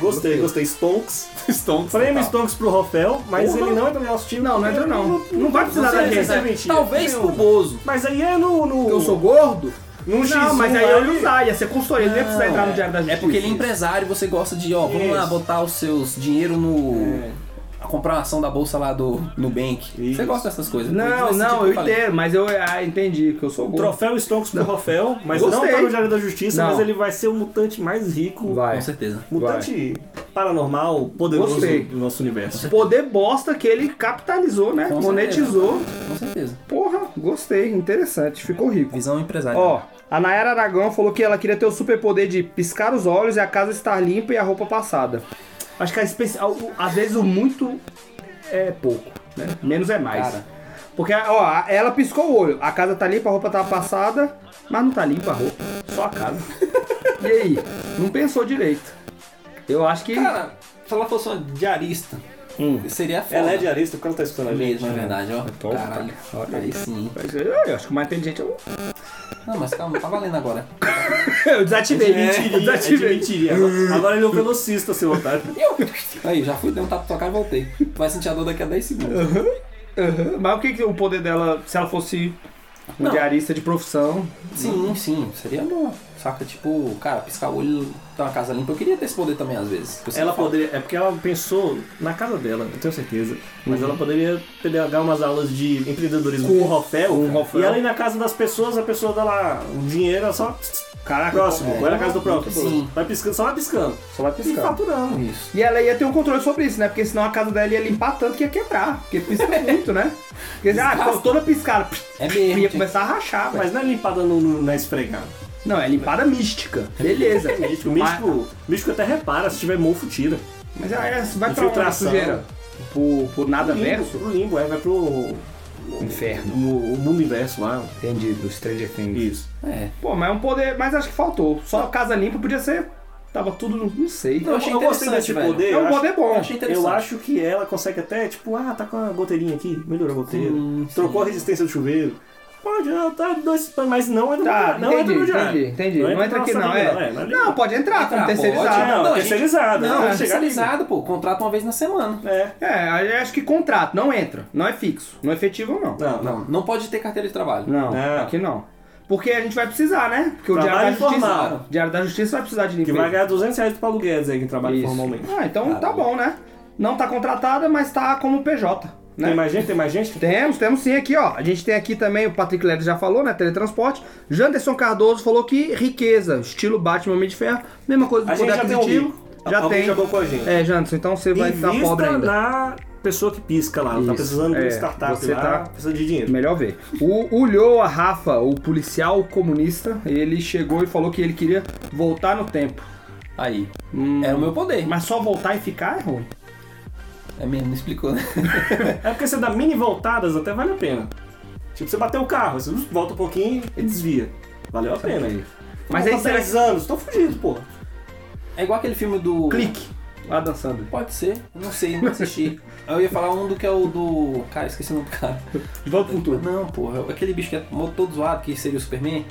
Speaker 1: Gostei, gostei. Stonks.
Speaker 3: Stonks.
Speaker 1: Prêmio Stonks pro Rafael, mas
Speaker 4: Porra.
Speaker 1: ele não é entra no nosso time.
Speaker 4: Não, não entra não. Não vai precisar
Speaker 1: Não
Speaker 4: da
Speaker 1: sei,
Speaker 4: gente.
Speaker 1: é mentira.
Speaker 3: Talvez pro Bozo.
Speaker 1: Mas aí é no. um no
Speaker 4: Então Eu sou gordo?
Speaker 1: Num X1
Speaker 4: Não, mas aí
Speaker 1: lá,
Speaker 4: ele não sai, ia ser consultor, ele nem ia precisar entrar no Diário da
Speaker 3: É
Speaker 4: Justiça.
Speaker 3: porque ele é empresário, você gosta de, ó, vamos lá
Speaker 1: Isso.
Speaker 3: botar os seus dinheiro no...
Speaker 4: É.
Speaker 3: A comprar uma ação da bolsa lá do Nubank.
Speaker 1: Isso.
Speaker 3: Você gosta dessas coisas.
Speaker 4: Não, não,
Speaker 3: Nesse sentido
Speaker 4: eu
Speaker 3: tipo falei.
Speaker 4: entendo, mas eu ah, entendi que eu sou gordo.
Speaker 1: Troféu Stonks pro Rafael, mas não
Speaker 4: Gostei.
Speaker 1: tá no Diário da Justiça,
Speaker 4: Não.
Speaker 1: mas ele vai ser o mutante mais rico.
Speaker 4: Vai.
Speaker 3: Com certeza.
Speaker 1: Mutante paranormal, poderoso
Speaker 4: Gostei.
Speaker 1: do nosso universo.
Speaker 4: Poder bosta que ele capitalizou, né?
Speaker 3: Com
Speaker 4: Monetizou.
Speaker 3: Com certeza.
Speaker 4: Porra, gostei, interessante, ficou rico.
Speaker 3: Visão empresarial.
Speaker 4: Ó, a Nayara Aragão falou que ela queria ter o superpoder de piscar os olhos e a casa estar limpa e a roupa passada. Acho que a especial, o- às vezes o muito é pouco, né? Menos é mais.
Speaker 3: Cara.
Speaker 4: Porque, ó, a- ela piscou o olho, a casa tá limpa, a roupa tá passada, mas não tá limpa a roupa, só a casa. e aí? Não pensou direito. Eu acho que.
Speaker 3: Cara, se ela fosse uma diarista,
Speaker 4: Hum.
Speaker 3: seria foda.
Speaker 1: Ela é diarista, porque ela tá escutando a gente.
Speaker 3: Mesmo, é verdade, ó.
Speaker 4: né? top, tá.
Speaker 3: Caralho. Aí sim.
Speaker 4: Eu acho que o mais inteligente é o (laughs)
Speaker 3: Não, mas calma, tá valendo agora.
Speaker 4: Eu desativei,
Speaker 1: É,
Speaker 4: mentira, eu
Speaker 1: mentiria, é de
Speaker 4: desativei.
Speaker 1: mentiria. Agora, agora ele é um velocista, seu otário.
Speaker 3: Aí, já fui, dei um tapa tocar e voltei. Vai sentir a dor daqui a 10 segundos.
Speaker 4: Aham, Mas o que, que o poder dela, se ela fosse Um
Speaker 3: Não.
Speaker 4: diarista de profissão.
Speaker 3: Sim, sim, seria bom. Saca, tipo, cara, piscar o olho, ter uma casa limpa. Eu queria ter esse poder também, às vezes. Eu sempre
Speaker 1: Ela
Speaker 3: falo.
Speaker 1: poderia. É porque ela pensou na casa dela, eu tenho certeza. Mas ela poderia pegar umas aulas de empreendedorismo com o Rafael.
Speaker 4: com o Rafael.
Speaker 1: E ela ir na casa das pessoas, a pessoa dá lá um dinheiro, ela só.
Speaker 4: Caraca,
Speaker 1: Próximo,
Speaker 4: é.
Speaker 1: vai na casa do próximo.
Speaker 3: Sim.
Speaker 1: Vai piscando, só vai piscando.
Speaker 4: Só vai
Speaker 1: E
Speaker 4: piscar.
Speaker 1: faturando.
Speaker 3: Isso.
Speaker 4: E ela ia ter um controle sobre isso, né? Porque senão a casa dela ia limpar tanto que ia quebrar. Porque pisca muito, né? Porque ah, toda piscada pss,
Speaker 3: É mesmo.
Speaker 4: ia
Speaker 3: tinha-
Speaker 4: começar a rachar, velho.
Speaker 1: Mas não é limpada no, no- na esfregada.
Speaker 4: Não, é limpada mística. Beleza.
Speaker 1: O místico, místico, místico até repara, se tiver mofo, tira.
Speaker 4: Mas ah, é, vai pra onde,
Speaker 1: Infiltração.
Speaker 4: sujeira? Por, por nada
Speaker 1: Pro limbo,
Speaker 4: verso?
Speaker 1: pro limbo, é, vai pro.
Speaker 4: Inferno.
Speaker 1: O, o mundo inverso lá.
Speaker 4: Entendi, do Stranger Things.
Speaker 1: Isso.
Speaker 3: É.
Speaker 4: Pô, mas é um poder. Mas acho que faltou. Só casa limpa podia ser. Tava tudo. Não sei.
Speaker 3: Não, eu achei
Speaker 1: eu gostei
Speaker 3: interessante,
Speaker 1: desse
Speaker 3: velho.
Speaker 1: poder.
Speaker 4: é um
Speaker 1: eu acho-
Speaker 4: poder bom.
Speaker 3: Eu achei interessante.
Speaker 1: Eu acho que ela consegue até, tipo, ah, tá com a goteirinha aqui, melhorou a goteira.
Speaker 3: Sim, sim.
Speaker 1: Trocou a resistência do chuveiro. Pode, ah, tá, dois, mas não entra
Speaker 4: Tá,
Speaker 1: no não é
Speaker 4: entendi,
Speaker 1: entra no diário.
Speaker 4: entendi, entendi. Não, entra aqui
Speaker 1: na
Speaker 4: não,
Speaker 1: é nossa vida,
Speaker 4: é.
Speaker 1: Não,
Speaker 4: Não, pode entrar como
Speaker 3: Entrar,
Speaker 4: terceirizado.
Speaker 3: pode,
Speaker 1: não,
Speaker 3: Tá, Não, a gente-
Speaker 1: terceirizado.
Speaker 3: Não,
Speaker 1: vai
Speaker 3: é
Speaker 1: chegar ali.
Speaker 3: especializado, pô. Contrata uma vez na semana.
Speaker 1: É.
Speaker 4: É, aí acho que contrato, não entra. Não é fixo. Não é efetivo, não.
Speaker 1: Não, não.
Speaker 3: Não, não pode ter carteira de trabalho.
Speaker 4: Não,
Speaker 1: Não.
Speaker 4: aqui não. Porque a gente vai precisar, né? Porque o Diário da
Speaker 1: É. Trabalho
Speaker 4: Justiça.
Speaker 1: informal.
Speaker 4: O Diário da Justiça vai precisar de
Speaker 1: Que
Speaker 4: limpeza.
Speaker 1: vai ganhar 200 reais do Paulo Guedes aí que trabalha
Speaker 4: Isso.
Speaker 1: formalmente.
Speaker 4: Ah, então tá
Speaker 3: Caralho.
Speaker 4: bom, né? Não tá contratada, mas tá como PJ, né?
Speaker 1: Tem mais gente? Tem mais gente?
Speaker 4: Temos, temos sim aqui, ó. A gente tem aqui também, o Patrick Leres já falou, né? Teletransporte. Janderson Cardoso falou que riqueza, estilo Batman Homem de Ferro, mesma coisa do
Speaker 1: A gente
Speaker 4: poder
Speaker 1: já tem um
Speaker 4: aquisitivo.
Speaker 1: rico.
Speaker 4: já
Speaker 1: Alguém
Speaker 4: tem.
Speaker 1: jogou com a gente.
Speaker 4: É, Janderson, então você vai estar
Speaker 1: Invista
Speaker 4: pobre ainda.
Speaker 1: na pessoa que pisca lá. Tá
Speaker 4: Isso.
Speaker 1: precisando de um
Speaker 4: É,
Speaker 1: startup
Speaker 4: você
Speaker 1: lá.
Speaker 4: tá-
Speaker 1: Precisa de dinheiro.
Speaker 4: Melhor ver. O Ulhoa Rafa, o policial comunista, ele chegou e falou que ele queria voltar no tempo.
Speaker 3: Aí.
Speaker 4: Hum.
Speaker 3: Era o meu poder.
Speaker 4: Mas só voltar e ficar é ruim.
Speaker 3: É mesmo, me explicou, né?
Speaker 1: É porque você dá mini voltadas, até vale a pena. Tipo, você bateu o carro, você volta um pouquinho e desvia. Valeu a pena.
Speaker 4: Saquei. é? Mas
Speaker 1: Mas
Speaker 4: aí
Speaker 1: aí
Speaker 4: será
Speaker 1: 10 anos, tô fugido, pô.
Speaker 3: É igual aquele filme do.
Speaker 4: Clique. Lá dançando.
Speaker 3: Pode ser, não sei, não assisti. Eu ia falar um do que é o do. Cara, esqueci o nome do cara.
Speaker 4: De volta pro futuro.
Speaker 3: Não, porra, aquele bicho que é todo zoado, que seria o Superman.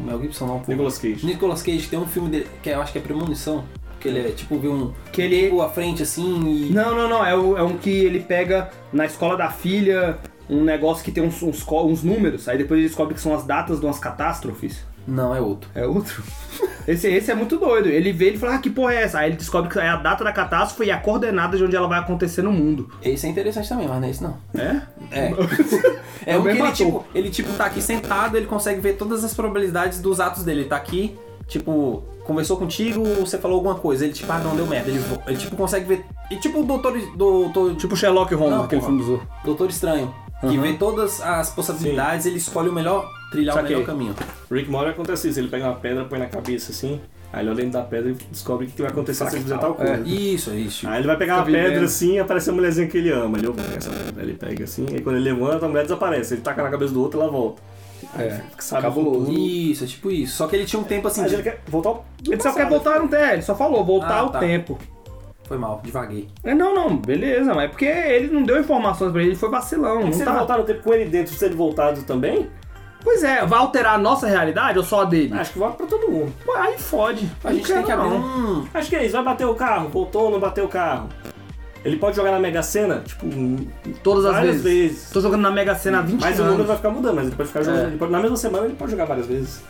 Speaker 3: O Mel Gibson não, porra.
Speaker 1: Nicolas Cage.
Speaker 3: Nicolas Cage tem um filme dele que eu acho que é Premonição. Que ele é tipo vê um.
Speaker 4: Que ele.
Speaker 3: à frente assim e.
Speaker 4: Não, não, não. É, o- é um que ele pega na escola da filha um negócio que tem uns, uns, co- uns números. Aí depois ele descobre que são as datas de umas catástrofes.
Speaker 3: Não, é outro.
Speaker 4: É outro. (laughs) Esse, esse é muito doido. Ele vê e fala, ah, que porra é essa? Aí ele descobre que é a data da catástrofe e a coordenada de onde ela vai acontecer no mundo.
Speaker 3: Esse é interessante também, mas não é esse não.
Speaker 4: É?
Speaker 3: É. É
Speaker 4: Eu
Speaker 3: o
Speaker 4: me
Speaker 3: que ele
Speaker 4: matou.
Speaker 3: tipo, ele tipo tá aqui sentado, ele consegue ver todas as probabilidades dos atos dele. Ele tá aqui, tipo, conversou contigo, você falou alguma coisa, ele tipo, ah, não deu merda. Ele, vo- ele tipo consegue ver. E tipo o doutor. doutor
Speaker 4: Tipo Sherlock Holmes,
Speaker 3: Não,
Speaker 4: aquele
Speaker 3: porra.
Speaker 4: filme do Zorro.
Speaker 3: doutor Estranho. Que vê todas as possibilidades, ele escolhe o melhor, trilhar
Speaker 4: Saquei.
Speaker 3: o melhor caminho.
Speaker 1: Rick Mori acontece isso, ele pega uma pedra, põe na cabeça assim, aí ele olha dentro da pedra e descobre o que que vai acontecer se ele fizer tal coisa.
Speaker 3: Isso, é isso.
Speaker 1: Aí ele vai pegar
Speaker 4: É, Tá
Speaker 1: uma pedra
Speaker 4: vivendo.
Speaker 1: assim e aparece a mulherzinha que ele ama. Ele, "Eu vou pegar essa pedra. Aí ele pega assim, aí quando ele levanta, a mulher desaparece. Ele taca na cabeça do outro e ela volta.
Speaker 4: É.
Speaker 1: Sabe
Speaker 4: Cabuloso.
Speaker 1: o futuro.
Speaker 3: Tá Isso, é tipo isso. Só que ele tinha um tempo assim
Speaker 1: Mas
Speaker 3: de.
Speaker 1: ele quer voltar ao- do
Speaker 4: Ele só quer
Speaker 1: passado.
Speaker 4: voltar no tempo, ele só falou, voltar
Speaker 3: Ah,
Speaker 4: ao
Speaker 3: tá.
Speaker 4: tempo.
Speaker 3: Foi mal, devaguei.
Speaker 4: É, não, não, beleza, mas é porque ele não deu informações pra ele, ele foi vacilão,
Speaker 1: E
Speaker 4: não
Speaker 1: se
Speaker 4: tá...
Speaker 1: ele voltar no tempo com ele dentro, se ele voltado também,
Speaker 4: Pois é, vai alterar a nossa realidade ou só a dele?
Speaker 1: acho que volta pra todo mundo.
Speaker 4: Pô, aí fode.
Speaker 3: A gente tem que abrir um.
Speaker 1: Acho que é isso, vai bater o carro, voltou ou não bateu o carro. Ele pode jogar na Mega Sena, tipo,
Speaker 4: Todas as
Speaker 1: várias
Speaker 4: vezes.
Speaker 1: vezes.
Speaker 4: Tô jogando na Mega Sena há 20
Speaker 1: Mas o número
Speaker 4: anos.
Speaker 1: vai ficar mudando, mas ele pode ficar jogando.
Speaker 4: É.
Speaker 1: ele pode- na mesma semana ele pode jogar várias vezes.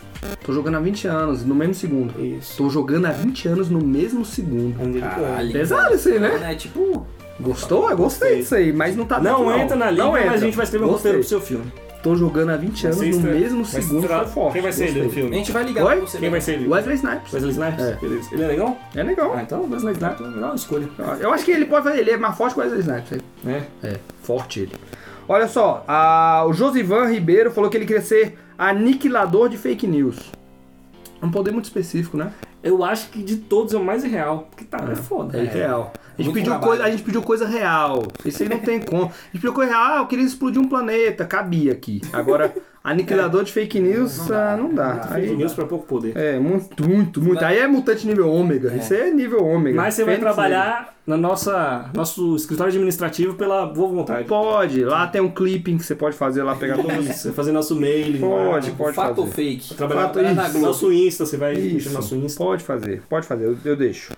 Speaker 4: Tô jogando há 20 anos, no mesmo segundo.
Speaker 1: Isso. É um
Speaker 4: Tô jogando há 20 anos no mesmo segundo.
Speaker 1: Onde ele quer.
Speaker 3: Caralho.
Speaker 4: Pesado isso aí, né?
Speaker 3: É tipo.
Speaker 4: Gostou? Eu gostei disso aí, mas não tá
Speaker 1: Não,
Speaker 4: dentro,
Speaker 1: entra na liga,
Speaker 4: Não
Speaker 1: mas
Speaker 4: entra.
Speaker 1: a gente vai escrever um
Speaker 4: Gostei.
Speaker 1: roteiro pro seu filme.
Speaker 4: Tô jogando há 20 anos
Speaker 1: Vai ser
Speaker 4: no
Speaker 1: estra-
Speaker 4: mesmo
Speaker 1: vai ser
Speaker 4: segundo.
Speaker 1: estra-
Speaker 4: Foi forte.
Speaker 1: Quem vai ser ele no
Speaker 4: Gostei.
Speaker 3: A
Speaker 1: filme?
Speaker 3: gente vai ligar
Speaker 4: Oi?
Speaker 3: pra você.
Speaker 1: Quem
Speaker 3: ver.
Speaker 1: vai ser ele?
Speaker 4: Wesley Snipes.
Speaker 1: Wesley Snipes?
Speaker 4: É.
Speaker 1: Beleza. Ele é legal?
Speaker 4: É legal.
Speaker 1: Ah, então Wesley Snipes é a melhor escolha.
Speaker 4: Eu acho que ele pode fazer, ele é mais forte que o Wesley Snipes. aí.
Speaker 1: É.
Speaker 4: É, forte ele. Olha só, a- o Josivan Ribeiro falou que ele queria ser aniquilador de fake news. É Um poder muito específico, né?
Speaker 1: Eu acho que de todos é o mais real, porque tá, é, foda.
Speaker 4: É real. A gente,
Speaker 3: Muito
Speaker 4: pediu
Speaker 3: trabalho.
Speaker 4: coisa, a gente pediu coisa real. Isso aí não tem como. A gente pediu coisa real, ah, eu queria explodir um planeta, cabia aqui. Agora, aniquilador de fake news, ah, não dá. Aí-
Speaker 1: Fake news Tá, pra pouco poder.
Speaker 4: é, muito, muito, muito. Aí é mutante nível ômega. Isso aí é nível ômega.
Speaker 1: Mas você vai
Speaker 4: Fênix
Speaker 1: trabalhar na nossa nosso escritório administrativo pela boa vontade.
Speaker 4: ômega. Pode, lá tem um clipping que você pode fazer lá, pegar (laughs) todas
Speaker 1: Isso, vai fazer nosso mailing.
Speaker 4: Pode,
Speaker 1: vai
Speaker 4: pode
Speaker 3: Fato é ou
Speaker 4: fazer.
Speaker 3: fake?
Speaker 1: Trabalhar
Speaker 4: Fato,
Speaker 1: na
Speaker 4: isso.
Speaker 1: Globo. Nosso Insta, você vai mexer no nosso
Speaker 4: Isso,
Speaker 1: Insta.
Speaker 4: pode fazer, pode fazer, eu, eu deixo.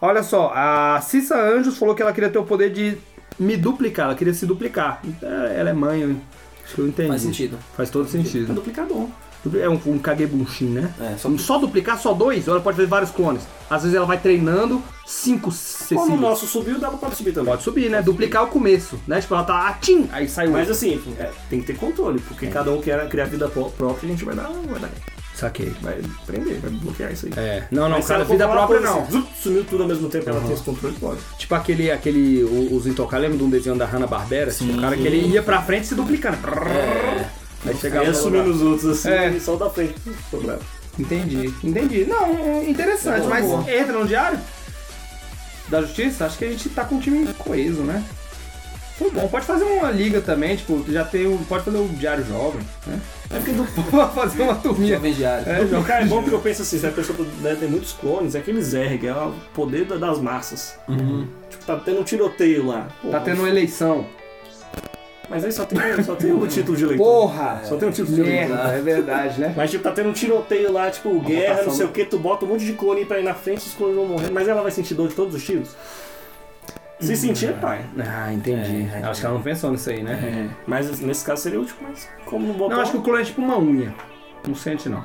Speaker 4: Olha só, a Cissa Anjos falou que Então, ela queria ter o poder de me duplicar, ela queria se duplicar. É, Ela é mãe, Acho que eu entendi.
Speaker 3: Faz sentido.
Speaker 4: Faz todo
Speaker 3: É
Speaker 4: sentido.
Speaker 3: duplicador.
Speaker 4: É um, um kagebunshin, né?
Speaker 3: É, só
Speaker 4: Só, só duplicar só dois, ou ela pode fazer vários clones. Às vezes ela vai treinando cinco
Speaker 1: Como o
Speaker 4: cecílios.
Speaker 1: nosso subiu, dá pra pode subir também.
Speaker 4: Pode subir, né? Duplicar o começo, né? Tipo, ela tá atim, aí sai o
Speaker 1: Mas assim, é, tem que ter controle, porque
Speaker 4: É.
Speaker 1: cada um quer criar vida pró- própria e a gente vai dar, vai dar.
Speaker 4: Saquei.
Speaker 1: Vai prender, vai bloquear isso aí.
Speaker 4: É. Não, não,
Speaker 1: Mas se
Speaker 4: cara,
Speaker 1: ela for
Speaker 4: vida
Speaker 1: falar uma
Speaker 4: própria
Speaker 1: coisa
Speaker 4: não.
Speaker 1: assim, zup, sumiu tudo ao mesmo tempo, ela tem esse controle, pode.
Speaker 4: Tipo aquele, aquele o- os intocáveis, lembra de um desenho da Hanna-Barbera? Assim, o cara que ele ia pra frente se duplicando. Aí chegava
Speaker 1: Aí
Speaker 4: no lugar.
Speaker 1: assumindo os outros assim,
Speaker 4: É.
Speaker 1: e só o da frente. Problema.
Speaker 4: Entendi, entendi. Não, é interessante, mas entra no diário da justiça, acho que a gente tá com um time coeso, né? Foi bom, pode fazer uma liga também, tipo, já tem o. Pode fazer o Diário Jovem, (laughs) né? É porque não fazer uma turminha.
Speaker 3: Jovem diário.
Speaker 4: É,
Speaker 1: Não, cara, é bom porque eu penso assim, se a pessoa né, tem muitos clones, é aqueles erg, é o poder da- das massas. Tipo, tá tendo um tiroteio lá. Pô,
Speaker 4: Uhum. Tá tendo uma eleição.
Speaker 1: Mas aí só tem, um, só tem o título de leitura.
Speaker 4: Porra!
Speaker 1: Só tem um título de leitura.
Speaker 4: Merda, é verdade, né?
Speaker 1: Mas tipo, tá tendo um tiroteio lá, tipo, guerra, não
Speaker 4: votação.
Speaker 1: sei o que, tu bota um monte de clone pra ir na frente, os clones vão morrer. Mas ela vai sentir dor de todos os tiros? Se sentir, é pai.
Speaker 4: Ah, entendi. acho que ela não pensou nisso aí, né?
Speaker 1: Mas nesse caso seria útil, mas como não botou...
Speaker 4: Não, acho que o clone é tipo uma unha. Não sente, não.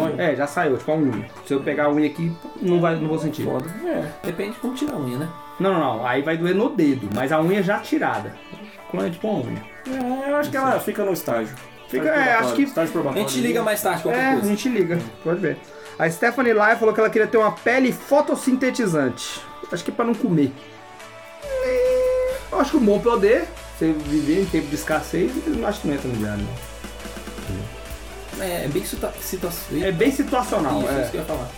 Speaker 1: Olha.
Speaker 4: É, já saiu, tipo uma unha. Se eu pegar a unha aqui, não, vai, não vou sentir.
Speaker 1: Foda. É.
Speaker 3: Depende de como tirar a unha, né?
Speaker 4: Não, não, não. Aí vai doer no dedo, mas a unha já tirada. Clone é tipo uma unha.
Speaker 1: É, eu acho que ela fica no estágio.
Speaker 4: Fica-
Speaker 1: Estágio
Speaker 4: é,
Speaker 1: probatório,
Speaker 4: acho que-
Speaker 1: Estágio
Speaker 3: A
Speaker 1: probatório.
Speaker 3: gente liga mais tarde, qualquer
Speaker 4: É, a
Speaker 3: coisa.
Speaker 4: gente liga, pode ver. A Stephanie Lai falou que ela queria ter uma pele fotossintetizante. Acho que é pra não comer. E Eu acho que um bom poder, você viver em tempo de escassez, eu acho que não entra no diário. não.
Speaker 3: É, é bem situa situação.
Speaker 4: É bem situacional.
Speaker 3: isso,
Speaker 4: é.
Speaker 3: isso que eu ia falar.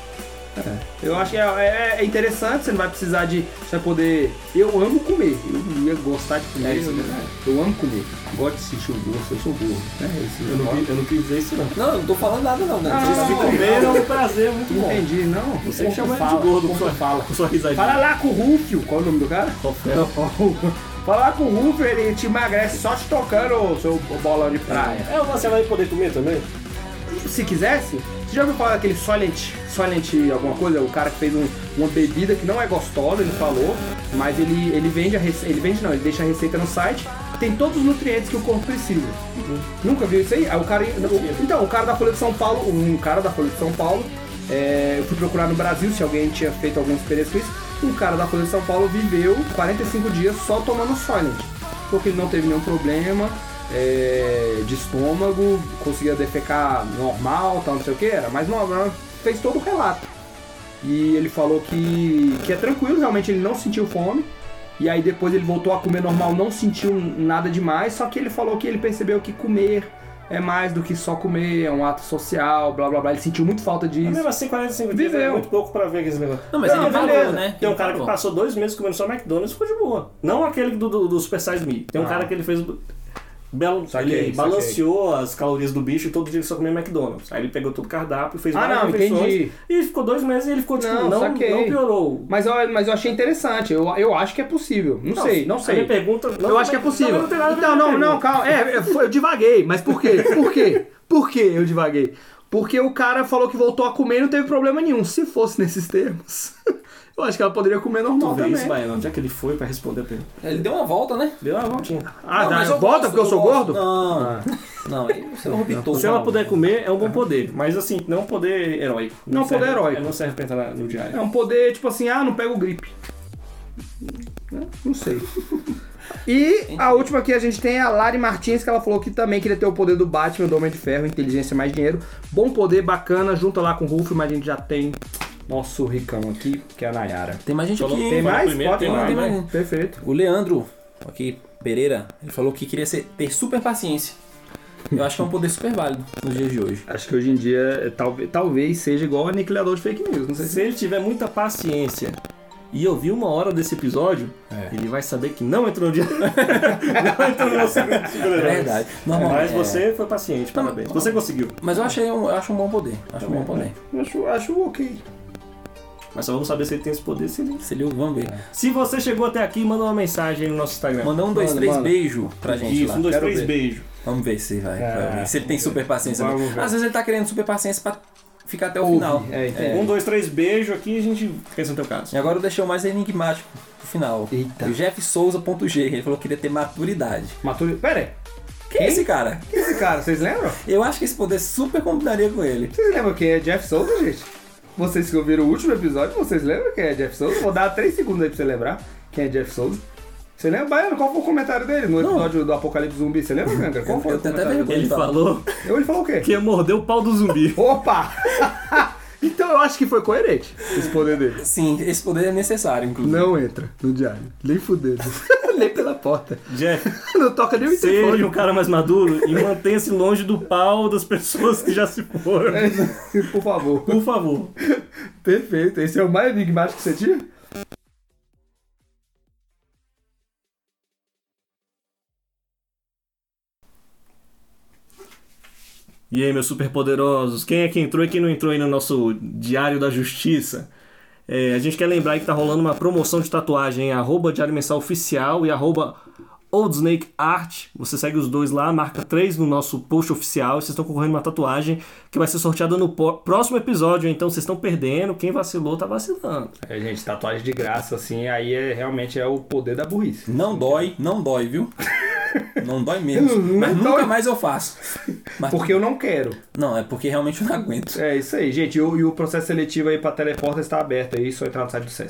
Speaker 4: Eu acho que é, é- é interessante, você não vai precisar de. Você vai poder. Eu amo comer. Eu ia gostar de comer.
Speaker 3: É isso,
Speaker 4: eu,
Speaker 3: é verdade.
Speaker 4: eu amo comer. Gosto de sentir o gosto, eu sou burro. Né? Isso,
Speaker 1: Eu não, quis- eu não quis dizer isso, não.
Speaker 3: Não, eu não tô falando nada não, né?
Speaker 4: Ah,
Speaker 3: Vocês
Speaker 1: Se
Speaker 4: não,
Speaker 3: ficam-
Speaker 1: comer é um prazer muito
Speaker 4: não
Speaker 1: bom.
Speaker 4: entendi, não.
Speaker 1: Você
Speaker 4: Como
Speaker 1: chama ele
Speaker 4: fala?
Speaker 1: de gordo
Speaker 4: Como
Speaker 1: com sua fala, com sua risadinha.
Speaker 4: Fala lá com o Rufio. Qual é o nome do cara?
Speaker 1: Rafael.
Speaker 4: Fala lá com o Rufio, ele te emagrece só te tocando, seu bolão de praia.
Speaker 1: É, você vai poder comer também?
Speaker 4: Se quisesse, você já ouviu falar daquele Solent, Solent alguma coisa? O cara que fez um- uma bebida que não é gostosa, ele falou, mas ele, ele vende a receita, ele vende não, ele deixa a receita no site, tem todos os nutrientes que o corpo precisa. Nunca viu isso aí? Aí o cara, o- então, o cara da Folha de São Paulo, um cara da Folha de São Paulo, é, eu fui procurar no Brasil se alguém tinha feito alguma experiência com isso, um cara da Folha de São Paulo viveu 45 dias só tomando Solent porque ele não teve nenhum problema é, de estômago, conseguia defecar normal, tal, não sei o que, era mais normal, fez todo o relato. E ele falou que, que é tranquilo, realmente ele não sentiu fome. E aí depois ele voltou a comer normal, não sentiu nada demais, só que ele falou que ele percebeu que comer é mais do que só comer, é um ato social, blá blá blá. Ele sentiu muito falta
Speaker 1: Mas
Speaker 4: disso.
Speaker 1: mesmo assim, 45 dias é
Speaker 4: Viveu.
Speaker 1: muito pouco pra ver esse negócio.
Speaker 3: Não, mas ele falou,
Speaker 1: beleza.
Speaker 3: né?
Speaker 1: Tem um
Speaker 3: Ele
Speaker 1: cara que
Speaker 3: falou.
Speaker 1: passou dois meses comendo só McDonald's e ficou de boa. Não aquele do, do, do Super Size Me. Tem um
Speaker 4: Ah.
Speaker 1: cara que ele fez... Belo,
Speaker 4: Saquei,
Speaker 1: ele
Speaker 4: saquei.
Speaker 1: balanceou as calorias do bicho e todo dia ele só comia McDonald's. Aí ele pegou todo o cardápio, fez
Speaker 4: Ah,
Speaker 1: várias
Speaker 4: não,
Speaker 1: refeições
Speaker 4: entendi.
Speaker 1: e ficou dois meses e ele ficou tipo,
Speaker 4: Não,
Speaker 1: não, não,
Speaker 4: saquei.
Speaker 1: piorou.
Speaker 4: Mas eu, mas eu achei interessante, eu, eu acho que é possível. Não, sei, não
Speaker 1: A
Speaker 4: sei.
Speaker 1: minha pergunta... não,
Speaker 4: eu acho que é
Speaker 1: também- também
Speaker 4: possível.
Speaker 1: não tem nada a ver com a
Speaker 4: Então, não, não,
Speaker 1: pergunta.
Speaker 4: calma. É, é, foi- eu divaguei, mas por quê? Por quê? Por quê eu divaguei? Porque o cara falou que voltou a comer e não teve problema nenhum. Se fosse nesses termos, (laughs) eu acho que ela poderia comer
Speaker 1: Tu
Speaker 4: normal
Speaker 1: vê isso,
Speaker 4: também.
Speaker 1: Baiano? Onde é que ele foi pra responder a pergunta?
Speaker 3: Ele deu uma volta, né?
Speaker 1: Deu uma voltinha.
Speaker 4: Ah,
Speaker 3: Não,
Speaker 4: dá,
Speaker 3: mas eu
Speaker 4: volta
Speaker 3: gosto,
Speaker 4: porque eu sou
Speaker 3: gosto.
Speaker 4: gordo? Ah.
Speaker 3: Não, não, aí você não optou.
Speaker 1: Se ela
Speaker 3: não. né?
Speaker 1: puder comer, é um bom poder. Mas assim, não um poder heróico.
Speaker 4: Não um
Speaker 1: serve-
Speaker 4: poder heróico.
Speaker 1: Não serve pra entrar na- no diário.
Speaker 4: É um poder, tipo assim, ah, não pega o gripe. Né? Não sei. E a última que a gente tem é a Lari Martins, que ela falou que também queria ter o poder do Batman, do Homem de Ferro, inteligência mais dinheiro. Bom poder, bacana, junta lá com o Rufio, mas a gente já tem nosso ricão aqui, que é a Nayara.
Speaker 3: Tem mais gente
Speaker 1: Falou-
Speaker 3: aqui, hein?
Speaker 4: Tem
Speaker 1: Fala
Speaker 4: mais?
Speaker 1: primeiro,
Speaker 4: Pode
Speaker 1: tem
Speaker 4: falar.
Speaker 1: mais, né?
Speaker 3: tem mais.
Speaker 4: Perfeito.
Speaker 3: O Leandro, aqui, Pereira, ele falou que queria ser- ter super paciência. Eu acho que é um poder super válido nos dias de hoje.
Speaker 4: Acho que hoje em dia talvez, talvez seja igual aniquilador de fake news, não sei
Speaker 1: Se ele tiver muita paciência e ouvir uma hora desse episódio, ele vai saber que não entrou no diário. (laughs) não entrou no nosso grupo de
Speaker 3: É
Speaker 1: super-heróis.
Speaker 3: verdade. Normal-
Speaker 1: Mas
Speaker 3: é.
Speaker 1: você foi paciente, parabéns. Você conseguiu.
Speaker 3: Mas eu achei um, eu acho um bom poder. Acho um bom poder.
Speaker 4: Acho, acho ok.
Speaker 1: Mas só vamos saber se ele tem esse poder. Se, ele...
Speaker 3: Se ele, vamos ver.
Speaker 1: se você chegou até aqui, manda uma mensagem aí no nosso Instagram.
Speaker 3: Mandar um, dois,
Speaker 4: Manda,
Speaker 3: três
Speaker 4: manda.
Speaker 3: beijo pra gente
Speaker 1: Isso,
Speaker 3: lá.
Speaker 1: um, dois,
Speaker 4: quero
Speaker 1: três,
Speaker 4: ver.
Speaker 1: beijo.
Speaker 3: Vamos ver se vai. vai ver. Se ele tem super paciência.
Speaker 4: Vamos ver.
Speaker 3: Às vezes ele tá querendo super paciência pra ficar até o
Speaker 4: Ouve,
Speaker 3: final.
Speaker 4: é, entendi.
Speaker 1: Um, dois, três, beijo aqui e a gente pensa no teu caso.
Speaker 3: E agora eu deixei o mais enigmático pro final.
Speaker 4: Eita.
Speaker 3: O Jeff Souza.g, ele falou que queria ter maturidade.
Speaker 4: Maturidade. Pera aí.
Speaker 3: Quem é esse cara?
Speaker 4: Quem é esse cara? Vocês lembram?
Speaker 3: Eu acho que esse poder super combinaria com ele.
Speaker 4: Vocês lembram quem é Jeff Souza, gente? Vocês que ouviram o último episódio, vocês lembram quem é Jeff Souza? Vou dar 3 segundos aí pra você lembrar quem é Jeff Souza. Você lembra, Baiano? Qual foi o comentário dele no episódio do Apocalipse Zumbi? Você lembra, Ganga? Qual foi
Speaker 3: eu
Speaker 4: o
Speaker 3: tenho até
Speaker 4: comentário dele?
Speaker 3: vergonha.
Speaker 1: Ele falou
Speaker 4: Eu, ele falou o quê?
Speaker 1: que ia morder o pau do zumbi.
Speaker 4: Opa! (laughs) então eu acho que foi coerente esse poder dele.
Speaker 3: Sim, esse poder é necessário, inclusive.
Speaker 4: Não entra no diário. Nem fudendo. (laughs) nem pela porta.
Speaker 1: (laughs) Jeff,
Speaker 4: Não toca nem o interfone.
Speaker 1: seja um cara mais maduro e mantenha-se longe do pau das pessoas que já se foram.
Speaker 4: (laughs) Por favor.
Speaker 1: Por favor.
Speaker 4: Perfeito. Esse é o mais enigmático que você tinha?
Speaker 1: E aí, meus superpoderosos, quem é que entrou e quem não entrou aí no nosso Diário da Justiça? É, a gente quer lembrar aí que tá rolando uma promoção de tatuagem, arroba Diário Mensal Oficial e arroba Old Snake Art. Você segue os dois lá, marca três no nosso post oficial. e Vocês estão concorrendo uma tatuagem que vai ser sorteada no po- próximo episódio, então vocês estão perdendo. Quem vacilou, tá vacilando.
Speaker 4: É, gente, tatuagem de graça, assim, aí é, realmente é o poder da burrice.
Speaker 3: Não dói, não dói, viu? Não dói mesmo.
Speaker 4: (laughs) Não
Speaker 3: Mas
Speaker 4: dói.
Speaker 3: nunca mais eu faço. Mas-
Speaker 4: Porque eu não quero.
Speaker 3: Não, é porque realmente eu não aguento.
Speaker 4: É isso aí, gente. E o, e o processo seletivo aí pra teleporta está aberto aí, só entrar no site do CESP.